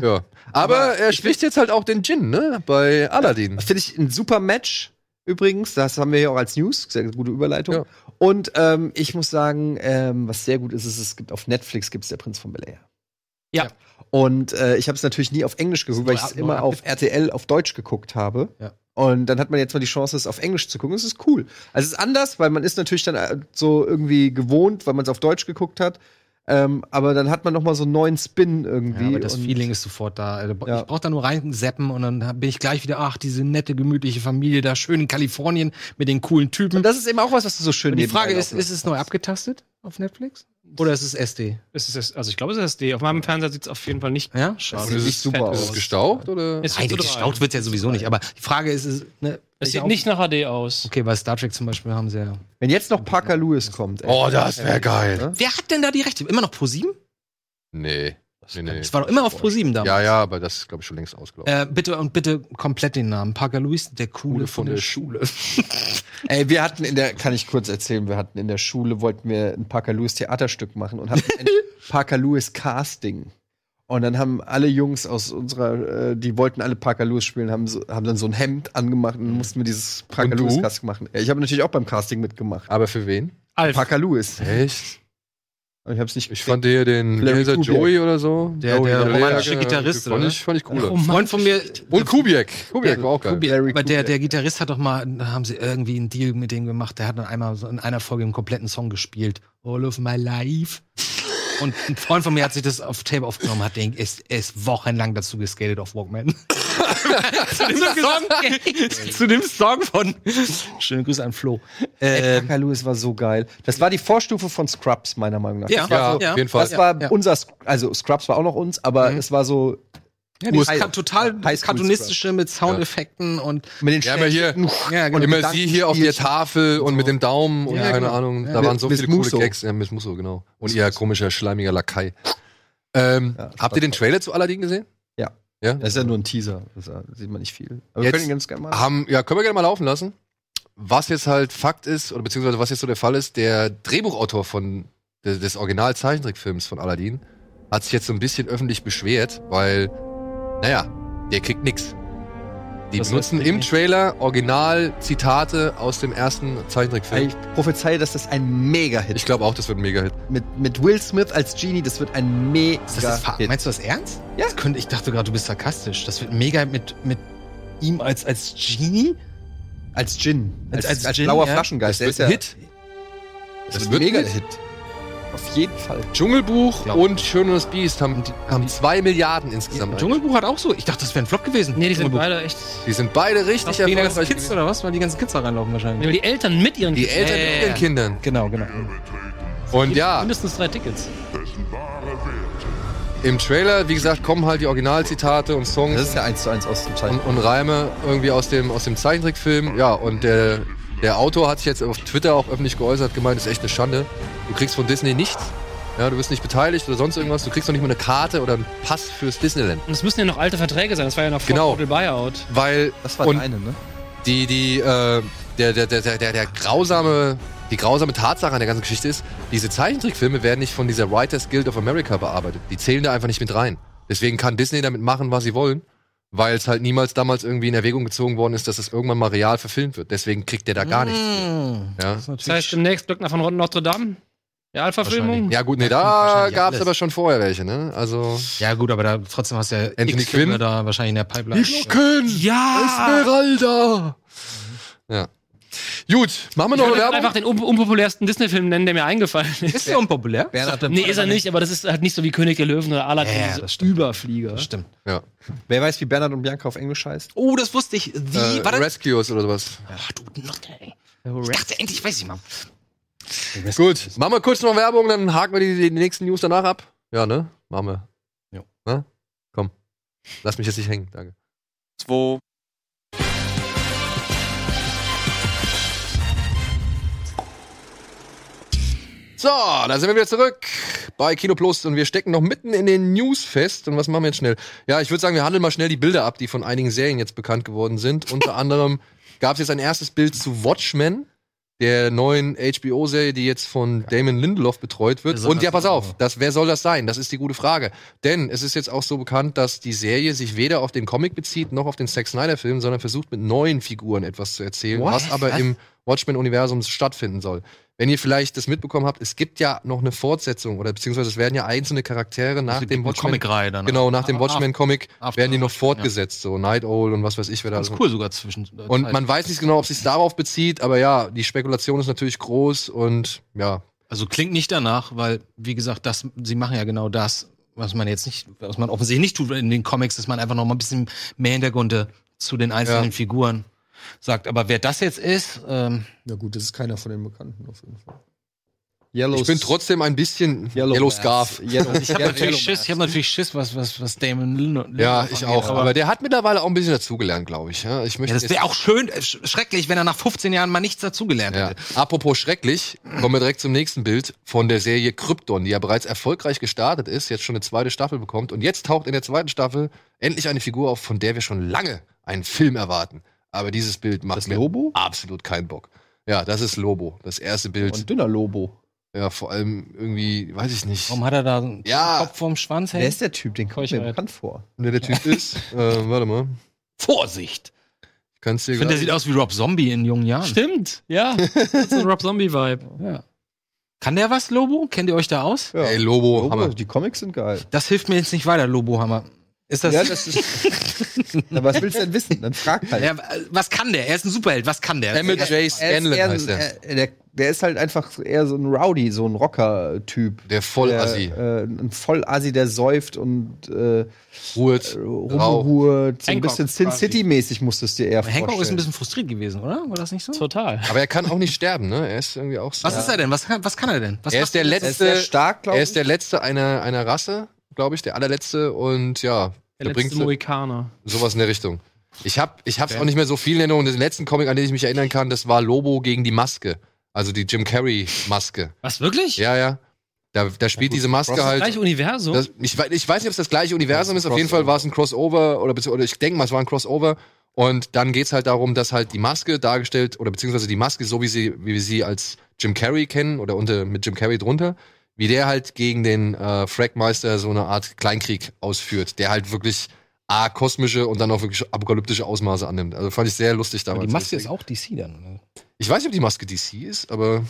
Speaker 1: Ja. Aber, er spricht jetzt halt auch den Gin, ne? Bei Aladdin.
Speaker 2: Finde ich ein super Match übrigens. Das haben wir hier auch als News. Sehr gute Überleitung.
Speaker 1: Ja.
Speaker 2: Und ähm, ich muss sagen, ähm, was sehr gut ist, ist, es gibt auf Netflix gibt es der Prinz von Bel Air.
Speaker 4: Ja.
Speaker 2: Und äh, ich habe es natürlich nie auf Englisch geguckt, weil ich es immer auf RTL auf Deutsch geguckt habe.
Speaker 10: Ja.
Speaker 2: Und dann hat man jetzt mal die Chance, es auf Englisch zu gucken. Es ist cool. Also es ist anders, weil man ist natürlich dann äh, so irgendwie gewohnt, weil man es auf Deutsch geguckt hat. Ähm, aber dann hat man noch mal so einen neuen Spin irgendwie.
Speaker 5: Ja, aber das
Speaker 2: und-
Speaker 5: Feeling ist sofort da. Also,
Speaker 2: Ja.
Speaker 5: Ich brauch da nur reinseppen und dann bin ich gleich wieder, ach, diese nette, gemütliche Familie da schön in Kalifornien mit den coolen Typen.
Speaker 2: Und das ist eben auch was, was du so schön
Speaker 5: Und die
Speaker 2: nebenbei ne?
Speaker 5: Frage ist,
Speaker 2: laufen
Speaker 5: ist es neu abgetastet auf Netflix? Oder ist es SD?
Speaker 4: Es ist, also ich glaube, es ist SD. Auf meinem Fernseher sieht es auf jeden Fall nicht.
Speaker 5: Ja,
Speaker 2: lässt.
Speaker 5: schade.
Speaker 2: Das
Speaker 1: ist
Speaker 2: sieht super
Speaker 4: fett
Speaker 2: aus.
Speaker 1: Ist es gestaucht oder?
Speaker 4: Es,
Speaker 5: Nein,
Speaker 4: sieht so
Speaker 5: gestaut
Speaker 4: rein.
Speaker 5: wird ja sowieso nicht. Aber die Frage ist, ist ne,
Speaker 4: es
Speaker 5: ich
Speaker 4: sieht
Speaker 5: auch-
Speaker 4: nicht nach HD aus.
Speaker 5: Okay, bei Star Trek zum Beispiel haben sie ja.
Speaker 2: Wenn jetzt noch Parker Lewis kommt, ey.
Speaker 1: Oh, das wäre geil.
Speaker 5: Wer hat denn da die Rechte? Immer noch Pro 7?
Speaker 1: Nee. nee, nee.
Speaker 5: Es war doch immer auf Pro 7 damals.
Speaker 1: Ja, ja, aber das ist, glaube ich, schon längst ausgelaufen.
Speaker 5: Äh, bitte und bitte komplett den Namen. Parker Lewis, der Coole von der
Speaker 1: Schule.
Speaker 2: Ey, wir hatten in der, kann ich kurz erzählen, wir hatten in der Schule, wollten wir ein Parker Lewis Theaterstück machen und hatten ein Parker Lewis Casting. Und dann haben alle Jungs aus unserer, äh, die wollten alle Parker Lewis spielen, haben, so, haben dann so ein Hemd angemacht und dann mussten wir dieses Parker
Speaker 1: Und du?
Speaker 2: Lewis Casting machen. Ja, ich habe natürlich auch beim Casting mitgemacht.
Speaker 1: Aber für wen?
Speaker 4: Alf.
Speaker 2: Parker Lewis.
Speaker 1: Echt?
Speaker 2: Aber ich hab's nicht.
Speaker 1: Ich fand hier den
Speaker 2: Larry
Speaker 1: Laser
Speaker 2: Kubiak.
Speaker 1: Joey oder so.
Speaker 5: Der- der romantische
Speaker 1: ja,
Speaker 5: Gitarrist,
Speaker 1: fand
Speaker 5: oder?
Speaker 1: Ich, fand ich cooler.
Speaker 4: Romantisch.
Speaker 5: Freund von mir,
Speaker 1: Und Kubiak. Kubiak war auch geil.
Speaker 2: Larry
Speaker 5: Oh aber der, der Gitarrist hat doch mal, da haben sie irgendwie einen Deal mit dem gemacht. Der hat dann einmal so in einer Folge einen kompletten Song gespielt. All of my life. Und ein Freund von mir hat sich das auf Tape aufgenommen, hat den, ist, ist wochenlang dazu geskatet auf Walkman. zu, dem Song, zu dem Song von. Schöne Grüße an Flo.
Speaker 2: Ey,
Speaker 5: Äh,
Speaker 2: Parker Lewis war so geil. Das war die Vorstufe von Scrubs, meiner Meinung nach.
Speaker 5: Ja.
Speaker 2: das war so,
Speaker 1: Ja, Mhm. auf jeden Fall.
Speaker 2: Das war
Speaker 5: Ja.
Speaker 2: unser, Sc- also Scrubs war auch noch uns, aber es war so
Speaker 5: Ja, dieses
Speaker 2: High-
Speaker 5: kan total
Speaker 2: High School
Speaker 5: kartonistische mit Soundeffekten und
Speaker 2: Mit den
Speaker 1: Ja, aber hier,
Speaker 5: ja,
Speaker 1: Und
Speaker 5: genau.
Speaker 1: immer sie hier auf der Tafel und mit dem Daumen und
Speaker 5: Ja,
Speaker 1: keine
Speaker 5: genau.
Speaker 1: Ahnung.
Speaker 5: Ja.
Speaker 1: Da waren so
Speaker 2: Miss
Speaker 1: viele coole
Speaker 2: Musso.
Speaker 1: Gags. Ja, Miss Musso, genau. Und ihr komischer, schleimiger Lakai. Ähm, habt ihr den Trailer zu Aladdin gesehen?
Speaker 2: Das ist ja nur ein Teaser. Das äh, sieht man nicht viel. Aber wir
Speaker 1: Jetzt-
Speaker 2: können ihn ganz gerne mal.
Speaker 1: Haben, ja, können wir gerne mal laufen lassen. Was jetzt halt Fakt ist, oder beziehungsweise was jetzt so der Fall ist, der Drehbuchautor von de- des Original-Zeichentrickfilms von Aladdin hat sich jetzt so ein bisschen öffentlich beschwert, weil, naja, der kriegt nix. Die
Speaker 11: Was
Speaker 1: benutzen
Speaker 11: heißt der
Speaker 1: im
Speaker 11: kriegt
Speaker 1: Trailer Original-Zitate aus dem ersten Zeichentrickfilm.
Speaker 2: Ich prophezeie, dass das ein Mega-Hit
Speaker 1: Ich glaube auch, das wird ein Mega-Hit.
Speaker 2: mit, mit Will Smith als Genie, das wird ein
Speaker 5: Das ist ver-
Speaker 2: Mega-Hit.
Speaker 5: Meinst du das ernst? Ja. Das könnte, ich dachte gerade, du bist sarkastisch. Das wird mega mit, mit ihm als, als Genie?
Speaker 2: Als Gin.
Speaker 5: Als-
Speaker 2: Als,
Speaker 5: als
Speaker 2: als,
Speaker 5: Gin,
Speaker 2: blauer
Speaker 5: ja.
Speaker 2: Flaschengeist.
Speaker 1: Das wird ein Hit.
Speaker 2: Das,
Speaker 1: Das
Speaker 2: wird ein
Speaker 1: wird ein
Speaker 2: Mega-Hit. Auf jeden Fall.
Speaker 1: Dschungelbuch
Speaker 5: Glaub-
Speaker 1: und Schön und das Biest haben,
Speaker 5: Und die-
Speaker 1: haben zwei Milliarden insgesamt.
Speaker 5: Ja, Dschungelbuch hat auch so. Ich dachte, das wäre ein Flop gewesen.
Speaker 4: Nee, die sind
Speaker 5: Dschungelbuch.
Speaker 4: beide echt.
Speaker 1: Die sind beide richtig
Speaker 5: Wegen der ganzen
Speaker 1: erfolgreich.
Speaker 5: Kids
Speaker 1: gewesen.
Speaker 5: oder was? Weil die ganzen Kids da reinlaufen wahrscheinlich.
Speaker 4: Weil die Eltern mit ihren Äh,
Speaker 1: Die Eltern
Speaker 5: Ja, ja,
Speaker 1: mit
Speaker 5: ja.
Speaker 1: ihren Kindern.
Speaker 5: Genau, genau.
Speaker 1: Und ja,
Speaker 4: mindestens drei Tickets.
Speaker 1: Im Trailer, wie gesagt, kommen halt die Originalzitate und
Speaker 2: Das
Speaker 1: Songs
Speaker 2: ist ja eins zu eins aus dem
Speaker 1: und,
Speaker 2: Zeichen.
Speaker 1: und Reime irgendwie aus dem, aus dem Zeichentrickfilm. Ja, und der, der Autor hat sich jetzt auf Twitter auch öffentlich geäußert, gemeint, ist echt eine Schande. Du kriegst von Disney nichts. Ja, du bist nicht beteiligt oder sonst irgendwas. Du kriegst noch nicht mal eine Karte oder einen Pass fürs Disneyland.
Speaker 4: Und es müssen ja noch alte Verträge sein. Das war ja noch vor
Speaker 1: Genau.
Speaker 4: Total Buyout.
Speaker 1: Weil
Speaker 2: Das war
Speaker 1: und-
Speaker 2: deine, ne?
Speaker 1: die, die, äh, der, der, der, der, der, der grausame, die grausame Tatsache an der ganzen Geschichte ist, diese Zeichentrickfilme werden nicht von dieser Writers Guild of America bearbeitet. Die zählen da einfach nicht mit rein. Deswegen kann Disney damit machen, was sie wollen, weil es halt niemals damals irgendwie in Erwägung gezogen worden ist, dass es irgendwann mal real verfilmt wird. Deswegen kriegt der da gar nichts. für.
Speaker 5: Mmh.
Speaker 1: Ja.
Speaker 5: Das ist natürlich
Speaker 4: Das heißt, demnächst Glöckner von Rot- Notre Dame. Ja, Alpha-Filmung.
Speaker 1: ja gut, nee,
Speaker 5: Da kommt
Speaker 1: da
Speaker 5: wahrscheinlich
Speaker 1: gab es
Speaker 5: alles.
Speaker 1: aber schon vorher welche, ne? Also.
Speaker 5: Ja, gut, aber da, trotzdem hast du ja
Speaker 1: Anthony
Speaker 5: X Filme
Speaker 1: Quinn.
Speaker 5: da wahrscheinlich in der Pipeline.
Speaker 4: Ja!
Speaker 1: Esmeralda! Ja. Gut, machen wir noch eine
Speaker 4: Ich würde
Speaker 1: Werbung.
Speaker 4: einfach den un unpopulärsten Disney-Film nennen, der mir eingefallen ist.
Speaker 5: Ist ja unpopulär.
Speaker 2: Bernhard,
Speaker 4: Nee, ist er nicht, aber das ist halt nicht so wie König der Löwen oder Aladdin,
Speaker 5: Ja,
Speaker 4: diese
Speaker 5: das stimmt.
Speaker 4: Überflieger.
Speaker 5: Stimmt.
Speaker 2: Wer weiß, wie Bernhard und Bianca auf Englisch heißt?
Speaker 5: Oh, das wusste ich. The,
Speaker 1: Äh,
Speaker 5: warte.
Speaker 1: Rescuers oder sowas.
Speaker 5: Ach, du Nutte, ey. Ich dachte endlich, weiß ich mal.
Speaker 1: Gut, machen wir kurz noch Werbung, dann haken wir die, die nächsten News danach ab. Ja, ne? Machen wir.
Speaker 5: Jo.
Speaker 1: Na? Komm. Lass mich jetzt nicht hängen, danke.
Speaker 12: Zwei.
Speaker 1: So, da sind wir wieder zurück bei Kino Plus und wir stecken noch mitten in den News fest. Und was machen wir jetzt schnell? Ja, ich würde sagen, wir handeln mal schnell die Bilder ab, die von einigen Serien jetzt bekannt geworden sind. Unter anderem gab es jetzt ein erstes Bild zu Watchmen, der neuen HBO-Serie, die jetzt von Damon Lindelof betreut wird.
Speaker 5: Wer soll
Speaker 1: Und ja,
Speaker 5: das
Speaker 1: pass
Speaker 5: sein?
Speaker 1: auf, das, wer soll das sein? Das ist die gute Frage. Denn es ist jetzt auch so bekannt, dass die Serie sich weder auf den Comic bezieht noch auf den Zack Snyder-Film, sondern versucht mit neuen Figuren etwas zu erzählen,
Speaker 5: What?
Speaker 1: was aber
Speaker 5: Was?
Speaker 1: im Watchmen-Universum stattfinden soll. Wenn ihr vielleicht das mitbekommen habt, es gibt ja noch eine Fortsetzung oder beziehungsweise es werden ja einzelne Charaktere nach dem
Speaker 5: Eine
Speaker 1: Watchmen.
Speaker 5: Also Comicreihe dann. ne?
Speaker 1: Genau, nach dem
Speaker 5: Ah, ah,
Speaker 1: Watchmen-Comic
Speaker 5: After
Speaker 1: werden die noch
Speaker 5: Watchmen, ja.
Speaker 1: fortgesetzt. So Night Owl und was weiß ich, wer da
Speaker 5: Ganz
Speaker 1: so
Speaker 5: cool sogar zwischen. äh,
Speaker 1: und
Speaker 5: Zeit.
Speaker 1: man weiß nicht genau, ob sich darauf bezieht, aber ja, die Spekulation ist natürlich groß und ja,
Speaker 5: Also klingt nicht danach, weil, wie gesagt, das, sie machen ja genau das, was man jetzt nicht, was man offensichtlich nicht tut in den Comics, dass man einfach noch mal ein bisschen mehr Hintergründe zu den einzelnen
Speaker 1: Ja.
Speaker 5: Figuren sagt. Aber wer das jetzt ist, ähm,
Speaker 2: Na gut, das ist keiner von den Bekannten auf jeden Fall. Yellow
Speaker 1: ich bin trotzdem ein bisschen Yellow, Scarf.
Speaker 2: Yellow, ich hab
Speaker 5: natürlich Schiss, ich habe natürlich Schiss, was, was, was Damon Lin
Speaker 1: Ja, ich auch. Aber der hat mittlerweile auch ein bisschen dazugelernt, glaube ich. Ja, ich
Speaker 5: ja,
Speaker 1: möchte
Speaker 5: das
Speaker 1: jetzt-
Speaker 5: wäre auch schön, äh, sch- schrecklich, wenn er nach 15 Jahren mal nichts dazugelernt
Speaker 1: Ja.
Speaker 5: hätte.
Speaker 1: Apropos schrecklich, kommen wir direkt zum nächsten Bild von der Serie Krypton, die ja bereits erfolgreich gestartet ist, jetzt schon eine zweite Staffel bekommt und jetzt taucht in der zweiten Staffel endlich eine Figur auf, von der wir schon lange einen Film erwarten. Aber dieses Bild macht
Speaker 2: Das
Speaker 1: mir
Speaker 2: Lobo?
Speaker 1: absolut keinen Bock. Ja, das ist Lobo, das erste Bild.
Speaker 2: Und dünner Lobo.
Speaker 1: ja, vor allem irgendwie, weiß ich nicht.
Speaker 5: Warum hat er da so einen
Speaker 1: Ja.
Speaker 5: Kopf vorm Schwanz
Speaker 2: Wer
Speaker 5: hängen?
Speaker 2: ist der Typ? Den kommt mir
Speaker 4: Keuchheit.
Speaker 2: bekannt vor.
Speaker 1: Wer der Typ ist? äh, warte mal,
Speaker 5: Vorsicht!
Speaker 1: ich kann's dir
Speaker 5: Ich finde, der
Speaker 1: gerade.
Speaker 5: sieht aus wie Rob Zombie in jungen Jahren.
Speaker 4: Stimmt, ja. Das ist ein Rob Zombie-Vibe.
Speaker 5: Ja. Kann der was, Lobo? Kennt ihr euch da aus?
Speaker 2: Ja.
Speaker 1: Ey, Lobo,
Speaker 2: Lobo,
Speaker 1: Oh, Hammer.
Speaker 2: die Comics sind geil.
Speaker 5: Das hilft mir jetzt nicht weiter, Lobohammer. Ist das,
Speaker 2: Ja, das ist. Na, was willst du denn wissen? Dann frag halt.
Speaker 5: Ja, was kann der? Er ist ein Superheld. Was kann der?
Speaker 1: Emmett J. Scanlon
Speaker 2: Er
Speaker 1: heißt
Speaker 2: ist eher
Speaker 1: der.
Speaker 2: ein- äh, der. Der ist halt einfach eher so ein Rowdy, so ein Rocker-Typ.
Speaker 1: Der Vollassi.
Speaker 2: Der, äh, ein Vollassi, der säuft und äh,
Speaker 1: Ruhet, Rauch.
Speaker 2: rumruht. So ein
Speaker 4: Hancock
Speaker 2: bisschen Sin
Speaker 4: quasi.
Speaker 2: City-mäßig musstest du dir eher vorstellen.
Speaker 5: Hancock ist ein bisschen frustriert gewesen, oder? War das nicht so?
Speaker 4: Total.
Speaker 1: Aber er kann auch nicht sterben, ne? Er ist irgendwie auch so.
Speaker 5: Was ist er denn? Was kann, was kann er denn? Was
Speaker 1: Er
Speaker 5: macht
Speaker 1: ist der
Speaker 5: denn?
Speaker 2: Er ist
Speaker 1: letzte.
Speaker 2: sehr stark, glaube
Speaker 1: Er
Speaker 2: ich.
Speaker 1: ist der letzte einer, einer Rasse, glaube ich, der allerletzte. Und ja,
Speaker 4: Der
Speaker 1: bringt's
Speaker 4: letzte
Speaker 1: ja-
Speaker 4: Mohikaner.
Speaker 1: Sowas in der Richtung. Ich hab, ich hab's auch nicht mehr so viel in Erinnerung. Den letzten Comic, an den ich mich erinnern kann, das war Lobo gegen die Maske. Also die Jim Carrey-Maske.
Speaker 4: Was, wirklich?
Speaker 1: Ja, ja. Da, da spielt diese Maske halt.
Speaker 4: Gleiche Universum?
Speaker 1: Das, ich, wei- ich weiß nicht, ob es das gleiche Universum ist. Auf jeden Fall war es ein Crossover oder, bezieh- oder ich denke mal, es war ein Crossover. Und dann geht es halt darum, dass halt die Maske dargestellt oder beziehungsweise die Maske, so wie sie, wie wir sie als Jim Carrey kennen oder unter mit Jim Carrey drunter, wie der halt gegen den äh, Fragmeister so eine Art Kleinkrieg ausführt, der halt wirklich a kosmische und dann auch wirklich apokalyptische Ausmaße annimmt. Also fand ich sehr lustig
Speaker 5: Aber
Speaker 1: damals.
Speaker 5: die Maske ist
Speaker 1: Deswegen-
Speaker 5: auch DC dann. ne?
Speaker 1: ich weiß nicht, ob die Maske DC ist, aber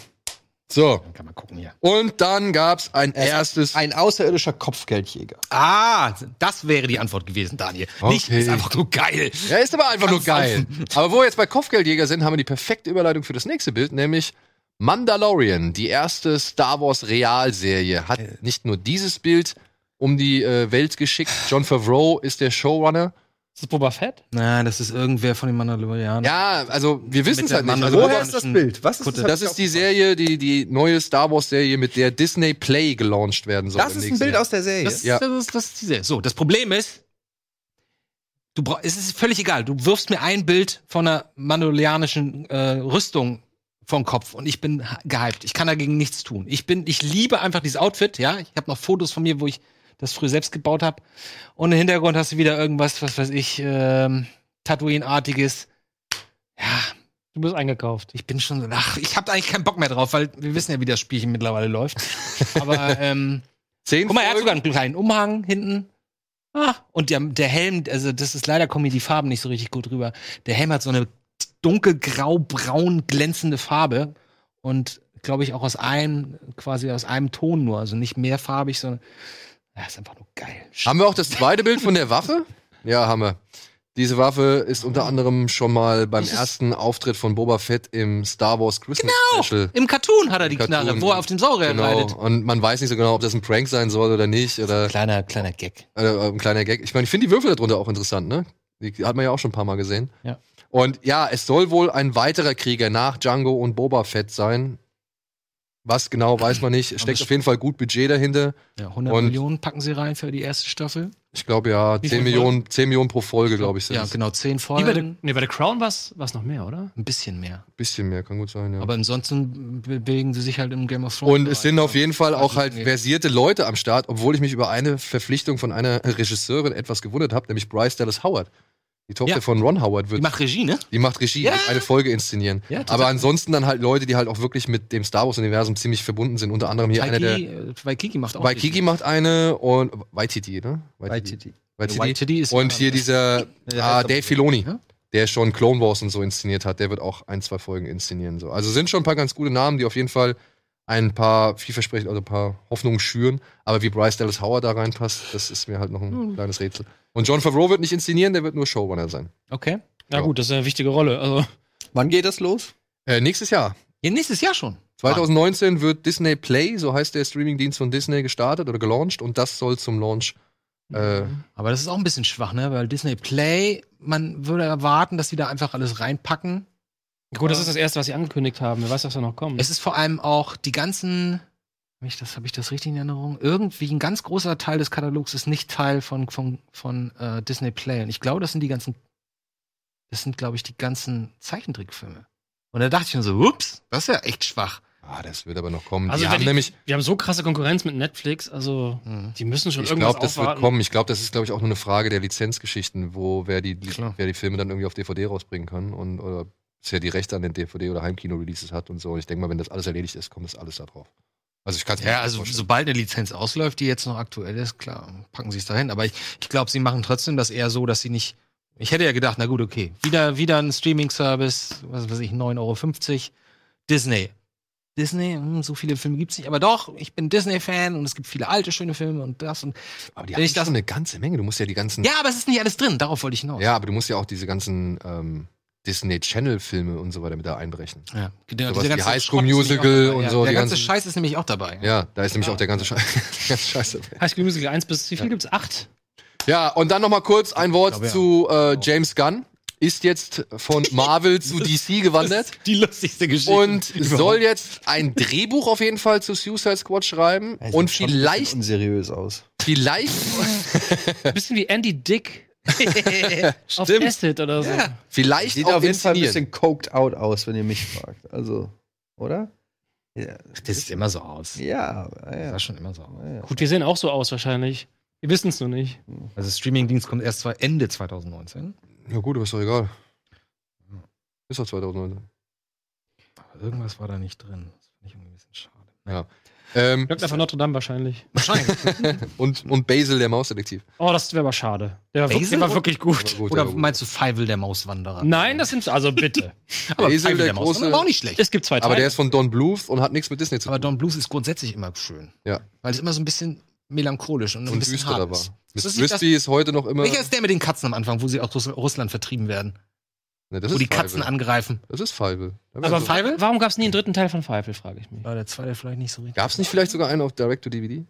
Speaker 1: so.
Speaker 5: Dann kann man gucken hier.
Speaker 1: Und dann gab's ein erstes.
Speaker 2: Ein außerirdischer Kopfgeldjäger.
Speaker 5: Ah, das wäre die Antwort gewesen, Daniel. Nicht,
Speaker 1: Okay.
Speaker 5: ist einfach nur geil.
Speaker 1: Ja, ist aber einfach nur geil. Aber wo wir jetzt bei Kopfgeldjäger sind, haben wir die perfekte Überleitung für das nächste Bild, nämlich Mandalorian, die erste Star Wars Realserie, hat
Speaker 5: Äh.
Speaker 1: nicht nur dieses Bild um die äh, Welt geschickt. John Favreau ist der Showrunner.
Speaker 4: Ist das Boba Fett?
Speaker 5: Na, das ist irgendwer von den Mandalorianern.
Speaker 1: Ja, also wir wissen es
Speaker 5: der
Speaker 1: halt nicht. Also,
Speaker 5: Mandalorian-
Speaker 2: Woher ist das Bild? Was ist
Speaker 1: das ist die Serie, die, die neue Star Wars Serie, mit der Disney Play gelauncht werden soll.
Speaker 2: Das
Speaker 1: im
Speaker 2: ist ein
Speaker 1: nächsten
Speaker 2: Bild
Speaker 1: Jahr.
Speaker 2: aus der Serie.
Speaker 5: Das,
Speaker 1: Ja.
Speaker 5: das, ist, das ist diese. So, das Problem ist, du brauch, es ist völlig egal. Du wirfst mir ein Bild von einer mandolianischen äh, Rüstung vom Kopf und ich bin ha- gehypt. Ich kann dagegen nichts tun. Ich bin, ich liebe einfach dieses Outfit. Ja, ich habe noch Fotos von mir, wo ich das früher selbst gebaut habe. Und im Hintergrund hast du wieder irgendwas, was weiß ich, ähm, Tatooine-artiges. Ja,
Speaker 4: Du bist eingekauft.
Speaker 5: ich bin schon so, ach, ich habe eigentlich keinen Bock mehr drauf, weil wir wissen ja, wie das Spielchen mittlerweile läuft. Aber ähm,
Speaker 1: Zehn
Speaker 5: Guck mal, er hat
Speaker 1: Folgen.
Speaker 5: sogar einen kleinen Umhang hinten. Ah, und der, der Helm, also das ist leider kommen mir die Farben nicht so richtig gut rüber. Der Helm hat so eine dunkelgrau-braun glänzende Farbe und glaube ich auch aus einem, quasi aus einem Ton nur, also nicht mehrfarbig, sondern ja, ist einfach nur geil.
Speaker 1: Haben wir auch das zweite Bild von der Waffe? Ja, haben wir. Diese Waffe ist unter anderem schon mal beim ersten Auftritt von Boba Fett im Star Wars Christmas Special.
Speaker 5: Im Cartoon hat er die
Speaker 1: Im Cartoon,
Speaker 5: Knarre, wo er
Speaker 1: ja.
Speaker 5: auf dem Saurier
Speaker 1: Genau.
Speaker 5: reitet.
Speaker 1: Und man weiß nicht so genau, ob das ein Prank sein soll oder nicht. Oder,
Speaker 5: Kleiner, kleiner Gag.
Speaker 1: oder ein kleiner Gag. Ich meine, ich finde die Würfel darunter auch interessant, ne? Die hat man ja auch schon ein paar Mal gesehen.
Speaker 5: Ja.
Speaker 1: Und ja, es soll wohl ein weiterer Krieger nach Django und Boba Fett sein. Was genau, weiß man nicht. Es Steckt auf jeden Fall gut Budget dahinter.
Speaker 5: Ja, 100
Speaker 1: Und-
Speaker 5: Millionen packen sie rein für die erste Staffel.
Speaker 1: Ich glaube ja,
Speaker 4: Wie viel
Speaker 1: 10 Millionen, 10 Millionen pro Folge, glaube ich, sind
Speaker 5: Ja,
Speaker 1: es.
Speaker 5: genau, 10
Speaker 4: Wie bei der,
Speaker 5: Folgen.
Speaker 4: nee, bei der Crown war es noch mehr, oder?
Speaker 5: Ein bisschen mehr.
Speaker 1: Ein bisschen mehr, kann gut sein, ja.
Speaker 5: Aber ansonsten bewegen sie sich halt im Game of Thrones.
Speaker 1: Und es sind auf jeden Fall auch
Speaker 5: Also,
Speaker 1: halt
Speaker 5: nee.
Speaker 1: versierte Leute am Start, obwohl ich mich über eine Verpflichtung von einer Regisseurin etwas gewundert habe, nämlich Bryce Dallas Howard. Die Tochter
Speaker 5: Ja.
Speaker 1: von Ron Howard
Speaker 5: Die
Speaker 1: wird.
Speaker 5: macht Regie, ne?
Speaker 1: Die macht Regie,
Speaker 5: Ja.
Speaker 1: wird eine Folge inszenieren.
Speaker 5: Ja, total.
Speaker 1: Aber ansonsten dann halt Leute, die halt auch wirklich mit dem Star Wars-Universum ziemlich verbunden sind. Unter anderem hier einer der.
Speaker 5: Waikiki, äh, Waikiki macht auch.
Speaker 1: Waikiki macht eine und. Waititi, ne? Waititi. Waititi.
Speaker 5: Waititi ist
Speaker 1: Und hier dieser ah, Dave Filoni,
Speaker 4: ne?
Speaker 5: Ja.
Speaker 1: der schon Clone Wars und so inszeniert hat, der wird auch ein, zwei Folgen inszenieren. So. Also sind schon ein paar ganz gute Namen, die auf jeden Fall ein paar vielversprechend oder ein paar Hoffnungen schüren. Aber wie Bryce Dallas Howard da reinpasst, das ist mir halt noch
Speaker 4: Hm.
Speaker 1: ein kleines Rätsel. Und John Favreau wird nicht inszenieren, der wird nur Showrunner sein.
Speaker 5: Okay.
Speaker 4: Ja,
Speaker 1: Ja.
Speaker 4: gut, das ist eine wichtige Rolle. Also,
Speaker 2: Wann geht das los?
Speaker 1: Äh, nächstes Jahr,
Speaker 5: Ja, nächstes Jahr schon.
Speaker 1: 2019, wird Disney Play, so heißt der Streamingdienst von Disney, gestartet oder gelauncht und das soll zum Launch. Äh,
Speaker 4: Mhm.
Speaker 5: Aber das ist auch ein bisschen schwach, ne? Weil Disney Play, man würde erwarten, dass die da einfach alles reinpacken.
Speaker 4: gut, das ist das Erste, was sie angekündigt haben. Wer weiß, was da noch kommt.
Speaker 5: Es ist vor allem auch die ganzen. Hab ich das, habe ich das richtig in Erinnerung? Irgendwie ein ganz großer Teil des Katalogs ist nicht Teil von, von, von äh, Disney Play. Und ich glaube, das sind die ganzen. Das sind, glaube ich, die ganzen Zeichentrickfilme. Und da dachte ich mir so, ups, das ist ja echt schwach.
Speaker 1: ah, das wird aber noch kommen. die
Speaker 4: Also wenn
Speaker 1: haben
Speaker 4: ich-
Speaker 1: nämlich
Speaker 4: Wir haben so krasse Konkurrenz mit Netflix, also
Speaker 1: Mhm.
Speaker 4: die müssen schon
Speaker 1: Ich
Speaker 4: irgendwas
Speaker 1: glaube, das wird
Speaker 4: aufwarten.
Speaker 1: kommen. Ich glaube, das ist, glaube ich, auch nur eine Frage der Lizenzgeschichten, wo wer die,
Speaker 5: Klar.
Speaker 1: wer die Filme dann irgendwie auf DVD rausbringen kann und oder bisher die Rechte an den DVD oder Heimkino-Releases hat und so. Und ich denke mal, wenn das alles erledigt ist, kommt das alles da drauf. Also ich kann es
Speaker 5: Ja, also sobald eine Lizenz ausläuft, die jetzt noch aktuell ist, klar, packen sie es dahin. Aber ich, ich glaube, sie machen trotzdem das eher so, dass sie nicht. Ich hätte ja gedacht, na gut, okay, wieder, wieder ein Streaming-Service, was weiß ich, 9,50 Euro. Disney. Disney, hm, so viele Filme gibt's nicht, aber doch, ich bin Disney-Fan und es gibt viele alte, schöne Filme und das und.
Speaker 1: aber die
Speaker 5: wenn
Speaker 1: haben
Speaker 5: ich
Speaker 1: schon
Speaker 5: das-
Speaker 1: eine ganze Menge. Du musst ja die ganzen.
Speaker 5: Ja, aber es ist nicht alles drin, darauf wollte ich hinaus.
Speaker 1: Ja, aber du musst ja auch diese ganzen ähm, Disney Channel-Filme und so weiter mit da einbrechen.
Speaker 5: ja. Genau,
Speaker 1: Sowas
Speaker 5: dieser
Speaker 1: wie
Speaker 5: ganze
Speaker 1: High School
Speaker 5: Schrott ist
Speaker 1: Musical
Speaker 5: nämlich auch dabei,
Speaker 1: und
Speaker 5: ja.
Speaker 1: so,
Speaker 5: Der
Speaker 1: die
Speaker 5: ganze
Speaker 1: ganzen-
Speaker 5: Scheiß ist nämlich auch dabei.
Speaker 1: Ja, da ist nämlich auch der ganze Scheiß. ganze Scheiße.
Speaker 4: High School Musical 1 bis wie viel gibt's? Acht?
Speaker 1: Ja, und dann nochmal kurz ein Wort zu äh, James Gunn. ist jetzt von Marvel zu DC gewandert.
Speaker 5: Die lustigste Geschichte.
Speaker 1: Und soll jetzt ein Drehbuch auf jeden Fall zu Suicide Squad schreiben und vielleicht,
Speaker 2: unseriös aus.
Speaker 1: vielleicht,
Speaker 4: Ein bisschen wie Andy Dick. auf Acid oder so.
Speaker 1: vielleicht
Speaker 2: Sieht
Speaker 1: auch
Speaker 2: auf jeden Fall ein
Speaker 1: inszenieren.
Speaker 2: bisschen coked out aus, wenn ihr mich fragt. Also, oder? Ja,
Speaker 5: das sieht immer so aus.
Speaker 2: ja.
Speaker 5: Das
Speaker 2: ja.
Speaker 5: sah schon immer so aus.
Speaker 2: ja.
Speaker 4: Gut, wir sehen auch so aus wahrscheinlich. Wir wissen es nur nicht.
Speaker 5: Also Streaming-Dienst kommt erst zwei- Ende 2019.
Speaker 1: Ja gut, aber ist doch egal. Ist doch 2019.
Speaker 5: Aber irgendwas war da nicht drin. Das finde ich irgendwie ein bisschen schade.
Speaker 1: Ähm,
Speaker 4: Wirkt einfach Notre Dame wahrscheinlich.
Speaker 5: Wahrscheinlich.
Speaker 1: und, und Basil, der Mausdetektiv.
Speaker 4: Oh, das wäre aber schade. Der war,
Speaker 5: Basil
Speaker 4: wirklich, der war
Speaker 5: und-
Speaker 4: wirklich gut.
Speaker 1: Gut,
Speaker 5: Oder
Speaker 1: aber gut.
Speaker 5: meinst du Feivel der Mauswanderer?
Speaker 4: Nein, das sind also bitte.
Speaker 5: aber
Speaker 1: Esel,
Speaker 5: Fievel
Speaker 1: der
Speaker 5: der, Mauswanderer
Speaker 1: große-
Speaker 5: war auch nicht schlecht.
Speaker 4: es gibt zwei Teile.
Speaker 1: aber der ist von Don Bluth und hat nichts mit Disney zu
Speaker 5: Aber
Speaker 1: tun.
Speaker 5: Don Blues ist grundsätzlich immer schön.
Speaker 1: Ja.
Speaker 5: Weil es immer so ein bisschen melancholisch und ein
Speaker 1: Und
Speaker 5: bisschen
Speaker 1: düsterer
Speaker 5: hart
Speaker 1: war.
Speaker 5: ist.
Speaker 1: Miss
Speaker 5: Das ist nicht das,
Speaker 1: Christie ist heute noch immer.
Speaker 5: welcher ist der mit den Katzen am Anfang, wo sie aus Russ- Russland vertrieben werden?
Speaker 1: Ne, das
Speaker 5: wo
Speaker 1: ist
Speaker 5: die Katzen
Speaker 1: Fievel.
Speaker 5: angreifen.
Speaker 1: Das ist Fievel.
Speaker 4: aber
Speaker 1: Also,
Speaker 4: Fievel? Warum gab es nie einen dritten Teil von Fievel, frage ich mich.
Speaker 5: War der zweite vielleicht nicht so richtig?
Speaker 1: Gab es nicht vielleicht sogar einen auf Direct-to-DVD?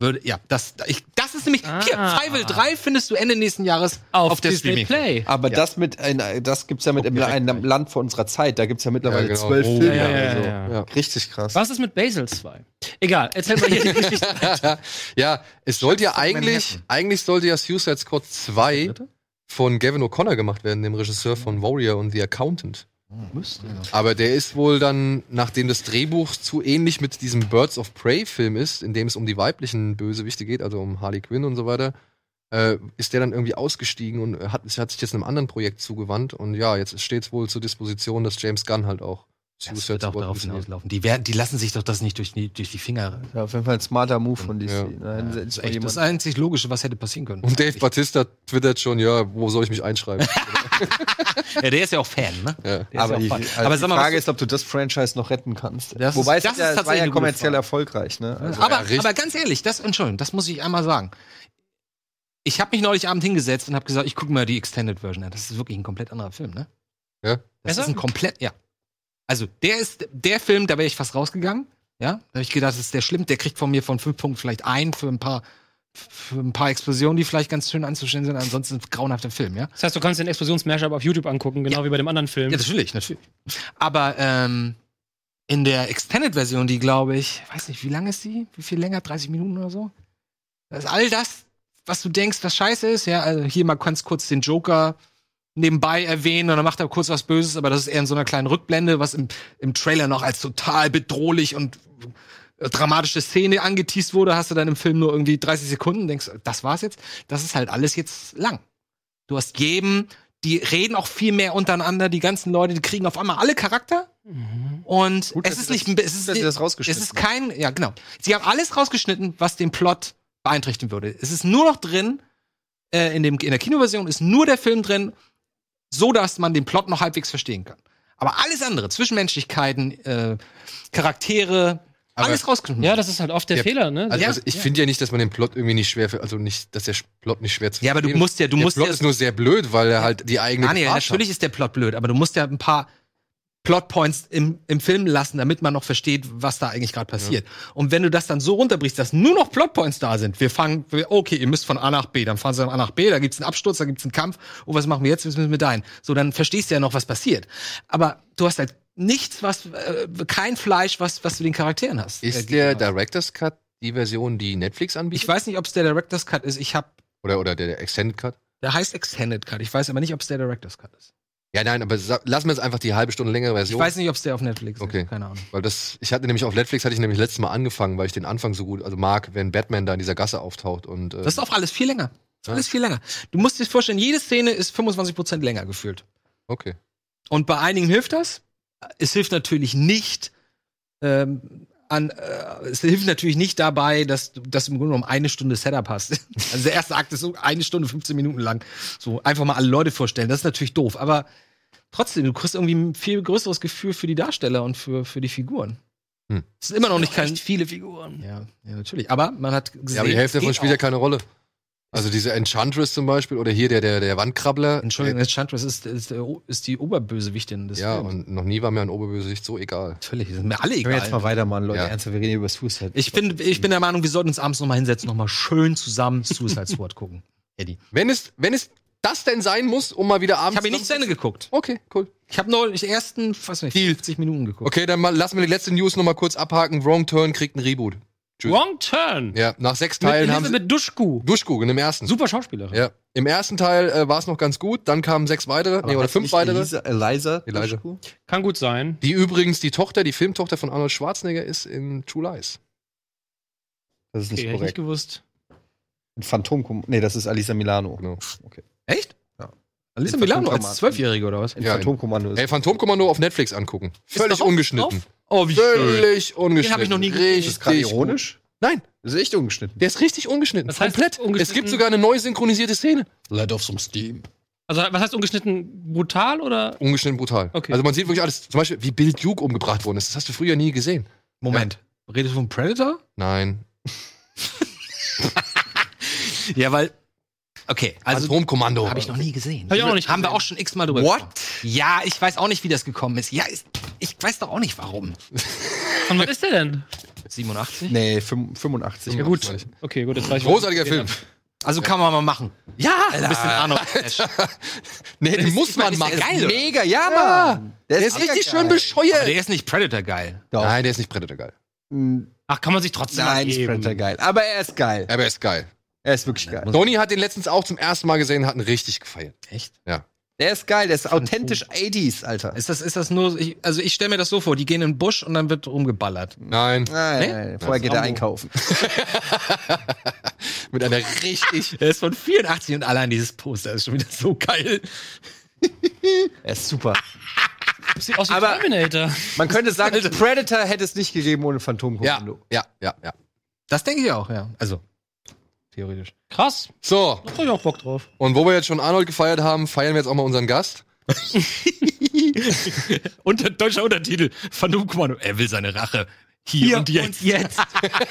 Speaker 5: Würde, ja, das, ich, das ist nämlich.
Speaker 4: Ah.
Speaker 5: Hier, Fievel 3 findest du Ende nächsten Jahres
Speaker 1: Ah.
Speaker 4: Auf,
Speaker 5: auf der
Speaker 4: Disney
Speaker 5: Streaming.
Speaker 4: Play. Ah,
Speaker 2: Aber das mit einer, das gibt's ja mit in einem Land von unserer Zeit. Da gibt's ja mittlerweile
Speaker 1: Ja, genau.
Speaker 2: zwölf
Speaker 1: Oh,
Speaker 2: Filme.
Speaker 4: ja, ja,
Speaker 2: also.
Speaker 4: ja,
Speaker 1: ja.
Speaker 2: Richtig krass.
Speaker 4: Was ist mit Basil 2? Egal, erzähl mal hier die Geschichte.
Speaker 1: ja, es sollte ja
Speaker 5: von
Speaker 1: eigentlich,
Speaker 5: Manhattan.
Speaker 1: eigentlich sollte ja Suicide Squad 2 von Gavin O'Connor gemacht werden, dem Regisseur von Warrior und The Accountant.
Speaker 5: Hm.
Speaker 1: Aber der ist wohl dann, nachdem das Drehbuch zu ähnlich mit diesem Birds of Prey-Film ist, in dem es um die weiblichen Bösewichte geht, also um Harley Quinn und so weiter, äh, ist der dann irgendwie ausgestiegen und hat, hat sich jetzt einem anderen Projekt zugewandt. Und ja, jetzt steht es wohl zur Disposition, dass James Gunn halt auch
Speaker 5: Das wird auch
Speaker 1: Squad
Speaker 5: darauf
Speaker 1: inszeniert.
Speaker 5: hinauslaufen. Die, werden, die lassen sich doch das nicht durch die, durch die Finger.
Speaker 2: Ja, auf jeden Fall ein smarter Move von DC.
Speaker 1: Ja.
Speaker 2: Da hätten sie
Speaker 5: Das
Speaker 2: endlich
Speaker 5: ist,
Speaker 2: mal
Speaker 5: echt, das
Speaker 2: jemanden-
Speaker 5: einzig Logische, was hätte passieren können.
Speaker 1: Und Dave Batista twittert schon, ja, wo soll ich mich einschreiben?
Speaker 5: ja, der ist ja auch Fan, ne?
Speaker 1: ja.
Speaker 2: aber
Speaker 5: auch
Speaker 2: die,
Speaker 5: fein.
Speaker 2: also
Speaker 5: Aber
Speaker 2: die
Speaker 5: sag mal,
Speaker 2: Frage
Speaker 5: was-
Speaker 2: ist, ob du das Franchise noch retten kannst.
Speaker 5: Das ist-
Speaker 2: Wobei es
Speaker 5: das ist
Speaker 2: ja, es war
Speaker 5: tatsächlich
Speaker 2: ja
Speaker 5: eine gute
Speaker 2: kommerziell
Speaker 5: Frage.
Speaker 2: erfolgreich. Ne? Also,
Speaker 5: aber,
Speaker 1: richtig.
Speaker 5: aber ganz ehrlich, das Entschuldigung, das muss ich einmal sagen. Ich habe mich neulich Abend hingesetzt und habe gesagt, ich gucke mal die Extended Version an. Das ist wirklich ein komplett anderer Film, ne?
Speaker 1: Ja.
Speaker 5: Das
Speaker 4: Besser?
Speaker 5: ist ein komplett, ja. Also, der ist der Film, da wäre ich fast rausgegangen. Ja, da habe ich gedacht, das ist der schlimm. Der kriegt von mir von fünf Punkten vielleicht ein für ein paar für ein paar Explosionen, die vielleicht ganz schön anzustellen sind. Ansonsten ein grauenhafter Film, ja.
Speaker 4: Das heißt, du kannst den Explosionsmashup auf YouTube angucken, genau wie bei dem anderen Film.
Speaker 5: Ja, natürlich, natürlich. Aber ähm, in der Extended-Version, die glaube ich, weiß nicht, wie lang ist die? Wie viel länger? 30 Minuten oder so? Das ist all das, was du denkst, was scheiße ist. Ja, also hier mal ganz kurz den Joker nebenbei erwähnen und dann macht er kurz was Böses, aber das ist eher in so einer kleinen Rückblende, was im, im Trailer noch als total bedrohlich und äh, dramatische Szene angeteased wurde, hast du dann im Film nur irgendwie 30 Sekunden, denkst, das war's jetzt. Das ist halt alles jetzt lang. Du hast jedem, die reden auch viel mehr untereinander, die ganzen Leute, die kriegen auf einmal alle Charakter. Und
Speaker 2: Mhm. Gut,
Speaker 5: es
Speaker 2: dass
Speaker 5: ist
Speaker 2: sie das-
Speaker 5: nicht, ein- es ist,
Speaker 2: dass sie das
Speaker 5: es
Speaker 2: rausgeschnitten
Speaker 5: ist kein, ja genau. Sie haben alles rausgeschnitten, was den Plot beeinträchtigen würde. Es ist nur noch drin, äh, in, dem, in der Kinoversion ist nur der Film drin, so dass man den Plot noch halbwegs verstehen kann. Aber alles andere, Zwischenmenschlichkeiten, äh, Charaktere, alles rausgeschnitten.
Speaker 4: Ja, das ist halt oft der
Speaker 1: Ja.
Speaker 4: Fehler, ne?
Speaker 1: Also,
Speaker 5: Ja,
Speaker 1: also ich
Speaker 5: ja.
Speaker 1: finde ja nicht, dass man den Plot irgendwie nicht schwer, für, also nicht, dass der Plot nicht schwer zu
Speaker 5: Ja, aber du
Speaker 1: verstehen
Speaker 5: musst ja- du
Speaker 1: der
Speaker 5: musst
Speaker 1: Plot
Speaker 5: ja-
Speaker 1: ist nur sehr blöd, weil er halt die eigene
Speaker 5: Daniel,
Speaker 1: Gefahr schafft.
Speaker 5: natürlich ist der Plot blöd, aber du musst ja ein paar Plotpoints im, im Film lassen, damit man noch versteht, was da eigentlich gerade passiert. Und wenn du das dann so runterbrichst, dass nur noch Plotpoints da sind, wir fangen, wir, okay, ihr müsst von A nach B, dann fahren sie von A nach B, da gibt's einen Absturz, da gibt's einen Kampf, oh, was machen wir jetzt, was müssen wir dahin? So, dann verstehst du ja noch, was passiert. Aber du hast halt nichts, was, äh, kein Fleisch, was, was du den Charakteren hast. Äh,
Speaker 1: Ist
Speaker 5: gegeben
Speaker 1: der
Speaker 5: hast.
Speaker 1: Director's Cut die Version, die Netflix anbietet?
Speaker 5: Ich weiß nicht, ob es der Director's Cut ist, ich hab,
Speaker 1: oder, oder der, der Extended Cut?
Speaker 5: der heißt Extended Cut, ich weiß aber nicht, ob es der Director's Cut ist.
Speaker 1: Ja, nein, aber sa- lassen wir jetzt einfach die halbe Stunde längere
Speaker 5: Ich
Speaker 1: Version.
Speaker 5: weiß nicht, ob es der auf Netflix
Speaker 1: Okay.
Speaker 5: ist, keine Ahnung.
Speaker 1: Weil das, ich hatte nämlich auf Netflix, hatte ich nämlich letztes Mal angefangen, weil ich den Anfang so gut, also mag, wenn Batman da in dieser Gasse auftaucht und. Äh,
Speaker 5: Das ist auch alles viel länger. Das ist
Speaker 1: Ja.
Speaker 5: alles viel länger. Du musst dir vorstellen, jede Szene ist 25% länger gefühlt.
Speaker 1: okay.
Speaker 5: Und bei einigen hilft das. Es hilft natürlich nicht, ähm, an, äh, es hilft natürlich nicht dabei, dass, du- dass du im Grunde genommen eine Stunde Setup hast. Also der erste Akt ist so eine Stunde, 15 Minuten lang. So einfach mal alle Leute vorstellen. Das ist natürlich doof. Aber trotzdem, du kriegst irgendwie ein viel größeres Gefühl für die Darsteller und für, für die Figuren.
Speaker 1: Hm.
Speaker 5: Es ist immer noch nicht kein.
Speaker 4: viele Figuren.
Speaker 5: Ja, ja, natürlich. Aber man hat gesehen.
Speaker 1: Ja, aber die Hälfte
Speaker 5: es
Speaker 1: davon
Speaker 5: geht
Speaker 1: spielt ja
Speaker 5: auch.
Speaker 1: keine Rolle. Also diese Enchantress zum Beispiel oder hier der, der, der Wandkrabbler.
Speaker 5: Entschuldigung, Enchantress ist, ist, der O- ist die Oberbösewichtin des
Speaker 1: Ja,
Speaker 5: Films.
Speaker 1: und noch nie war mir ein Oberbösewicht so egal.
Speaker 5: Natürlich, sind mir alle
Speaker 2: Können wir jetzt
Speaker 5: egal.
Speaker 2: mal weitermachen, Leute.
Speaker 1: Ja.
Speaker 2: Ernsthaft, wir reden hier über Suicide.
Speaker 5: Ich bin, ich bin der Meinung, wir sollten uns abends nochmal hinsetzen, nochmal schön zusammen Suicide Squad gucken. Eddie.
Speaker 1: Wenn es, wenn es das denn sein muss, um mal wieder
Speaker 5: Ich
Speaker 1: abends.
Speaker 5: habe ihn nicht zu Ende geguckt.
Speaker 1: Okay, cool.
Speaker 5: Ich habe nur die ersten, weiß nicht, 50 Minuten geguckt.
Speaker 1: Okay, dann mal, lassen wir die letzte News nochmal kurz abhaken. Wrong Turn kriegt einen Reboot.
Speaker 4: Wrong Turn.
Speaker 1: Ja, nach sechs
Speaker 4: Mit
Speaker 1: Teilen haben
Speaker 4: Hilfe
Speaker 1: sie.
Speaker 4: mit Duschku.
Speaker 1: Duschkugel im ersten.
Speaker 4: Super Schauspielerin.
Speaker 1: Ja. Im ersten Teil äh, war es noch ganz gut, dann kamen sechs weitere, nee, oder fünf weitere.
Speaker 2: Eliza, Eliza,
Speaker 1: Eliza.
Speaker 2: Dushku?
Speaker 4: Kann gut sein.
Speaker 1: Die übrigens die Tochter, die Filmtochter von Arnold Schwarzenegger ist in True Lies.
Speaker 2: Das ist nicht
Speaker 4: Okay, hätte ich nicht
Speaker 2: korrekt.
Speaker 4: gewusst.
Speaker 2: Ein Phantom. Nee, das ist Alisa Milano.
Speaker 1: Genau.
Speaker 2: Okay.
Speaker 5: Echt?
Speaker 2: Ja.
Speaker 5: Alisa Milano
Speaker 2: Phantomkommando.
Speaker 5: als Zwölfjährige oder was?
Speaker 2: Ein
Speaker 1: Ja,
Speaker 2: Phantomkommando ist.
Speaker 1: Ey, Phantomkommando auf Netflix angucken. Völlig
Speaker 5: da auch-
Speaker 1: ungeschnitten.
Speaker 4: Oh, wie schön.
Speaker 1: Völlig ungeschnitten.
Speaker 5: Den hab ich noch nie gesehen.
Speaker 1: richtig.
Speaker 2: ist das gerade ironisch?
Speaker 1: Nein.
Speaker 2: Das ist echt ungeschnitten.
Speaker 1: Der ist richtig ungeschnitten.
Speaker 4: Das heißt,
Speaker 1: Komplett. Es
Speaker 4: ungeschnitten-
Speaker 1: gibt sogar eine neu synchronisierte Szene.
Speaker 13: Let off some steam.
Speaker 4: Also, was heißt ungeschnitten? Brutal oder?
Speaker 1: Ungeschnitten brutal.
Speaker 4: Okay.
Speaker 1: Also man sieht wirklich alles. Zum Beispiel, wie Bill Duke umgebracht worden ist. Das hast du früher nie gesehen.
Speaker 5: Moment. Redest du von Predator?
Speaker 1: Nein.
Speaker 5: Ja, weil. Okay, also.
Speaker 1: Phantomkommando.
Speaker 5: Habe ich noch nie gesehen.
Speaker 4: Hab ich auch noch nicht
Speaker 5: Haben wir
Speaker 4: gesehen.
Speaker 5: auch schon x-mal drüber
Speaker 2: What?
Speaker 5: gesprochen. Ja, ich weiß auch nicht, wie das gekommen ist. Ja, ist, ich weiß doch auch nicht, warum.
Speaker 4: Und was ist der denn?
Speaker 5: 87?
Speaker 2: Nee, fün- 85.
Speaker 4: Ja, gut. Okay, gut, jetzt reicht
Speaker 1: Großartiger Film.
Speaker 5: Also kann man mal machen.
Speaker 1: Ja,
Speaker 5: Ein bisschen Arnold. Flash.
Speaker 1: nee, den muss
Speaker 5: ich
Speaker 1: man
Speaker 5: meine, ist
Speaker 1: machen.
Speaker 5: der geil, oder?
Speaker 2: Mega, ja, Mann.
Speaker 1: Der ist richtig schön bescheuert.
Speaker 5: Aber der ist nicht Predator geil.
Speaker 2: Doch.
Speaker 1: Nein, der ist nicht Predator geil.
Speaker 2: Nein,
Speaker 4: Ach, kann man sich trotzdem
Speaker 2: Nein ist Predator geil. Aber er ist geil.
Speaker 1: Aber er ist geil.
Speaker 2: Er ist wirklich geil.
Speaker 1: Donny hat den letztens auch zum ersten Mal gesehen, hat ihn richtig gefeiert.
Speaker 5: Echt?
Speaker 2: Der ist geil. Der ist authentisch 80s, Alter.
Speaker 5: Ist das, ist das nur. Ich, also ich stelle mir das so vor, die gehen in den Busch und dann wird rumgeballert.
Speaker 1: Nein.
Speaker 2: Nein,
Speaker 5: Nee?
Speaker 2: nein, vorher geht er einkaufen.
Speaker 1: Mit einer richtig.
Speaker 5: Er ist von 84 und allein dieses Poster ist schon wieder so geil.
Speaker 2: Er ist super.
Speaker 4: Das sieht aus wie
Speaker 2: Aber-
Speaker 4: Terminator.
Speaker 2: Man könnte sagen, Predator hätte es nicht gegeben ohne Phantomkommando.
Speaker 1: ja, ja, ja.
Speaker 5: Das denke ich auch, ja. Also, theoretisch.
Speaker 4: Krass.
Speaker 1: So,
Speaker 4: Da hab ich auch Bock drauf.
Speaker 1: und wo wir jetzt schon Arnold gefeiert haben, feiern wir jetzt auch mal unseren Gast.
Speaker 5: Unter, deutscher Untertitel. Phantomkommando. Er will seine Rache. Hier, und jetzt.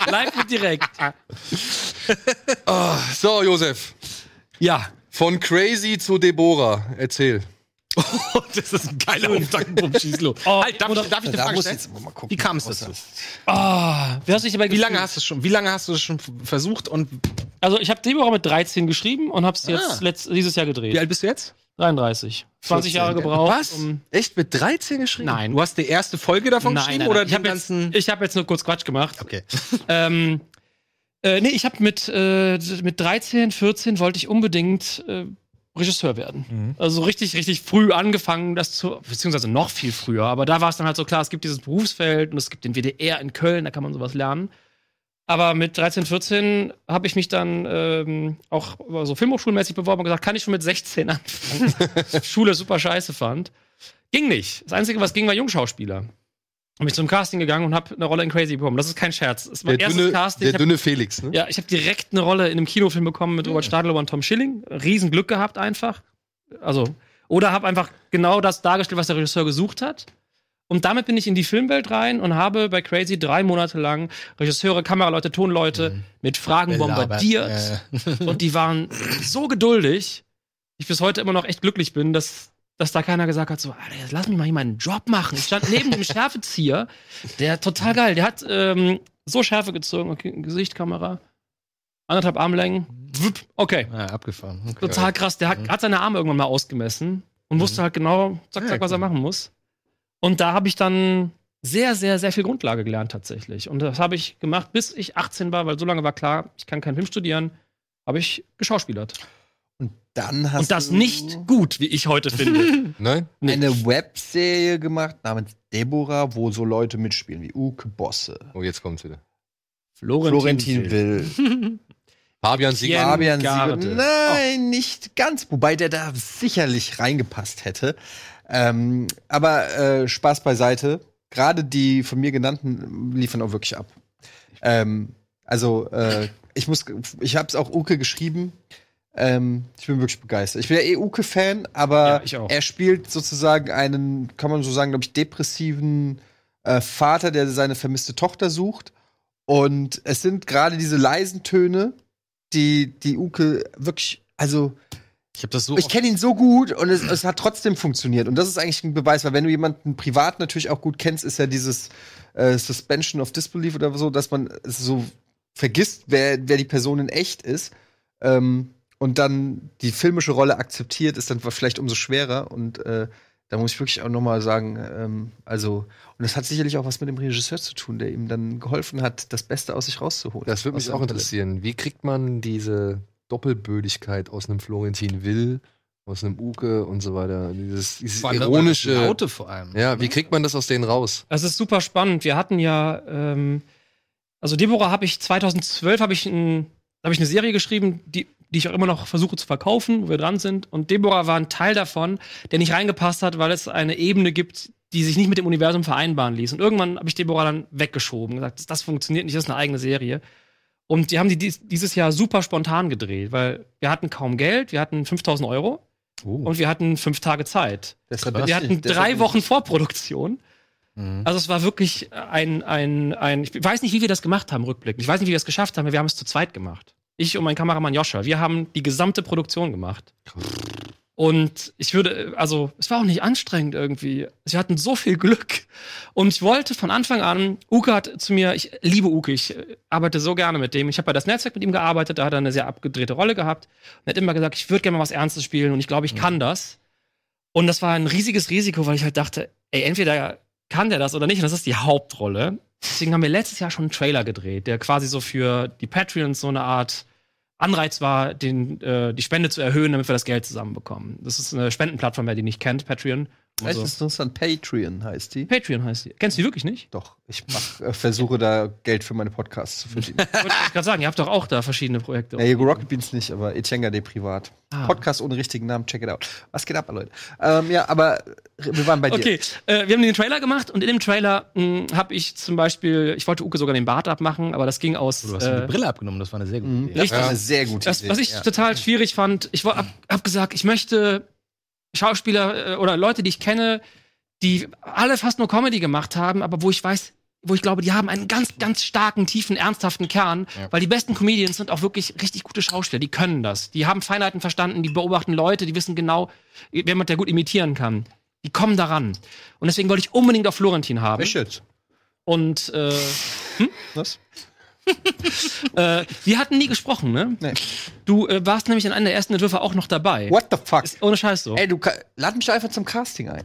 Speaker 4: Live und direkt.
Speaker 1: So, Josef,
Speaker 5: Ja.
Speaker 1: von Crazy zu Deborah, erzähl.
Speaker 5: das ist ein geiler Umtankenpunkt. Schieß los.
Speaker 4: Oh,
Speaker 5: halt, darf, ich- darf ich oh, eine Frage stellen?
Speaker 2: mal gucken.
Speaker 5: Wie kam es dazu?
Speaker 4: Ah, wie hast du dich dabei
Speaker 5: Wie lange hast du schon? Wie lange hast du das schon versucht? Und
Speaker 4: Also, ich habe Deborah mit 13 geschrieben und hab's
Speaker 5: Ah.
Speaker 4: jetzt letzt, dieses Jahr gedreht.
Speaker 5: wie alt bist du jetzt?
Speaker 4: 33. 20 Jahre gebraucht. Um,
Speaker 1: Echt mit 13 geschrieben?
Speaker 4: nein.
Speaker 5: Du hast die erste Folge davon geschrieben oder
Speaker 4: Ich
Speaker 5: den
Speaker 4: habe jetzt,
Speaker 5: ganzen?
Speaker 4: ich hab jetzt nur kurz Quatsch gemacht.
Speaker 5: Okay.
Speaker 4: Ähm, äh, nee, ich habe mit, äh, mit 13, 14 wollte ich unbedingt äh, Regisseur werden.
Speaker 5: Mhm.
Speaker 4: Also richtig, richtig früh angefangen, das zu, beziehungsweise noch viel früher, aber da war es dann halt so klar, es gibt dieses Berufsfeld und es gibt den WDR in Köln, da kann man sowas lernen. Aber mit 13, 14 habe ich mich dann ähm, auch so filmhochschulmäßig beworben und gesagt, kann ich schon mit 16 anfangen? Schule super scheiße fand. Ging nicht. Das Einzige, was ging, war Jungschauspieler. Bin ich zum Casting gegangen und habe eine Rolle in Crazy bekommen. Das ist kein Scherz. Das ist
Speaker 1: Der
Speaker 4: mein erstes
Speaker 1: dünne,
Speaker 4: Casting.
Speaker 1: der
Speaker 4: Ich hab
Speaker 1: dünne Felix, ne?
Speaker 4: ja, ich habe direkt eine Rolle in einem Kinofilm bekommen mit Robert Stadelober und Tom Schilling. Riesenglück gehabt einfach. Also, oder habe einfach genau das dargestellt, was der Regisseur gesucht hat. Und damit bin ich in die Filmwelt rein und habe bei Crazy drei Monate lang Regisseure, Kameraleute, Tonleute mit Fragen bombardiert. Und die waren so geduldig, ich bis heute immer noch echt glücklich bin, dass, dass da keiner gesagt hat, so, Alter, jetzt lass mich mal hier meinen Job machen. Ich stand neben dem Schärfezieher, der total geil, der hat ähm, so Schärfe gezogen, okay, Gesichtkamera, anderthalb Armlängen, wupp, okay.
Speaker 5: Ja, abgefahren. Okay.
Speaker 4: Total krass, der
Speaker 2: Mhm.
Speaker 4: hat, hat seine Arme irgendwann mal ausgemessen und wusste halt genau, zack, zack, was er machen muss. Und da habe ich dann sehr, sehr, sehr viel Grundlage gelernt tatsächlich. Und das habe ich gemacht, bis ich 18 war, weil so lange war klar, ich kann keinen Film studieren, habe ich geschauspielert.
Speaker 2: Dann hast
Speaker 4: Und das
Speaker 2: du
Speaker 4: nicht gut, wie ich heute finde.
Speaker 1: Nein?
Speaker 2: eine Webserie gemacht namens Deborah, wo so Leute mitspielen wie Uke Bosse,
Speaker 1: Oh, jetzt kommt's wieder.
Speaker 2: Florentin Will,
Speaker 1: Fabian Sieger.
Speaker 4: Jens.
Speaker 2: Fabian
Speaker 4: Garde.
Speaker 2: Siebert. Nein, nicht ganz. Wobei der da sicherlich reingepasst hätte. Ähm, aber äh, Spaß beiseite. Gerade die von mir genannten liefern auch wirklich ab. Ähm, also äh, ich muss, ich habe es auch Uke geschrieben. Ähm, ich bin wirklich begeistert. Ich bin ja eh Uke-Fan,
Speaker 4: Ja,
Speaker 2: aber
Speaker 4: ich auch.
Speaker 2: er spielt sozusagen einen, kann man so sagen, glaube ich, depressiven äh, Vater, der seine vermisste Tochter sucht. Und es sind gerade diese leisen Töne, die, die Uke wirklich, also
Speaker 5: Ich habe das so.
Speaker 2: ich
Speaker 5: oft-
Speaker 2: kenne ihn so gut und es, es hat trotzdem funktioniert. Und das ist eigentlich ein Beweis, weil wenn du jemanden privat natürlich auch gut kennst, ist ja dieses äh, Suspension of Disbelief oder so, dass man es so vergisst, wer, wer die Person in echt ist. Ähm, und dann die filmische Rolle akzeptiert, ist dann vielleicht umso schwerer. Und äh, da muss ich wirklich auch nochmal sagen, ähm, also, und das hat sicherlich auch was mit dem Regisseur zu tun, der ihm dann geholfen hat, das Beste aus sich rauszuholen.
Speaker 1: Das würde mich
Speaker 2: Aus
Speaker 1: auch
Speaker 2: seinem Talent.
Speaker 1: interessieren. Wie kriegt man diese Doppelbödigkeit aus einem Florentin Will, aus einem Uke und so weiter? Dieses, dieses
Speaker 5: Vor allem, weil man das
Speaker 1: ironische.
Speaker 5: Laute vor allem.
Speaker 1: Ja, wie kriegt man das aus denen raus?
Speaker 4: Das ist super spannend. Wir hatten ja, ähm, also Deborah habe ich 2012 habe ich, ein, hab ich eine Serie geschrieben, die, die ich auch immer noch versuche zu verkaufen, wo wir dran sind. Und Deborah war ein Teil davon, der nicht reingepasst hat, weil es eine Ebene gibt, die sich nicht mit dem Universum vereinbaren ließ. Und irgendwann habe ich Deborah dann weggeschoben, gesagt, das- das funktioniert nicht, das ist eine eigene Serie. Und die haben die dies, dieses Jahr super spontan gedreht, weil wir hatten kaum Geld, wir hatten 5000 Euro und wir hatten fünf Tage Zeit.
Speaker 2: Deshalb
Speaker 4: Wir hatten drei Wochen Vorproduktion.
Speaker 5: Mhm.
Speaker 4: Also es war wirklich ein, ein, ein, ich weiß nicht, wie wir das gemacht haben, rückblickend. Ich weiß nicht, wie wir es geschafft haben, aber wir haben es zu zweit gemacht. Ich und mein Kameramann Joscha. Wir haben die gesamte Produktion gemacht. Und ich würde, also es war auch nicht anstrengend irgendwie. Wir hatten so viel Glück. Und ich wollte von Anfang an, Uke hat zu mir, ich liebe Uke, ich äh, arbeite so gerne mit dem. Ich habe bei das Netzwerk mit ihm gearbeitet, da hat er eine sehr abgedrehte Rolle gehabt. Und er hat immer gesagt, ich würde gerne mal was Ernstes spielen und ich glaube, ich kann das. Und das war ein riesiges Risiko, weil ich halt dachte, ey, entweder kann der das oder nicht. Und das ist die Hauptrolle. Deswegen haben wir letztes Jahr schon einen Trailer gedreht, der quasi so für die Patreons so eine Art Anreiz war, den, äh, die Spende zu erhöhen, damit wir das Geld zusammenbekommen. Das ist eine Spendenplattform, wer die nicht kennt, Patreon.
Speaker 2: Vielleicht
Speaker 4: Also-
Speaker 2: ist das dann Patreon, heißt die.
Speaker 4: Patreon heißt die. Kennst du die wirklich nicht?
Speaker 2: Doch, ich mach, äh, versuche da Geld für meine Podcasts zu verdienen.
Speaker 4: Wollte ich gerade sagen, ihr habt doch auch da verschiedene Projekte.
Speaker 2: Ja, Jego Rocket Beans nicht, aber Etienne de privat.
Speaker 4: Ah.
Speaker 2: Podcast ohne richtigen Namen, check it out. Was geht ab, Leute? Ähm, ja, aber wir waren bei dir.
Speaker 4: Okay, äh, wir haben den Trailer gemacht und in dem Trailer habe ich zum Beispiel, ich wollte Uke sogar den Bart abmachen, aber das ging aus.
Speaker 5: Du hast
Speaker 4: äh,
Speaker 5: mir die Brille abgenommen, das war eine sehr gute Idee.
Speaker 2: Das
Speaker 4: Richtig.
Speaker 2: war eine sehr gute
Speaker 4: Das,
Speaker 2: Idee.
Speaker 4: was ich
Speaker 2: ja.
Speaker 4: total schwierig fand, ich habe hab gesagt, ich möchte Schauspieler äh, oder Leute, die ich kenne, die alle fast nur Comedy gemacht haben, aber wo ich weiß, wo ich glaube, die haben einen ganz, ganz starken, tiefen, ernsthaften Kern, weil die besten Comedians sind auch wirklich richtig gute Schauspieler, die können das. Die haben Feinheiten verstanden, die beobachten Leute, die wissen genau, wer man der gut imitieren kann. Die kommen daran. Und deswegen wollte ich unbedingt auf Florentin haben.
Speaker 2: Ich jetzt.
Speaker 4: Und äh,
Speaker 2: Was?
Speaker 4: äh, wir hatten nie gesprochen, ne?
Speaker 2: Nee.
Speaker 4: Du äh, warst nämlich in einer der ersten Entwürfe auch noch dabei.
Speaker 2: What the fuck?
Speaker 4: Ist ohne Scheiß so.
Speaker 2: Ey, du ka- lad mich einfach zum Casting ein.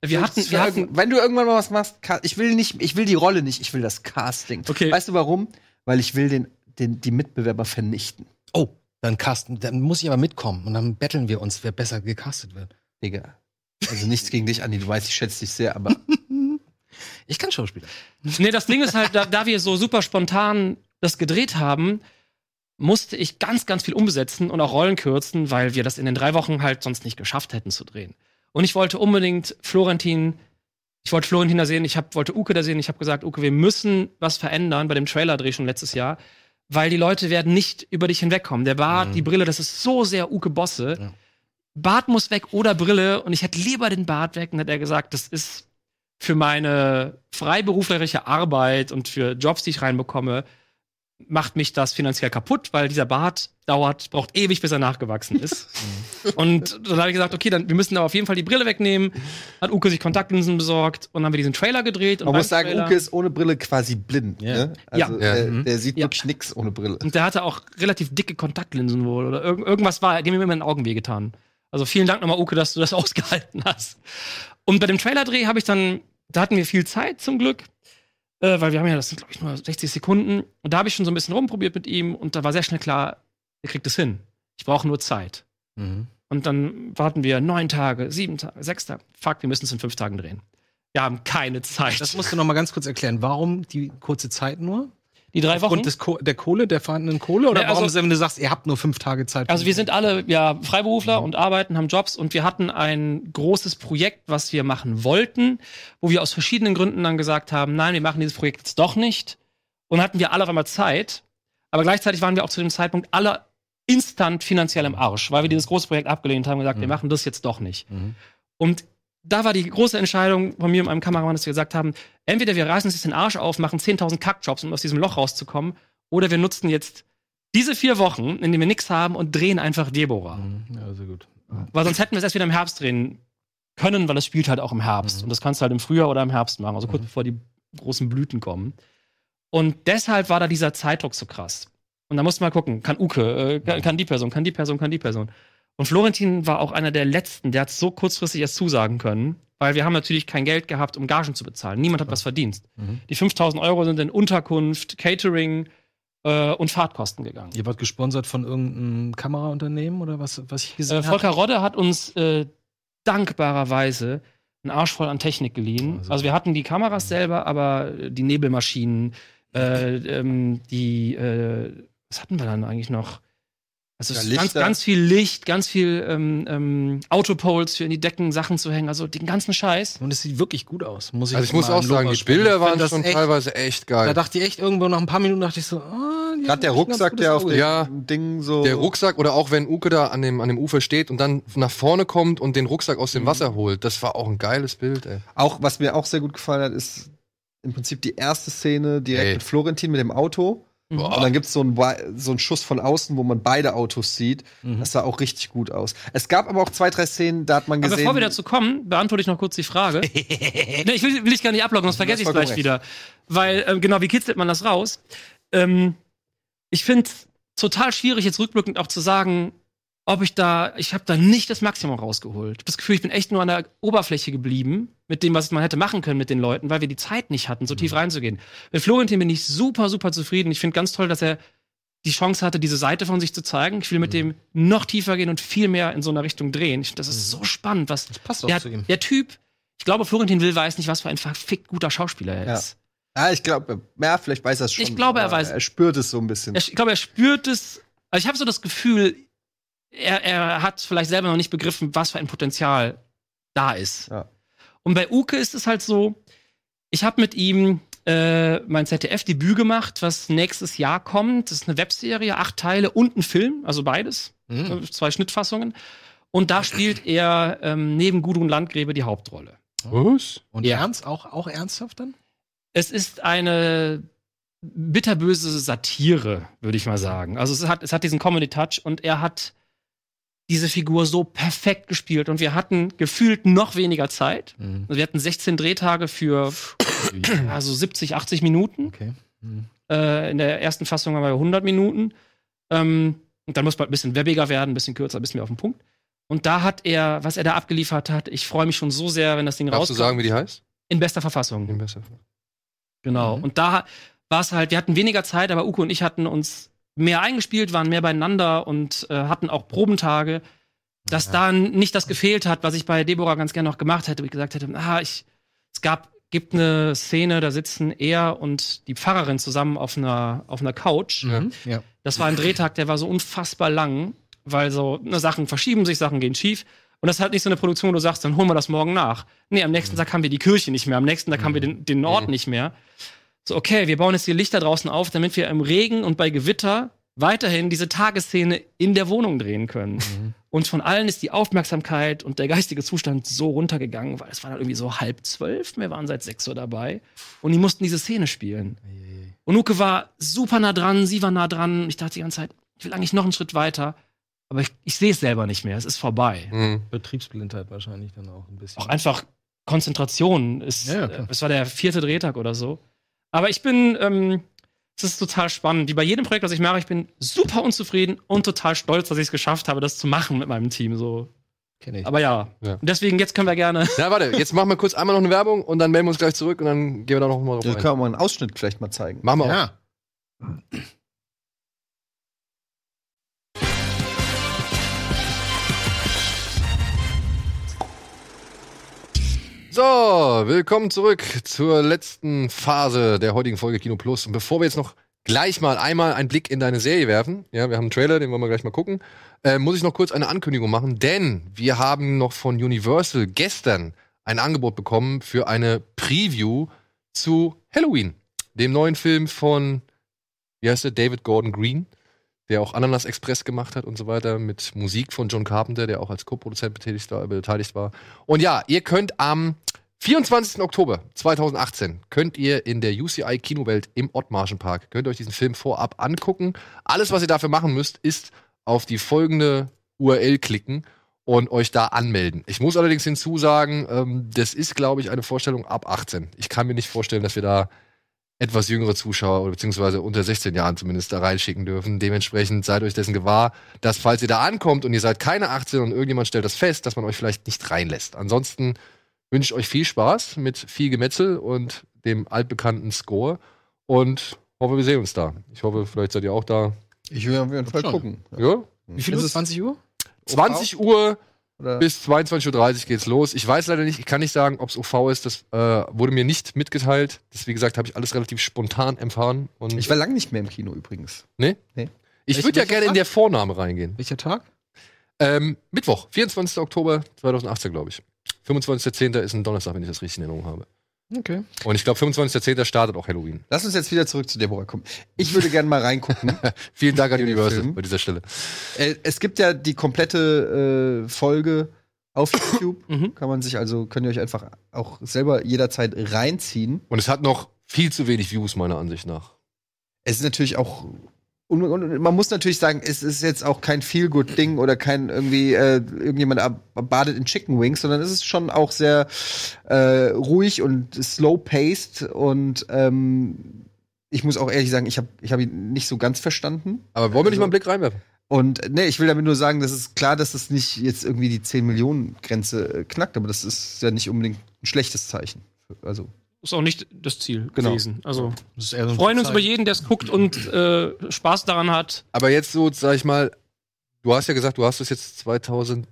Speaker 4: wir hatten, wir hatten,
Speaker 2: wenn du irgendwann mal was machst, ca- ich will nicht, ich will die Rolle nicht, ich will das Casting.
Speaker 4: Okay.
Speaker 2: Weißt du warum? Weil ich will den, den, die Mitbewerber vernichten.
Speaker 5: Oh, dann casten, dann muss ich aber mitkommen und dann betteln wir uns, wer besser gecastet wird.
Speaker 2: Digga. Also nichts gegen dich, Andi, du weißt, ich schätze dich sehr, aber
Speaker 5: Ich kann Schauspieler.
Speaker 4: nee, das Ding ist halt, da, da wir so super spontan das gedreht haben, musste ich ganz, ganz viel umbesetzen und auch Rollen kürzen, weil wir das in den drei Wochen halt sonst nicht geschafft hätten zu drehen. Und ich wollte unbedingt Florentin, ich wollte Florentin da sehen, ich hab, wollte Uke da sehen, ich habe gesagt, Uke, wir müssen was verändern bei dem Trailer-Dreh schon letztes Jahr, weil die Leute werden nicht über dich hinwegkommen. Der Bart, die Brille, das ist so sehr Uke Bosse. Bart muss weg oder Brille und ich hätte lieber den Bart weg. Und hat er gesagt, das ist für meine freiberuflerische Arbeit und für Jobs, die ich reinbekomme, macht mich das finanziell kaputt, weil dieser Bart dauert, braucht ewig, bis er nachgewachsen ist. Mhm. und dann habe ich gesagt, okay, dann wir müssen aber auf jeden Fall die Brille wegnehmen. Hat Uke sich Kontaktlinsen besorgt und dann haben wir diesen Trailer gedreht. Und
Speaker 2: man
Speaker 4: beim
Speaker 2: muss sagen,
Speaker 4: Trailer-
Speaker 2: Uke ist ohne Brille quasi blind.
Speaker 5: Ja.
Speaker 2: Ne? Also
Speaker 1: Ja.
Speaker 2: Der, der sieht
Speaker 4: Ja.
Speaker 2: wirklich nix ohne Brille.
Speaker 4: Und der hatte auch relativ dicke Kontaktlinsen wohl oder irg irgendwas war, die haben mir immer in den Augen wehgetan. Also vielen Dank nochmal, Uke, dass du das ausgehalten hast. Und bei dem Trailer-Dreh habe ich dann, da hatten wir viel Zeit zum Glück, äh, weil wir haben ja, das sind glaube ich nur 60 Sekunden. Und da habe ich schon so ein bisschen rumprobiert mit ihm und da war sehr schnell klar, er kriegt es hin. Ich brauche nur Zeit. Und dann warten wir neun Tage, sieben Tage, sechs Tage. Fuck, wir müssen es in fünf Tagen drehen. Wir haben keine Zeit.
Speaker 5: Das musst du noch mal ganz kurz erklären. Warum die kurze Zeit nur?
Speaker 4: die drei Wochen.
Speaker 5: Aufgrund des Ko der Kohle, der vorhandenen Kohle? Oder
Speaker 4: Nee,
Speaker 5: warum,
Speaker 4: also-
Speaker 5: wenn du sagst, ihr habt nur fünf Tage Zeit?
Speaker 4: Also wir sind alle ja Freiberufler und arbeiten, haben Jobs und wir hatten ein großes Projekt, was wir machen wollten, wo wir aus verschiedenen Gründen dann gesagt haben, nein, wir machen dieses Projekt jetzt doch nicht. Und dann hatten wir alle auf einmal Zeit, aber gleichzeitig waren wir auch zu dem Zeitpunkt alle instant finanziell im Arsch, weil wir dieses große Projekt abgelehnt haben und gesagt, wir machen das jetzt doch nicht. Und da war die große Entscheidung von mir und meinem Kameramann, dass wir gesagt haben, entweder wir reißen uns jetzt den Arsch auf, machen 10.000 Kackjobs, um aus diesem Loch rauszukommen, oder wir nutzen jetzt diese vier Wochen, in denen wir nichts haben und drehen einfach Deborah.
Speaker 5: Ja, sehr gut.
Speaker 4: Weil sonst hätten wir es erst wieder im Herbst drehen können, weil das spielt halt auch im Herbst. Und das kannst du halt im Frühjahr oder im Herbst machen, also kurz bevor die großen Blüten kommen. Und deshalb war da dieser Zeitdruck so krass. Und da musste man gucken, kann Uke, äh, kann, kann die Person, kann die Person, kann die Person. Und Florentin war auch einer der letzten, der hat so kurzfristig erst zusagen können, weil wir haben natürlich kein Geld gehabt, um Gagen zu bezahlen. Niemand hat was verdient. Die 5000 Euro sind in Unterkunft, Catering äh, und Fahrtkosten gegangen.
Speaker 10: Ihr wart gesponsert von irgendeinem Kameraunternehmen oder was, was ich
Speaker 4: Äh,
Speaker 10: gesehen habe?
Speaker 4: Volker Rodde hat uns äh, dankbarerweise einen Arsch voll an Technik geliehen. Also, wir hatten die Kameras selber, aber die Nebelmaschinen, äh, ähm, die, äh, was hatten wir dann eigentlich noch? Also
Speaker 2: Ja,
Speaker 4: es ist
Speaker 2: Lichter.
Speaker 4: ganz, ganz viel Licht, ganz viel ähm, ähm, Autopoles für in die Decken Sachen zu hängen, also den ganzen Scheiß.
Speaker 10: Und es sieht wirklich gut aus. Muss ich
Speaker 1: Also ich muss
Speaker 10: mal
Speaker 1: auch
Speaker 10: ein Lob
Speaker 1: sagen, die
Speaker 10: aussprechen.
Speaker 1: Bilder
Speaker 10: Ich find
Speaker 1: waren
Speaker 10: das
Speaker 1: schon
Speaker 10: echt,
Speaker 1: teilweise echt
Speaker 10: Da
Speaker 1: geil.
Speaker 10: dachte ich echt irgendwo nach ein paar Minuten, dachte ich so, ah, die haben
Speaker 2: Gerade
Speaker 10: echt
Speaker 2: der
Speaker 10: ein ganz
Speaker 2: Rucksack,
Speaker 10: gutes
Speaker 2: der auf
Speaker 10: Auge.
Speaker 2: dem
Speaker 1: Ja.
Speaker 2: Ding so.
Speaker 1: Der Rucksack oder auch wenn Uke da an dem, an dem Ufer steht und dann nach vorne kommt und den Rucksack aus dem Wasser holt, das war auch ein geiles Bild, ey.
Speaker 2: Auch, was mir auch sehr gut gefallen hat, ist im Prinzip die erste Szene direkt
Speaker 1: Ey.
Speaker 2: mit Florentin mit dem Auto. Und dann gibt so einen Wa- so einen Schuss von außen, wo man beide Autos sieht. Das sah auch richtig gut aus. Es gab aber auch zwei, drei Szenen, da hat man
Speaker 4: Aber
Speaker 2: gesehen.
Speaker 4: bevor wir dazu kommen, beantworte ich noch kurz die Frage. nee, ich will, will ich gar nicht ablocken, sonst vergesse ich
Speaker 2: hast
Speaker 4: es gleich
Speaker 2: vollkommen
Speaker 4: wieder. Weil, ähm, genau, wie kitzelt man das raus? Ähm, ich finde es total schwierig, jetzt rückblickend auch zu sagen, ob ich da, ich habe da nicht das Maximum rausgeholt. Ich habe das Gefühl, ich bin echt nur an der Oberfläche geblieben, mit dem, was man hätte machen können mit den Leuten, weil wir die Zeit nicht hatten, so tief
Speaker 2: Mhm.
Speaker 4: reinzugehen. Mit Florentin bin ich super, super zufrieden. Ich finde ganz toll, dass er die Chance hatte, diese Seite von sich zu zeigen. Ich will mit
Speaker 2: Mhm.
Speaker 4: dem noch tiefer gehen und viel mehr in so einer Richtung drehen. Ich, das
Speaker 2: Mhm.
Speaker 4: ist so spannend, was
Speaker 10: Passt
Speaker 4: der,
Speaker 10: auch zu ihm.
Speaker 4: der Typ, ich glaube, Florentin Will weiß nicht, was für ein verfickt guter Schauspieler er
Speaker 2: Ja.
Speaker 4: ist.
Speaker 2: ah, ich glaube, ja, vielleicht weiß er es schon.
Speaker 4: Ich glaube, er
Speaker 2: aber
Speaker 4: weiß-
Speaker 2: Er spürt es so ein bisschen.
Speaker 4: Er, ich glaube, er spürt es. Also ich habe so das Gefühl, er, er hat vielleicht selber noch nicht begriffen, was für ein Potenzial da ist.
Speaker 2: Ja.
Speaker 4: Und bei Uke ist es halt so, ich habe mit ihm äh, mein ZDF-Debüt gemacht, was nächstes Jahr kommt. Das ist eine Webserie, acht Teile und ein Film, also beides,
Speaker 10: Mhm.
Speaker 4: äh, zwei Schnittfassungen. Und da spielt er ähm, neben Gudrun Landgräbe die Hauptrolle.
Speaker 1: Was?
Speaker 10: Und
Speaker 4: Ja.
Speaker 10: ernst, auch, auch ernsthaft dann?
Speaker 4: Es ist eine bitterböse Satire, würde ich mal sagen. Also es hat, es hat diesen Comedy-Touch und er hat diese Figur so perfekt gespielt und wir hatten gefühlt noch weniger Zeit.
Speaker 1: Mhm.
Speaker 4: Also wir hatten 16 Drehtage für also 70, 80 Minuten.
Speaker 10: Okay. Mhm.
Speaker 4: Äh, in der ersten Fassung waren wir 100 Minuten. Ähm, und dann muss man ein bisschen webbiger werden, ein bisschen kürzer, ein bisschen mehr auf den Punkt. Und da hat er, was er da abgeliefert hat, ich freue mich schon so sehr, wenn das Ding
Speaker 1: Darfst du
Speaker 4: rauskommt.
Speaker 1: sagen, wie die heißt?
Speaker 4: In bester Verfassung.
Speaker 1: Den besser.
Speaker 4: Genau. Und da war es halt, wir hatten weniger Zeit, aber Uko und ich hatten uns mehr eingespielt, waren mehr beieinander und äh, hatten auch Probentage, dass da nicht das gefehlt hat, was ich bei Deborah ganz gerne noch gemacht hätte, wo ich gesagt hätte, ah, ich, es gab, gibt eine Szene, da sitzen er und die Pfarrerin zusammen auf einer, auf einer Couch.
Speaker 10: Ja.
Speaker 4: Das war ein Drehtag, der war so unfassbar lang, weil so ne, Sachen verschieben sich, Sachen gehen schief. Und das ist halt nicht so eine Produktion, wo du sagst, dann holen wir das morgen nach. Nee, am nächsten Tag haben wir die Kirche nicht mehr, am nächsten Tag haben wir den, den Ort nicht mehr. So, okay, wir bauen jetzt die Lichter draußen auf, damit wir im Regen und bei Gewitter weiterhin diese Tagesszene in der Wohnung drehen können. Und von allen ist die Aufmerksamkeit und der geistige Zustand so runtergegangen, weil es waren halt irgendwie so halb zwölf, wir waren seit sechs Uhr dabei und die mussten diese Szene spielen. Und Uke war super nah dran, sie war nah dran. Ich dachte die ganze Zeit, ich will eigentlich noch einen Schritt weiter. Aber ich, ich sehe es selber nicht mehr. Es ist vorbei.
Speaker 1: Mhm.
Speaker 10: Betriebsblindheit wahrscheinlich dann auch ein bisschen.
Speaker 4: Auch einfach Konzentration. Ist,
Speaker 10: Ja, ja,
Speaker 4: äh,
Speaker 10: klar.
Speaker 4: es war der vierte Drehtag oder so. Aber ich bin, ähm, es ist total spannend. Wie bei jedem Projekt, was ich mache, ich bin super unzufrieden und total stolz, dass ich es geschafft habe, das zu machen mit meinem Team. So.
Speaker 10: Kenn ich.
Speaker 4: Aber ja.
Speaker 1: Ja.
Speaker 4: Und Deswegen, jetzt können wir gerne.
Speaker 1: Na, warte, jetzt machen wir kurz einmal noch eine Werbung und dann melden wir uns gleich zurück und dann gehen wir da noch mal
Speaker 2: Da
Speaker 1: drauf ein.
Speaker 2: können wir mal einen Ausschnitt vielleicht mal zeigen.
Speaker 1: Machen wir auch.
Speaker 10: ja.
Speaker 1: So, willkommen zurück zur letzten Phase der heutigen Folge Kino Plus. Und bevor wir jetzt noch gleich mal einmal einen Blick in deine Serie werfen, ja, wir haben einen Trailer, den wollen wir gleich mal gucken, äh, muss ich noch kurz eine Ankündigung machen, denn wir haben noch von Universal gestern ein Angebot bekommen für eine Preview zu Halloween, dem neuen Film von, wie heißt der, David Gordon Green, der auch Ananas Express gemacht hat und so weiter, mit Musik von John Carpenter, der auch als Co-Produzent beteiligt war, beteiligt war. Und ja, ihr könnt am 24. Oktober 2018 könnt ihr in der UCI Kinowelt im Ottmarschen Park könnt ihr euch diesen Film vorab angucken. Alles, was ihr dafür machen müsst, ist auf die folgende URL klicken und euch da anmelden. Ich muss allerdings hinzusagen, ähm, das ist, glaube ich, eine Vorstellung ab 18. Ich kann mir nicht vorstellen, dass wir da etwas jüngere Zuschauer oder beziehungsweise unter 16 Jahren zumindest da reinschicken dürfen. Dementsprechend seid euch dessen gewahr, dass falls ihr da ankommt und ihr seid keine 18 und irgendjemand stellt das fest, dass man euch vielleicht nicht reinlässt. Ansonsten wünsche ich euch viel Spaß mit viel Gemetzel und dem altbekannten Score und hoffe, wir sehen uns da. Ich hoffe, vielleicht seid ihr auch da.
Speaker 2: Ich will auf jeden Fall
Speaker 5: Schon.
Speaker 2: gucken.
Speaker 1: Ja?
Speaker 5: Wie viel Uhr? 20 Uhr?
Speaker 1: 20 Uhr
Speaker 2: Oder
Speaker 1: bis 22.30 Uhr geht's los. Ich weiß leider nicht, ich kann nicht sagen, ob's OV ist. Das äh, wurde mir nicht mitgeteilt. Das, wie gesagt, habe ich alles relativ spontan erfahren. Und
Speaker 2: ich war lange nicht mehr im Kino übrigens.
Speaker 1: ich würde ja gerne in der Vorname reingehen.
Speaker 5: Welcher Tag?
Speaker 1: Ähm, Mittwoch, 24. Oktober 2018, glaube ich. 25.10. ist ein Donnerstag, wenn ich das richtig in Erinnerung habe.
Speaker 5: Okay.
Speaker 1: Und ich glaube, 25.10. startet auch Halloween.
Speaker 2: Lass uns jetzt wieder zurück zu Deborah kommen. Ich würde gerne mal reingucken.
Speaker 1: Vielen Dank an
Speaker 2: In den
Speaker 1: Universal
Speaker 2: Film.
Speaker 1: bei dieser Stelle.
Speaker 2: Äh, es gibt ja die komplette äh, Folge auf YouTube.
Speaker 4: Mhm.
Speaker 2: Kann man sich also, könnt ihr euch einfach auch selber jederzeit reinziehen.
Speaker 1: Und es hat noch viel zu wenig Views, meiner Ansicht nach.
Speaker 2: Es ist natürlich auch. Und, und, und man muss natürlich sagen, es ist jetzt auch kein Feel-Good-Ding oder kein irgendwie, äh, irgendjemand ab- badet in Chicken Wings, sondern es ist schon auch sehr äh, ruhig und slow-paced. Und ähm, ich muss auch ehrlich sagen, ich habe ich hab ihn nicht so ganz verstanden.
Speaker 1: Aber wollen wir nicht
Speaker 2: Also-
Speaker 1: mal einen Blick reinwerfen?
Speaker 2: Und äh, nee, ich will damit nur sagen, das ist klar, dass es nicht jetzt irgendwie die 10-Millionen-Grenze äh, knackt, aber das ist ja nicht unbedingt ein schlechtes Zeichen. Also,
Speaker 4: Ist auch nicht das Ziel
Speaker 2: Genau.
Speaker 4: gewesen. Also
Speaker 5: Das ist eher so ein
Speaker 4: freuen uns
Speaker 5: Zeichen.
Speaker 4: über jeden, der es guckt und äh, Spaß daran hat.
Speaker 1: Aber jetzt so, sag ich mal, du hast ja gesagt, du hast es jetzt 2012,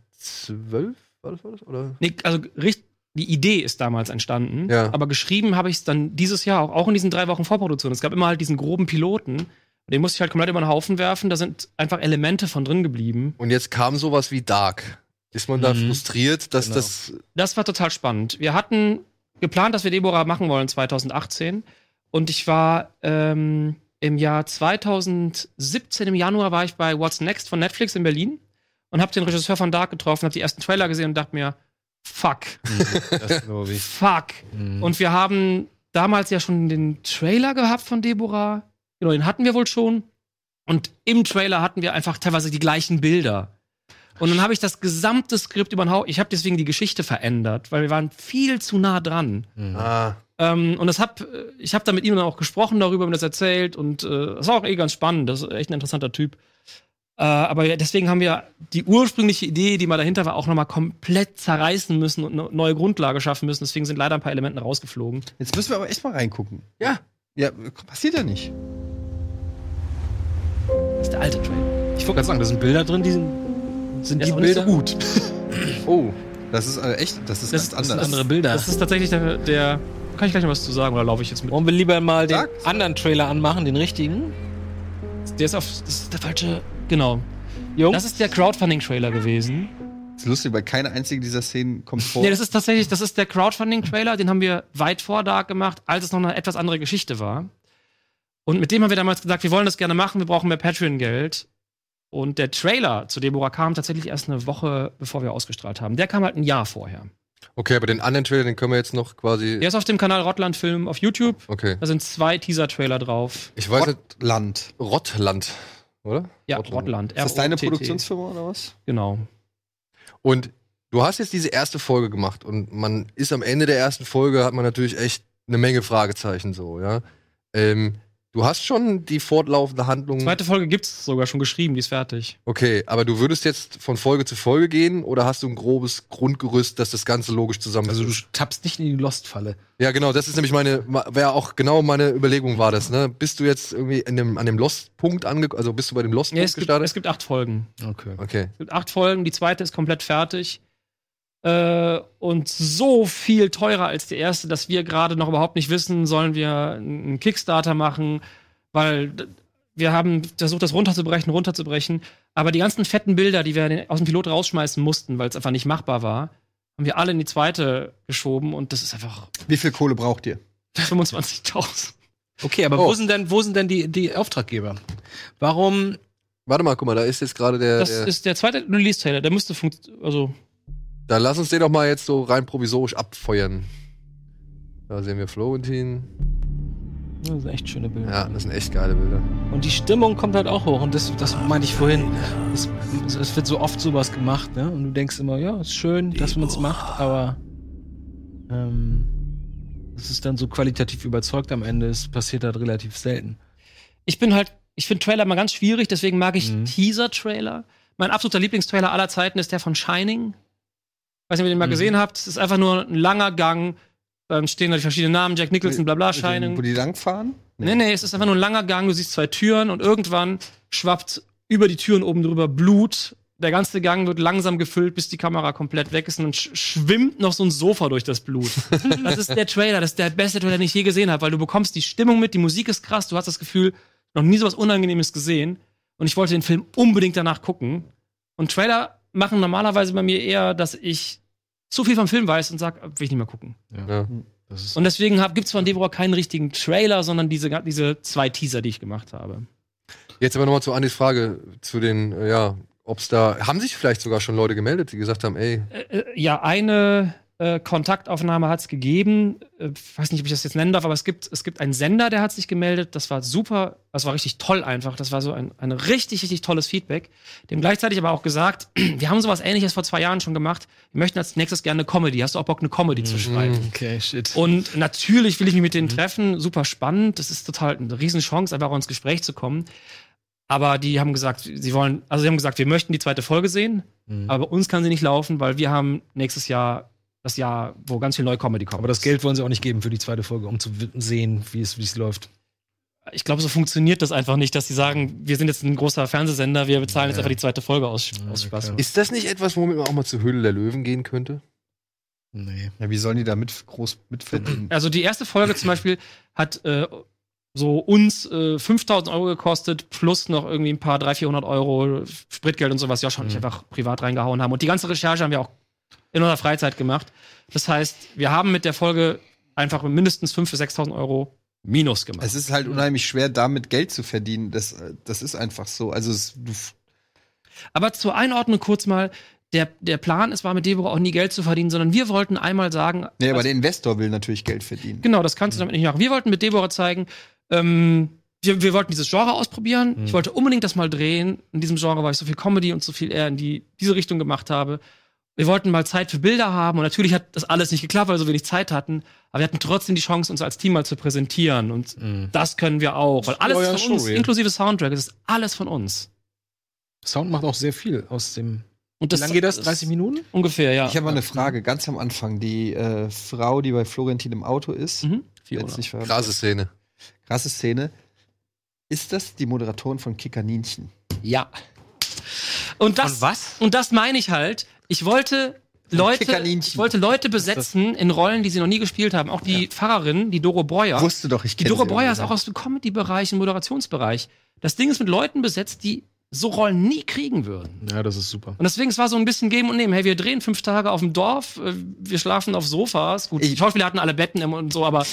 Speaker 1: war das, war das? Oder?
Speaker 4: Nee, also richt- die Idee ist damals entstanden,
Speaker 1: Ja.
Speaker 4: aber geschrieben habe ich es dann dieses Jahr auch, auch in diesen drei Wochen Vorproduktion. Es gab immer halt diesen groben Piloten, den musste ich halt komplett über den Haufen werfen. Da sind einfach Elemente von drin geblieben.
Speaker 1: Und jetzt kam sowas wie Dark. Ist man da
Speaker 5: Mhm.
Speaker 1: frustriert, dass
Speaker 5: Genau.
Speaker 1: das.
Speaker 4: Das war total spannend. Wir hatten geplant, dass wir Deborah machen wollen 2018. Und ich war ähm, im Jahr 2017, im Januar, war ich bei What's Next von Netflix in Berlin und habe den Regisseur von Dark getroffen, habe die ersten Trailer gesehen und dachte mir, fuck,
Speaker 5: Mhm, Das glaube ich. Mhm.
Speaker 4: fuck. Und wir haben damals ja schon den Trailer gehabt von Deborah. Genau, den hatten wir wohl schon. Und im Trailer hatten wir einfach teilweise die gleichen Bilder. Und dann habe ich das gesamte Skript über den Hauch. Ich habe deswegen die Geschichte verändert, weil wir waren viel zu nah dran.
Speaker 1: Ah,
Speaker 4: Ähm, und das hab, äh, ich habe da mit ihm dann auch gesprochen darüber, mir das erzählt. Und äh, das war auch eh ganz spannend. Das ist echt ein interessanter Typ. Äh, aber deswegen haben wir die ursprüngliche Idee, die mal dahinter war, auch nochmal komplett zerreißen müssen und eine neue Grundlage schaffen müssen. Deswegen sind leider ein paar Elemente rausgeflogen.
Speaker 2: jetzt müssen wir aber echt mal reingucken.
Speaker 1: Ja.
Speaker 2: Ja, passiert ja nicht.
Speaker 4: Das ist der alte Trailer.
Speaker 5: Ich wollte gerade sagen, da sind Bilder drin, die sind, sind
Speaker 4: Der
Speaker 5: die
Speaker 4: ist auch nicht
Speaker 5: Bilder
Speaker 4: so
Speaker 5: gut.
Speaker 2: Oh, das ist äh, echt, das ist ganz
Speaker 4: Das-
Speaker 5: Das
Speaker 2: anders.
Speaker 5: sind andere Bilder.
Speaker 4: Das ist tatsächlich der, der. Kann ich gleich noch was zu sagen oder laufe ich jetzt mit?
Speaker 5: Wollen wir lieber mal den
Speaker 2: Sag's.
Speaker 5: anderen Trailer anmachen, den richtigen?
Speaker 4: Der ist auf. Das ist der falsche. Genau.
Speaker 5: Jungs?
Speaker 4: Das ist der Crowdfunding-Trailer gewesen.
Speaker 2: Das ist lustig, weil keine einzige dieser Szenen kommt vor.
Speaker 4: Nee, das ist tatsächlich, das ist der Crowdfunding-Trailer, den haben wir weit vor Dark gemacht, als es noch eine etwas andere Geschichte war. Und mit dem haben wir damals gesagt, wir wollen das gerne machen, wir brauchen mehr Patreon-Geld. Und der Trailer zu Deborah kam tatsächlich erst eine Woche, bevor wir ausgestrahlt haben. Der kam halt ein Jahr vorher.
Speaker 1: Okay, aber den anderen Trailer, den können wir jetzt noch quasi.
Speaker 4: Der ist auf dem Kanal Rottland Film auf YouTube.
Speaker 1: Okay.
Speaker 4: Da sind zwei Teaser-Trailer drauf.
Speaker 1: Ich weiß nicht,
Speaker 2: Land.
Speaker 1: Rottland, oder?
Speaker 4: Ja, oh,
Speaker 1: Rottland.
Speaker 4: Rottland.
Speaker 2: Ist das deine
Speaker 4: R-O-T-T.
Speaker 2: Produktionsfirma oder was?
Speaker 4: Genau.
Speaker 1: Und du hast jetzt diese erste Folge gemacht und man ist am Ende der ersten Folge, hat man natürlich echt eine Menge Fragezeichen so, ja. Ähm, du hast schon die fortlaufende Handlung.
Speaker 4: Zweite Folge gibt's sogar schon geschrieben, die ist fertig.
Speaker 1: Okay, aber du würdest jetzt von Folge zu Folge gehen oder hast du ein grobes Grundgerüst, dass das Ganze logisch zusammen
Speaker 5: Also du tappst nicht in die Lost-Falle.
Speaker 1: Ja, genau, das ist nämlich meine, wäre auch genau meine Überlegung war das, ne? Bist du jetzt irgendwie in dem, an dem Lost-Punkt angekommen, also bist du bei dem
Speaker 4: Ja,
Speaker 1: Lost-Punkt
Speaker 4: es, gibt,
Speaker 1: gestartet?
Speaker 4: es gibt acht Folgen.
Speaker 5: Okay.
Speaker 1: okay.
Speaker 4: Es gibt acht Folgen, die zweite ist komplett fertig. Äh, und so viel teurer als die erste, dass wir gerade noch überhaupt nicht wissen, sollen wir einen Kickstarter machen, weil d- wir haben versucht, das runterzubrechen, runterzubrechen. Aber die ganzen fetten Bilder, die wir den- aus dem Pilot rausschmeißen mussten, weil es einfach nicht machbar war, haben wir alle in die zweite geschoben und das ist einfach
Speaker 2: Wie viel Kohle braucht ihr?
Speaker 4: 25.000.
Speaker 5: Okay, aber
Speaker 1: Oh.
Speaker 5: wo sind denn, wo sind denn die, die Auftraggeber? Warum?
Speaker 1: Warte mal, guck mal, da ist jetzt gerade der,
Speaker 4: Das
Speaker 1: der
Speaker 4: ist der zweite Release-Trailer, der müsste funktionieren. Also,
Speaker 1: Da lass uns den doch mal jetzt so rein provisorisch abfeuern. Da sehen wir Florentin.
Speaker 5: Das sind echt schöne Bilder.
Speaker 1: Ja, das sind echt geile Bilder.
Speaker 5: Und die Stimmung kommt halt auch hoch. Und das, das meinte ich vorhin. Es, es- es wird so oft sowas gemacht, ne? Und du denkst immer, ja, ist schön, dass man es macht, aber ähm,
Speaker 10: dass es dann so qualitativ überzeugt am Ende ist, passiert das relativ selten.
Speaker 4: Ich bin halt, ich finde Trailer mal ganz schwierig, deswegen mag ich Teaser-Trailer. Mein absoluter Lieblingstrailer aller Zeiten ist der von Shining. Weiß nicht, ob ihr den mal gesehen habt. Es ist einfach nur ein langer Gang. Dann stehen da die verschiedenen Namen, Jack Nicholson, bla bla, Shining.
Speaker 2: Wo die langfahren?
Speaker 4: Nee, nee, es ist einfach nur ein langer Gang, du siehst zwei Türen und irgendwann schwappt über die Türen oben drüber Blut. Der ganze Gang wird langsam gefüllt, bis die Kamera komplett weg ist und dann sch schwimmt noch so ein Sofa durch das Blut. das ist der Trailer, das ist der beste Trailer, den ich je gesehen habe, weil du bekommst die Stimmung mit, die Musik ist krass, du hast das Gefühl, noch nie sowas Unangenehmes gesehen und ich wollte den Film unbedingt danach gucken. Und Trailer machen normalerweise bei mir eher, dass ich zu viel vom Film weiß und sag, will ich nicht mehr gucken.
Speaker 1: Ja.
Speaker 4: Und deswegen gibt es von Deborah keinen richtigen Trailer, sondern diese, ga- diese zwei Teaser, die ich gemacht habe.
Speaker 1: Jetzt aber nochmal zu Andis Frage, zu den, äh, ja, ob's da, haben sich vielleicht sogar schon Leute gemeldet, die gesagt haben, ey,
Speaker 4: Äh, ja, eine äh, Kontaktaufnahme hat es gegeben. Äh, weiß nicht, ob ich das jetzt nennen darf, aber es gibt, es gibt einen Sender, der hat sich gemeldet. Das war super, das war richtig toll einfach. Das war so ein, ein richtig, richtig tolles Feedback. Dem gleichzeitig aber auch gesagt, wir haben sowas ähnliches vor zwei Jahren schon gemacht. Wir möchten als nächstes gerne eine Comedy. Hast du auch Bock, eine Comedy zu schreiben?
Speaker 10: Okay, shit.
Speaker 4: Und natürlich will ich mich mit denen treffen. Super spannend. Das ist total eine Riesenchance, einfach auch ins Gespräch zu kommen. Aber die haben gesagt, sie wollen, also sie haben gesagt, wir möchten die zweite Folge sehen,
Speaker 10: Mhm. Hm.
Speaker 4: aber bei uns kann sie nicht laufen, weil wir haben nächstes Jahr das Jahr, wo ganz viel neue Comedy kommt.
Speaker 10: Aber das Geld wollen sie auch nicht geben für die zweite Folge, um zu w- sehen, wie es, wie es läuft.
Speaker 4: Ich glaube, so funktioniert das einfach nicht, dass sie sagen, wir sind jetzt ein großer Fernsehsender, wir bezahlen jetzt einfach die zweite Folge aus, aus Spaß.
Speaker 10: klar.
Speaker 1: ist das nicht etwas, womit man auch mal zur Höhle der Löwen gehen könnte?
Speaker 10: Nee.
Speaker 2: Ja, wie sollen die da mit groß mitfinden?
Speaker 4: Also die erste Folge zum Beispiel hat äh, so uns äh, 5000 Euro gekostet, plus noch irgendwie ein paar 300, 400 Euro Spritgeld und sowas. Josh und
Speaker 2: Mhm.
Speaker 4: ich einfach privat reingehauen haben. Und die ganze Recherche haben wir auch in unserer Freizeit gemacht. Das heißt, wir haben mit der Folge einfach mindestens 5.000 bis 6.000 Euro Minus gemacht.
Speaker 2: Es ist halt unheimlich schwer, damit Geld zu verdienen. Das, äh, das ist einfach so. Also es, du,
Speaker 4: Aber zur Einordnung kurz mal, der, der Plan, es war mit Deborah auch nie Geld zu verdienen, sondern wir wollten einmal sagen,
Speaker 2: nee, aber der Investor will natürlich Geld verdienen.
Speaker 4: Also Genau, das kannst du damit nicht machen. Wir wollten mit Deborah zeigen, ähm, wir, wir wollten dieses Genre ausprobieren. Ich wollte unbedingt das mal drehen. In diesem Genre, weil ich so viel Comedy und so viel eher in die, diese Richtung gemacht habe. Wir wollten mal Zeit für Bilder haben und natürlich hat das alles nicht geklappt, weil wir so wenig Zeit hatten. Aber wir hatten trotzdem die Chance, uns als Team mal zu präsentieren und das können wir auch. Weil alles
Speaker 10: euer
Speaker 4: ist von uns,
Speaker 10: Showreel.
Speaker 4: inklusive Soundtrack, es ist alles von uns.
Speaker 10: Sound macht auch sehr viel aus dem.
Speaker 4: Und
Speaker 10: Wie lange geht das? 30 Minuten?
Speaker 4: Ungefähr, ja.
Speaker 2: Ich habe mal eine Frage, ganz am Anfang. Die äh, Frau, die bei Florentin im Auto ist,
Speaker 4: Mhm.
Speaker 2: jetzt nicht ver-
Speaker 1: Krasse Szene.
Speaker 2: krasse Szene. Ist das die Moderatorin von Kickerninchen?
Speaker 4: Ja. Und das,
Speaker 10: Von was?
Speaker 4: Und das meine ich halt. Ich wollte Leute,
Speaker 2: Kickerlinchen.
Speaker 4: ich wollte Leute besetzen in Rollen, die sie noch nie gespielt haben. Auch die Pfarrerin, die Doro Breuer.
Speaker 2: Wusste doch, ich
Speaker 4: die
Speaker 2: kenn
Speaker 4: Doro
Speaker 2: sie
Speaker 4: Breuer ist
Speaker 2: irgendwo.
Speaker 4: auch aus dem Comedy-Bereich, im Moderationsbereich. Das Ding ist mit Leuten besetzt, die so Rollen nie kriegen würden.
Speaker 10: Ja, das ist super.
Speaker 4: Und deswegen, es war so ein bisschen geben und nehmen. Hey, wir drehen fünf Tage auf dem Dorf, äh, wir schlafen auf Sofas. Gut, die
Speaker 2: Ich-
Speaker 4: Schauspieler hatten alle Betten im- und so, aber,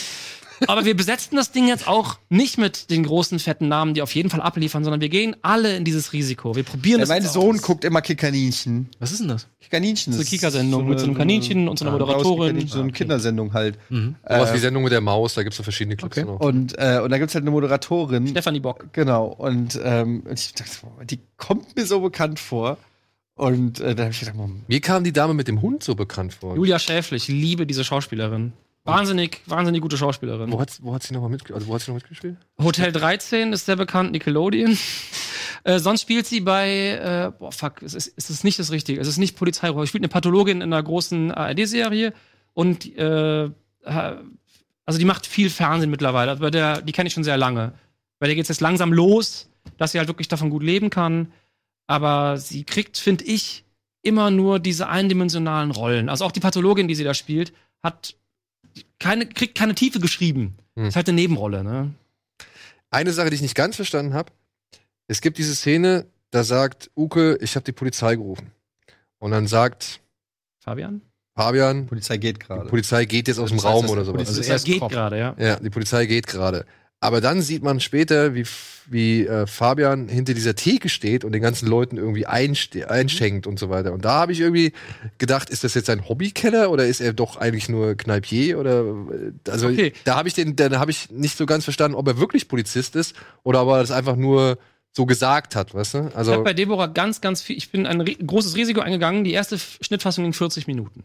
Speaker 4: aber wir besetzten das Ding jetzt auch nicht mit den großen, fetten Namen, die auf jeden Fall abliefern, sondern wir gehen alle in dieses Risiko. Wir probieren
Speaker 2: Ja,
Speaker 4: das
Speaker 2: Äh, mein
Speaker 4: jetzt
Speaker 2: Sohn
Speaker 4: aus.
Speaker 2: guckt immer Kickerninchen.
Speaker 10: Was ist denn das?
Speaker 2: Kickerninchen
Speaker 4: So eine Kika-Sendung mit so einem Kaninchen und so einer
Speaker 2: Ah,
Speaker 4: Moderatorin. Mhm.
Speaker 2: Kickerninchen, So eine Kindersendung halt.
Speaker 1: Sowas
Speaker 2: Äh,
Speaker 1: wie Sendung mit der Maus, da gibt's ja verschiedene Clips
Speaker 10: Okay.
Speaker 1: noch.
Speaker 2: Und, äh, und da gibt es halt eine Moderatorin.
Speaker 4: Stefanie Bock.
Speaker 2: Genau. Und ähm, und ich dachte, boah, die kommt mir so bekannt vor. Und äh, da habe ich gedacht, Moment,
Speaker 1: Mir kam die Dame mit dem Hund so bekannt vor.
Speaker 4: Julia Schäflich, ich liebe diese Schauspielerin. Wahnsinnig, wahnsinnig gute Schauspielerin.
Speaker 1: Wo hat, wo hat sie nochmal mitgespielt? Also, wo hat sie noch mitgespielt?
Speaker 4: Hotel 13 ist sehr bekannt, Nickelodeon. Äh, sonst spielt sie bei, äh, boah, fuck, es ist, es ist nicht das Richtige. Es ist nicht Polizeirolle. Sie spielt eine Pathologin in einer großen ARD-Serie und, äh, ha- also die macht viel Fernsehen mittlerweile. Also Bei der, die kenne ich schon sehr lange. Bei der geht es jetzt langsam los, dass sie halt wirklich davon gut leben kann. Aber sie kriegt, finde ich, immer nur diese eindimensionalen Rollen. Also auch die Pathologin, die sie da spielt, hat keine, kriegt keine Tiefe geschrieben.
Speaker 1: Hm.
Speaker 4: Ist halt eine Nebenrolle, ne?
Speaker 1: Eine Sache, die ich nicht ganz verstanden habe: Es gibt diese Szene, da sagt Uke, ich habe die Polizei gerufen. Und dann sagt
Speaker 4: Fabian?
Speaker 1: Fabian,
Speaker 2: Polizei geht
Speaker 1: die
Speaker 2: gerade.
Speaker 1: Polizei geht jetzt aus dem
Speaker 2: Das heißt,
Speaker 1: Raum
Speaker 2: dass
Speaker 1: oder
Speaker 2: die
Speaker 1: sowas.
Speaker 2: Polizei-
Speaker 4: Das
Speaker 2: Also
Speaker 4: er
Speaker 2: erst
Speaker 4: geht
Speaker 2: Kopf.
Speaker 4: gerade, ja.
Speaker 1: Ja, die Polizei geht gerade. Aber dann sieht man später, wie, wie äh, Fabian hinter dieser Theke steht und den ganzen Leuten irgendwie einste- einschenkt und so weiter. Und da habe ich irgendwie gedacht, ist das jetzt ein Hobbykeller oder ist er doch eigentlich nur Kneipier oder äh, also
Speaker 4: Okay.
Speaker 1: da habe ich den da habe ich nicht so ganz verstanden, ob er wirklich Polizist ist oder ob er das einfach nur so gesagt hat, weißt du?
Speaker 4: Ich habe
Speaker 1: Also
Speaker 4: bei Deborah ganz, ganz viel, ich bin ein ri- großes Risiko eingegangen. Die erste
Speaker 2: Mhm.
Speaker 4: F- Schnittfassung ging 40 Minuten.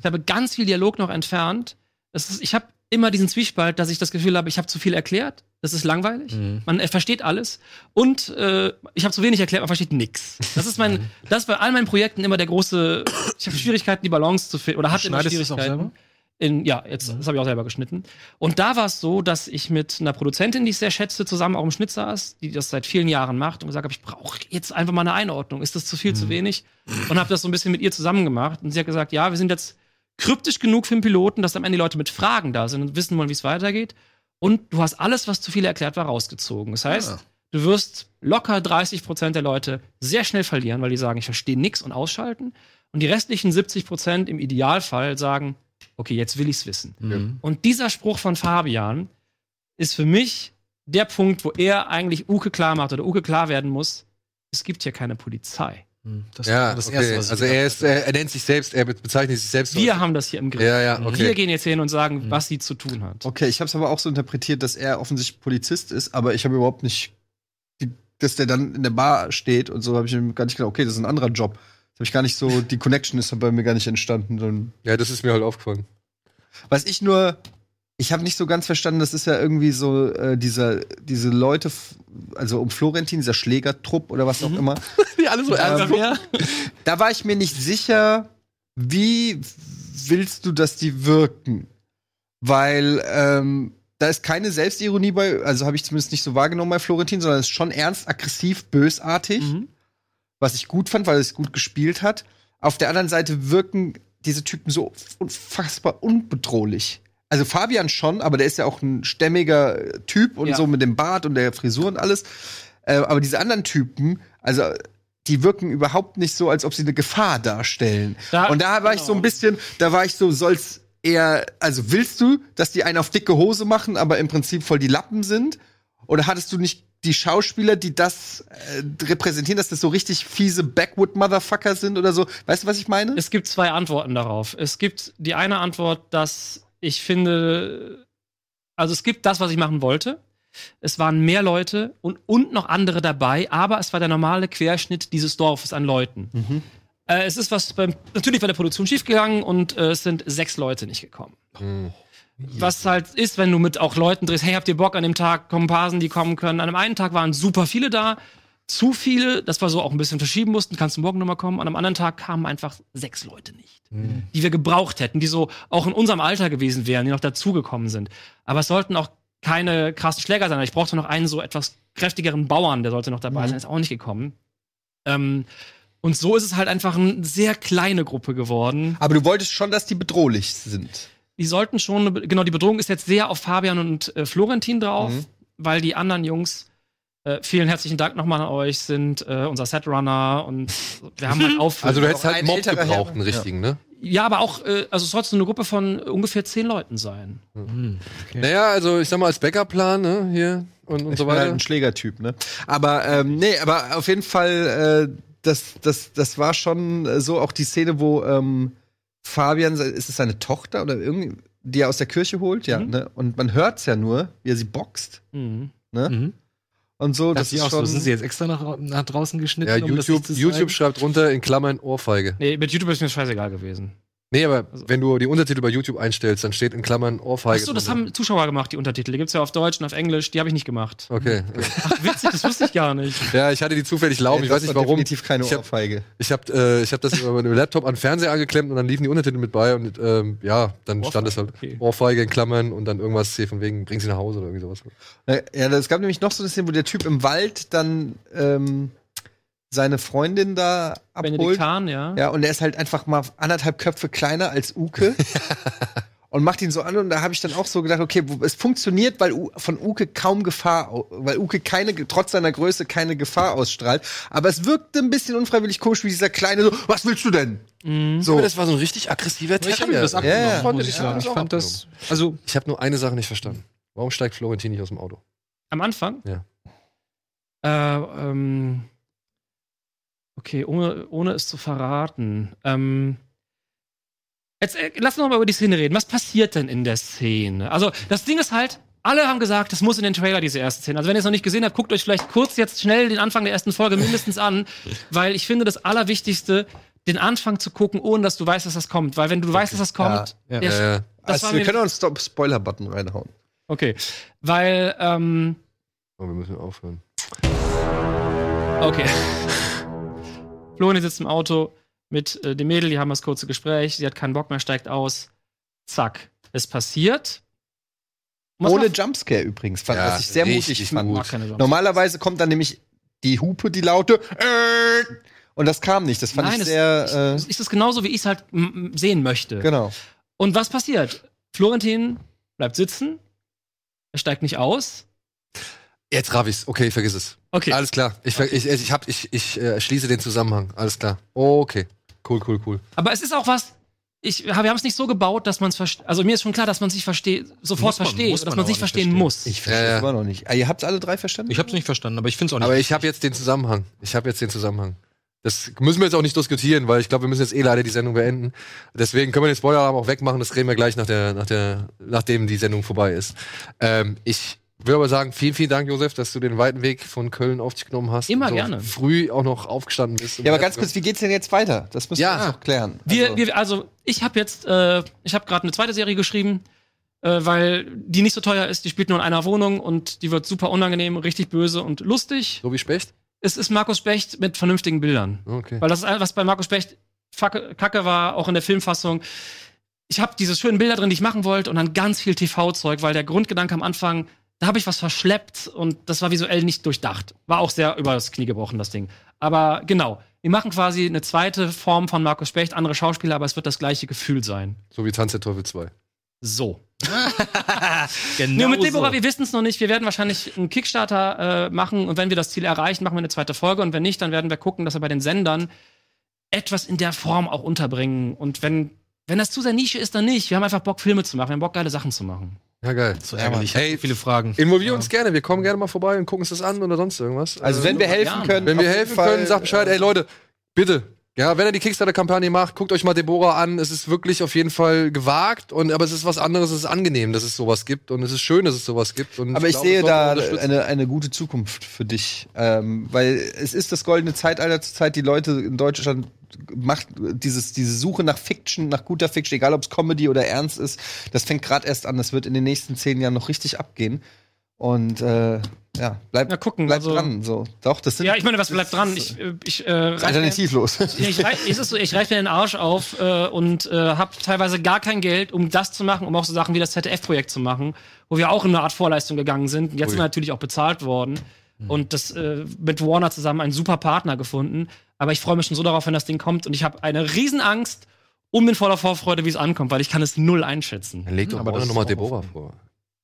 Speaker 4: Ich habe ganz viel Dialog noch entfernt. Das ist, ich habe immer diesen Zwiespalt, dass ich das Gefühl habe, ich habe zu viel erklärt. Das ist langweilig.
Speaker 10: Mhm.
Speaker 4: Man äh, versteht alles. Und äh, ich habe zu wenig erklärt, man versteht nichts. Das ist mein,
Speaker 10: Mhm.
Speaker 4: das ist bei all meinen Projekten immer der große. Ich habe Schwierigkeiten, die Balance zu finden. Oder hatte immer
Speaker 10: Schneidest du es auch
Speaker 4: Schwierigkeiten.
Speaker 10: selber? Mhm.
Speaker 4: In, ja, jetzt, das habe ich auch selber geschnitten. Und da war es so, dass ich mit einer Produzentin, die ich sehr schätze, zusammen auch im Schnitt saß, die das seit vielen Jahren macht und gesagt habe, ich brauche jetzt einfach mal eine Einordnung. Ist das zu viel,
Speaker 10: Mhm.
Speaker 4: zu wenig? Und habe das so ein bisschen mit ihr zusammen gemacht. Und sie hat gesagt, ja, wir sind jetzt kryptisch genug für den Piloten, dass am Ende die Leute mit Fragen da sind und wissen wollen, wie es weitergeht. Und du hast alles, was zu viel erklärt war, rausgezogen. Das heißt,
Speaker 1: Ah.
Speaker 4: du wirst locker 30 Prozent der Leute sehr schnell verlieren, weil die sagen, ich verstehe nichts und ausschalten. Und die restlichen 70 Prozent im Idealfall sagen, okay, jetzt will ich's wissen.
Speaker 10: Mhm.
Speaker 4: Und dieser Spruch von Fabian ist für mich der Punkt, wo er eigentlich Uke klar macht oder Uke klar werden muss, es gibt hier keine Polizei.
Speaker 10: Hm, Das
Speaker 1: Ja,
Speaker 10: war das
Speaker 1: okay.
Speaker 10: Erste, was ich
Speaker 1: also er, ist, er, er nennt sich selbst, er be- bezeichnet sich selbst.
Speaker 4: Wir haben das hier im Griff.
Speaker 1: ja, ja,
Speaker 4: Wir
Speaker 1: okay. Mhm.
Speaker 4: gehen jetzt hin und sagen, was sie zu tun hat.
Speaker 2: Okay, ich habe es aber auch so interpretiert, dass er offensichtlich Polizist ist, aber ich habe überhaupt nicht, die, dass der dann in der Bar steht und so habe ich ihm gar nicht gedacht, okay, das ist ein anderer Job. Das habe ich gar nicht so, die Connection ist bei mir gar nicht entstanden. Dann,
Speaker 1: Ja, das ist mir halt aufgefallen.
Speaker 2: was ich nur, ich habe nicht so ganz verstanden, das ist ja irgendwie so äh, dieser, diese Leute, f- also um Florentin, dieser Schlägertrupp oder was auch immer.
Speaker 4: Mhm. Die alle so
Speaker 2: ernsthaft Da war ich mir nicht sicher, wie willst du, dass die wirken? Weil ähm, da ist keine Selbstironie bei, also habe ich zumindest nicht so wahrgenommen bei Florentin, sondern es ist schon ernst, aggressiv, bösartig,
Speaker 4: Mhm.
Speaker 2: was ich gut fand, weil er es gut gespielt hat. Auf der anderen Seite wirken diese Typen so unfassbar unbedrohlich. Also Fabian schon, aber der ist ja auch ein stämmiger äh, Typ und
Speaker 4: Ja.
Speaker 2: so mit dem Bart und der Frisur und alles. Äh, aber diese anderen Typen, also die wirken überhaupt nicht so, als ob sie eine Gefahr darstellen.
Speaker 4: Da-
Speaker 2: und da war ich
Speaker 4: genau.
Speaker 2: so ein bisschen, da war ich so, soll's eher, also willst du, dass die einen auf dicke Hose machen, aber im Prinzip voll die Lappen sind? Oder hattest du nicht die Schauspieler, die das äh, repräsentieren, dass das so richtig fiese Backwood-Motherfucker sind oder so? Weißt du, was ich meine?
Speaker 4: Es gibt zwei Antworten darauf. Es gibt die eine Antwort, dass ich finde, also es gibt das, was ich machen wollte. Es waren mehr Leute und, und noch andere dabei, aber es war der normale Querschnitt dieses Dorfes an Leuten. Äh, es ist was beim, natürlich bei der Produktion schiefgegangen und äh, es sind sechs Leute nicht gekommen. Was halt ist, wenn du mit auch Leuten drehst, hey, habt ihr Bock an dem Tag, Komparsen, die kommen können. An dem einen Tag waren super viele da, zu viele, das war so auch ein bisschen verschieben mussten, kannst du morgen nochmal kommen. An einem anderen Tag kamen einfach sechs Leute nicht, die wir gebraucht hätten, die so auch in unserem Alter gewesen wären, die noch dazugekommen sind. Aber es sollten auch keine krassen Schläger sein. Ich brauchte noch einen so etwas kräftigeren Bauern, der sollte noch dabei sein, ist auch nicht gekommen. Ähm, und so ist es halt einfach eine sehr kleine Gruppe geworden.
Speaker 2: Aber du wolltest schon, dass die bedrohlich sind.
Speaker 4: Die sollten schon, genau, die Bedrohung ist jetzt sehr auf Fabian und äh, Florentin drauf, weil die anderen Jungs, äh, vielen herzlichen Dank nochmal an euch, sind äh, unser Setrunner und wir haben halt auf.
Speaker 1: Also du hättest halt einen Mob
Speaker 2: älterer Herr.
Speaker 1: gebraucht, einen richtigen, ne?
Speaker 4: ja, aber auch, äh, also es sollte so eine Gruppe von ungefähr zehn Leuten sein.
Speaker 1: Naja, also ich sag mal, als Backup-Plan, ne, hier und, und so
Speaker 2: Ich bin halt
Speaker 1: weiter.
Speaker 2: ein Schlägertyp, ne? Aber ähm, nee, aber auf jeden Fall, äh, das, das, das war schon äh, so auch die Szene, wo ähm, Fabian, se- ist es seine Tochter oder irgendwie, die er aus der Kirche holt, ja,
Speaker 4: Mhm.
Speaker 2: ne? Und man hört's ja nur, wie er sie boxt,
Speaker 4: Mhm.
Speaker 2: ne?
Speaker 10: Mhm.
Speaker 2: Und so,
Speaker 10: Das
Speaker 2: das
Speaker 10: ist
Speaker 2: ist
Speaker 10: auch so.
Speaker 2: schon.
Speaker 10: Sind sie jetzt extra nach, nach draußen geschnitten?
Speaker 1: Ja,
Speaker 10: um das
Speaker 1: YouTube,
Speaker 10: nicht zu zeigen?
Speaker 1: YouTube schreibt runter in Klammern Ohrfeige.
Speaker 4: Nee, mit YouTube ist mir scheißegal gewesen.
Speaker 1: Nee, aber
Speaker 4: Also-
Speaker 1: wenn du die Untertitel bei YouTube einstellst, dann steht in Klammern Ohrfeige.
Speaker 4: Achso, das
Speaker 1: drunter.
Speaker 4: haben Zuschauer gemacht, die Untertitel. Die gibt's ja auf Deutsch und auf Englisch, die habe ich nicht gemacht.
Speaker 1: Okay.
Speaker 4: Ach, witzig, das wusste ich gar nicht.
Speaker 1: Ja, ich hatte die zufällig laufen,
Speaker 2: Nee,
Speaker 1: ich
Speaker 2: das
Speaker 1: weiß nicht
Speaker 2: war
Speaker 1: warum.
Speaker 2: Definitiv keine
Speaker 1: Ich hab-
Speaker 2: Ohrfeige.
Speaker 1: Ich habe äh, ich hab das über meinem Laptop an den Fernseher angeklemmt und dann liefen die Untertitel mit bei und ähm, ja, dann stand das halt
Speaker 4: okay.
Speaker 1: Ohrfeige in Klammern und dann irgendwas hier von wegen, bring sie nach Hause oder irgendwie sowas.
Speaker 2: Na, Ja, es gab nämlich noch so eine Szene, wo der Typ im Wald dann ähm, seine Freundin da abholt.
Speaker 4: Benediktan, ja.
Speaker 2: Ja, und er ist halt einfach mal anderthalb Köpfe kleiner als Uke. und macht ihn so an und da habe ich dann auch so gedacht, okay, wo- es funktioniert, weil U von Uke kaum Gefahr, au- weil Uke keine trotz seiner Größe keine Gefahr ausstrahlt, aber es wirkte ein bisschen unfreiwillig komisch wie dieser kleine so, was willst du denn?
Speaker 4: Mhm.
Speaker 2: So.
Speaker 1: war so ein richtig aggressiver
Speaker 10: Ich habe mir das
Speaker 2: Ja,
Speaker 10: abgenommen,
Speaker 2: ja.
Speaker 10: muss ich sagen. Ich fand das. Also,
Speaker 1: Ich habe nur eine Sache nicht verstanden. Warum steigt Florentin nicht aus dem Auto?
Speaker 4: Am Anfang?
Speaker 1: Ja.
Speaker 4: Äh, ähm, okay, ohne, ohne es zu verraten. Ähm, jetzt äh, lass uns noch mal über die Szene reden. Was passiert denn in der Szene? Also, das Ding ist halt, alle haben gesagt, das muss in den Trailer, diese erste Szene. Also, wenn ihr es noch nicht gesehen habt, guckt euch vielleicht kurz jetzt schnell den Anfang der ersten Folge mindestens an, weil ich finde, das Allerwichtigste, den Anfang zu gucken, ohne dass du weißt, dass das kommt. Weil wenn du weißt, dass das kommt,
Speaker 2: Ja, Also
Speaker 4: der
Speaker 1: Äh,
Speaker 4: Das war
Speaker 2: wir
Speaker 4: mir-
Speaker 2: können auch einen Stop- Spoiler-Button reinhauen.
Speaker 4: Okay. Weil, ähm,
Speaker 1: Oh, wir müssen aufhören.
Speaker 4: Okay. Florian sitzt im Auto mit äh, dem Mädel, die haben das kurze Gespräch, sie hat keinen Bock mehr, steigt aus. Zack. Es passiert. Und was
Speaker 2: Ohne
Speaker 4: war-
Speaker 2: Jumpscare übrigens, fand,
Speaker 1: Ja,
Speaker 2: was ich sehr mutig
Speaker 1: richtig
Speaker 2: fand.
Speaker 4: War keine Jump.
Speaker 2: Normalerweise kommt dann nämlich die Hupe, die Laute. äh, Und das kam nicht. Das fand
Speaker 4: Nein,
Speaker 2: ich
Speaker 4: es-
Speaker 2: sehr.
Speaker 4: es ist es genauso, wie ich es halt m- m- sehen möchte.
Speaker 2: äh, genau.
Speaker 4: Und was passiert? Florentin bleibt sitzen, er steigt nicht aus.
Speaker 1: Jetzt raff ich's. Okay, vergiss es.
Speaker 4: Okay.
Speaker 1: Alles klar. Ich, ver- ich, ich, hab, ich, ich äh, schließe den Zusammenhang. Alles klar. Okay. Cool, cool, cool.
Speaker 4: Aber es ist auch was. Ich, wir haben es nicht so gebaut, dass man es versteht. Also mir ist schon klar, dass man sich versteht,
Speaker 10: Muss
Speaker 4: sofort
Speaker 10: man-
Speaker 4: versteht,
Speaker 10: muss
Speaker 4: dass
Speaker 10: man
Speaker 4: man
Speaker 10: aber
Speaker 4: sich
Speaker 10: nicht
Speaker 4: verstehen,
Speaker 10: verstehen.
Speaker 4: muss.
Speaker 2: Ich verstehe
Speaker 1: Ja, ja.
Speaker 2: es immer noch nicht. Ah, Ihr habt es alle drei verstanden?
Speaker 10: Ich hab's nicht verstanden, aber ich find's auch nicht.
Speaker 1: Aber ich habe jetzt den Zusammenhang. Ich habe jetzt den Zusammenhang. Das müssen wir jetzt auch nicht diskutieren, weil ich glaube, wir müssen jetzt eh leider die Sendung beenden. Deswegen können wir den Spoiler-Alarm auch wegmachen. Das reden wir gleich nach der, nach der, nachdem die Sendung vorbei ist. Ähm, ich will aber sagen, vielen, vielen Dank, Josef, dass du den weiten Weg von Köln auf dich genommen hast.
Speaker 4: Immer
Speaker 1: und so
Speaker 4: gerne.
Speaker 1: Früh auch noch aufgestanden bist.
Speaker 2: ja, aber ganz kurz, wie geht's denn jetzt weiter? Das müssen
Speaker 1: Ja.
Speaker 2: wir uns noch klären.
Speaker 4: Wir,
Speaker 2: Also-
Speaker 4: wir, also ich habe jetzt, äh, ich habe gerade eine zweite Serie geschrieben, äh, weil die nicht so teuer ist. Die spielt nur in einer Wohnung und die wird super unangenehm, richtig böse und lustig.
Speaker 1: So wie Specht?
Speaker 4: Es ist Markus Specht mit vernünftigen Bildern,
Speaker 1: Okay.
Speaker 4: weil das ist alles, was bei Markus Specht Facke- Kacke war, auch in der Filmfassung. Ich habe diese schönen Bilder drin, die ich machen wollte, und dann ganz viel TV-Zeug, weil der Grundgedanke am Anfang, da habe ich was verschleppt und das war visuell nicht durchdacht. War auch sehr übers Knie gebrochen, das Ding. Aber genau, wir machen quasi eine zweite Form von Markus Specht, andere Schauspieler, aber es wird das gleiche Gefühl sein.
Speaker 1: So wie Tanz der Teufel 2.
Speaker 4: So.
Speaker 10: genau
Speaker 4: Nur mit
Speaker 1: also-
Speaker 4: Deborah,
Speaker 10: so.
Speaker 4: wir wissen es noch nicht. Wir werden wahrscheinlich einen Kickstarter äh, machen und wenn wir das Ziel erreichen, machen wir eine zweite Folge und wenn nicht, dann werden wir gucken, dass wir bei den Sendern etwas in der Form auch unterbringen. Und wenn, wenn das zu sehr Nische ist, dann nicht. Wir haben einfach Bock, Filme zu machen. Wir haben Bock, geile Sachen zu machen.
Speaker 1: Ja, geil.
Speaker 10: So ärgerlich.
Speaker 1: Hey,
Speaker 10: Ich hab so viele Fragen.
Speaker 1: Involvier uns gerne. Wir kommen gerne mal vorbei und gucken uns das an oder sonst irgendwas.
Speaker 2: also, wenn wir helfen
Speaker 4: ja.
Speaker 2: können.
Speaker 1: Wenn
Speaker 2: auf
Speaker 1: wir
Speaker 2: jeden
Speaker 1: helfen
Speaker 2: Fall, äh,
Speaker 1: können, sagt Bescheid, ey Leute, bitte. Ja, wenn ihr die Kickstarter-Kampagne macht, guckt euch mal Deborah an. Es ist wirklich auf jeden Fall gewagt und aber es ist was anderes. Es ist angenehm, dass es sowas gibt und es ist schön, dass es sowas gibt. Und
Speaker 2: Aber ich,
Speaker 1: glaube,
Speaker 2: sehe
Speaker 1: es sollte
Speaker 2: da
Speaker 1: man unterstützen.
Speaker 2: eine, eine gute Zukunft für dich, ähm, weil es ist das goldene Zeitalter zur Zeit. Die Leute in Deutschland macht dieses, diese Suche nach Fiction, nach guter Fiction, egal ob es Comedy oder Ernst ist. Das fängt gerade erst an. Das wird in den nächsten zehn Jahren noch richtig abgehen. Und äh, ja, bleib,
Speaker 4: Na, gucken,
Speaker 2: bleib
Speaker 4: also-
Speaker 2: dran. So, doch, das sind
Speaker 4: Ja, ich meine, was bleibt dran? Ich, äh, ich, äh,
Speaker 2: das ist alternativlos.
Speaker 4: Ja, ich, reich, es ist so, ich reiß mir den Arsch auf äh, und äh, habe teilweise gar kein Geld, um das zu machen, um auch so Sachen wie das ZDF-Projekt zu machen, wo wir auch in eine Art Vorleistung gegangen sind. Und jetzt sind wir natürlich auch bezahlt worden und das äh, mit Warner zusammen einen super Partner gefunden. Aber ich freue mich schon so darauf, wenn das Ding kommt und ich habe eine Riesenangst um den voller Vorfreude, wie es ankommt, weil ich kann es null einschätzen.
Speaker 2: äh,
Speaker 1: Dann legt doch
Speaker 10: Aber
Speaker 1: aber
Speaker 10: das ist
Speaker 1: nochmal
Speaker 10: auch
Speaker 1: Deborah vor.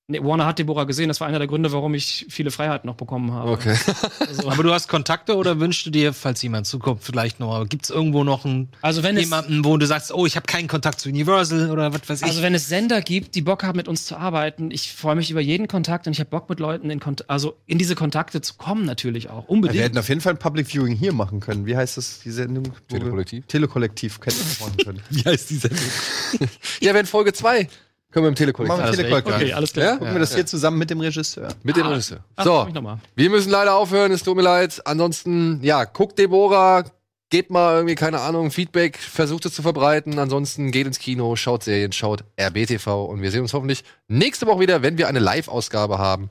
Speaker 4: Nee, Warner hat Deborah gesehen, das war einer der Gründe, warum ich viele Freiheiten noch bekommen habe.
Speaker 1: Okay.
Speaker 4: Also,
Speaker 10: Aber du hast Kontakte oder wünschst du dir, falls jemand zukommt, vielleicht noch, gibt's irgendwo noch einen,
Speaker 4: also wenn es
Speaker 10: jemanden, wo du sagst, oh, ich habe keinen Kontakt zu Universal oder was weiß ich.
Speaker 4: Also wenn es Sender gibt, die Bock haben, mit uns zu arbeiten, ich freue mich über jeden Kontakt und ich habe Bock mit Leuten in Kont also in diese Kontakte zu kommen natürlich auch
Speaker 2: Wir
Speaker 4: unbedingt.
Speaker 2: hätten auf jeden Fall ein Public Viewing hier machen können. Wie heißt das, die Sendung? wo wir-
Speaker 1: Telekollektiv?
Speaker 2: Telekollektiv könnten wir machen können.
Speaker 10: wie heißt die Sendung?
Speaker 1: ja, wenn Folge 2 können wir im Telekollektiv.
Speaker 2: Machen wir Telekollektiv.
Speaker 4: Okay, alles klar.
Speaker 1: Ja?
Speaker 2: Gucken wir das hier zusammen mit dem Regisseur.
Speaker 1: Mit dem Regisseur.
Speaker 4: Ach,
Speaker 1: So,
Speaker 4: komm ich noch mal.
Speaker 1: wir müssen leider aufhören, es tut mir leid. Ansonsten, ja, guckt Deborah, gebt mal irgendwie, keine Ahnung, Feedback, versucht es zu verbreiten. Ansonsten geht ins Kino, schaut Serien, schaut RBTV und wir sehen uns hoffentlich nächste Woche wieder, wenn wir eine Live-Ausgabe haben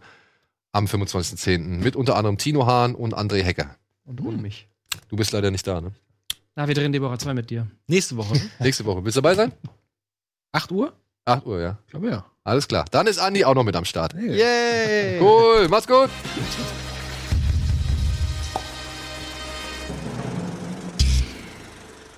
Speaker 1: am 25.10. mit unter anderem Tino Hahn und André Hecker.
Speaker 2: Und ohne mich.
Speaker 1: Du bist leider nicht da, ne?
Speaker 4: Na, wir drehen Deborah 2 mit dir.
Speaker 10: Nächste Woche. ne?
Speaker 1: Nächste Woche. Willst du dabei sein?
Speaker 10: 8 Uhr?
Speaker 1: 8 Uhr, ja.
Speaker 10: Ich glaube ja.
Speaker 1: Alles klar. Dann ist Andi auch noch mit am Start.
Speaker 2: Yay!
Speaker 1: Cool, mach's gut.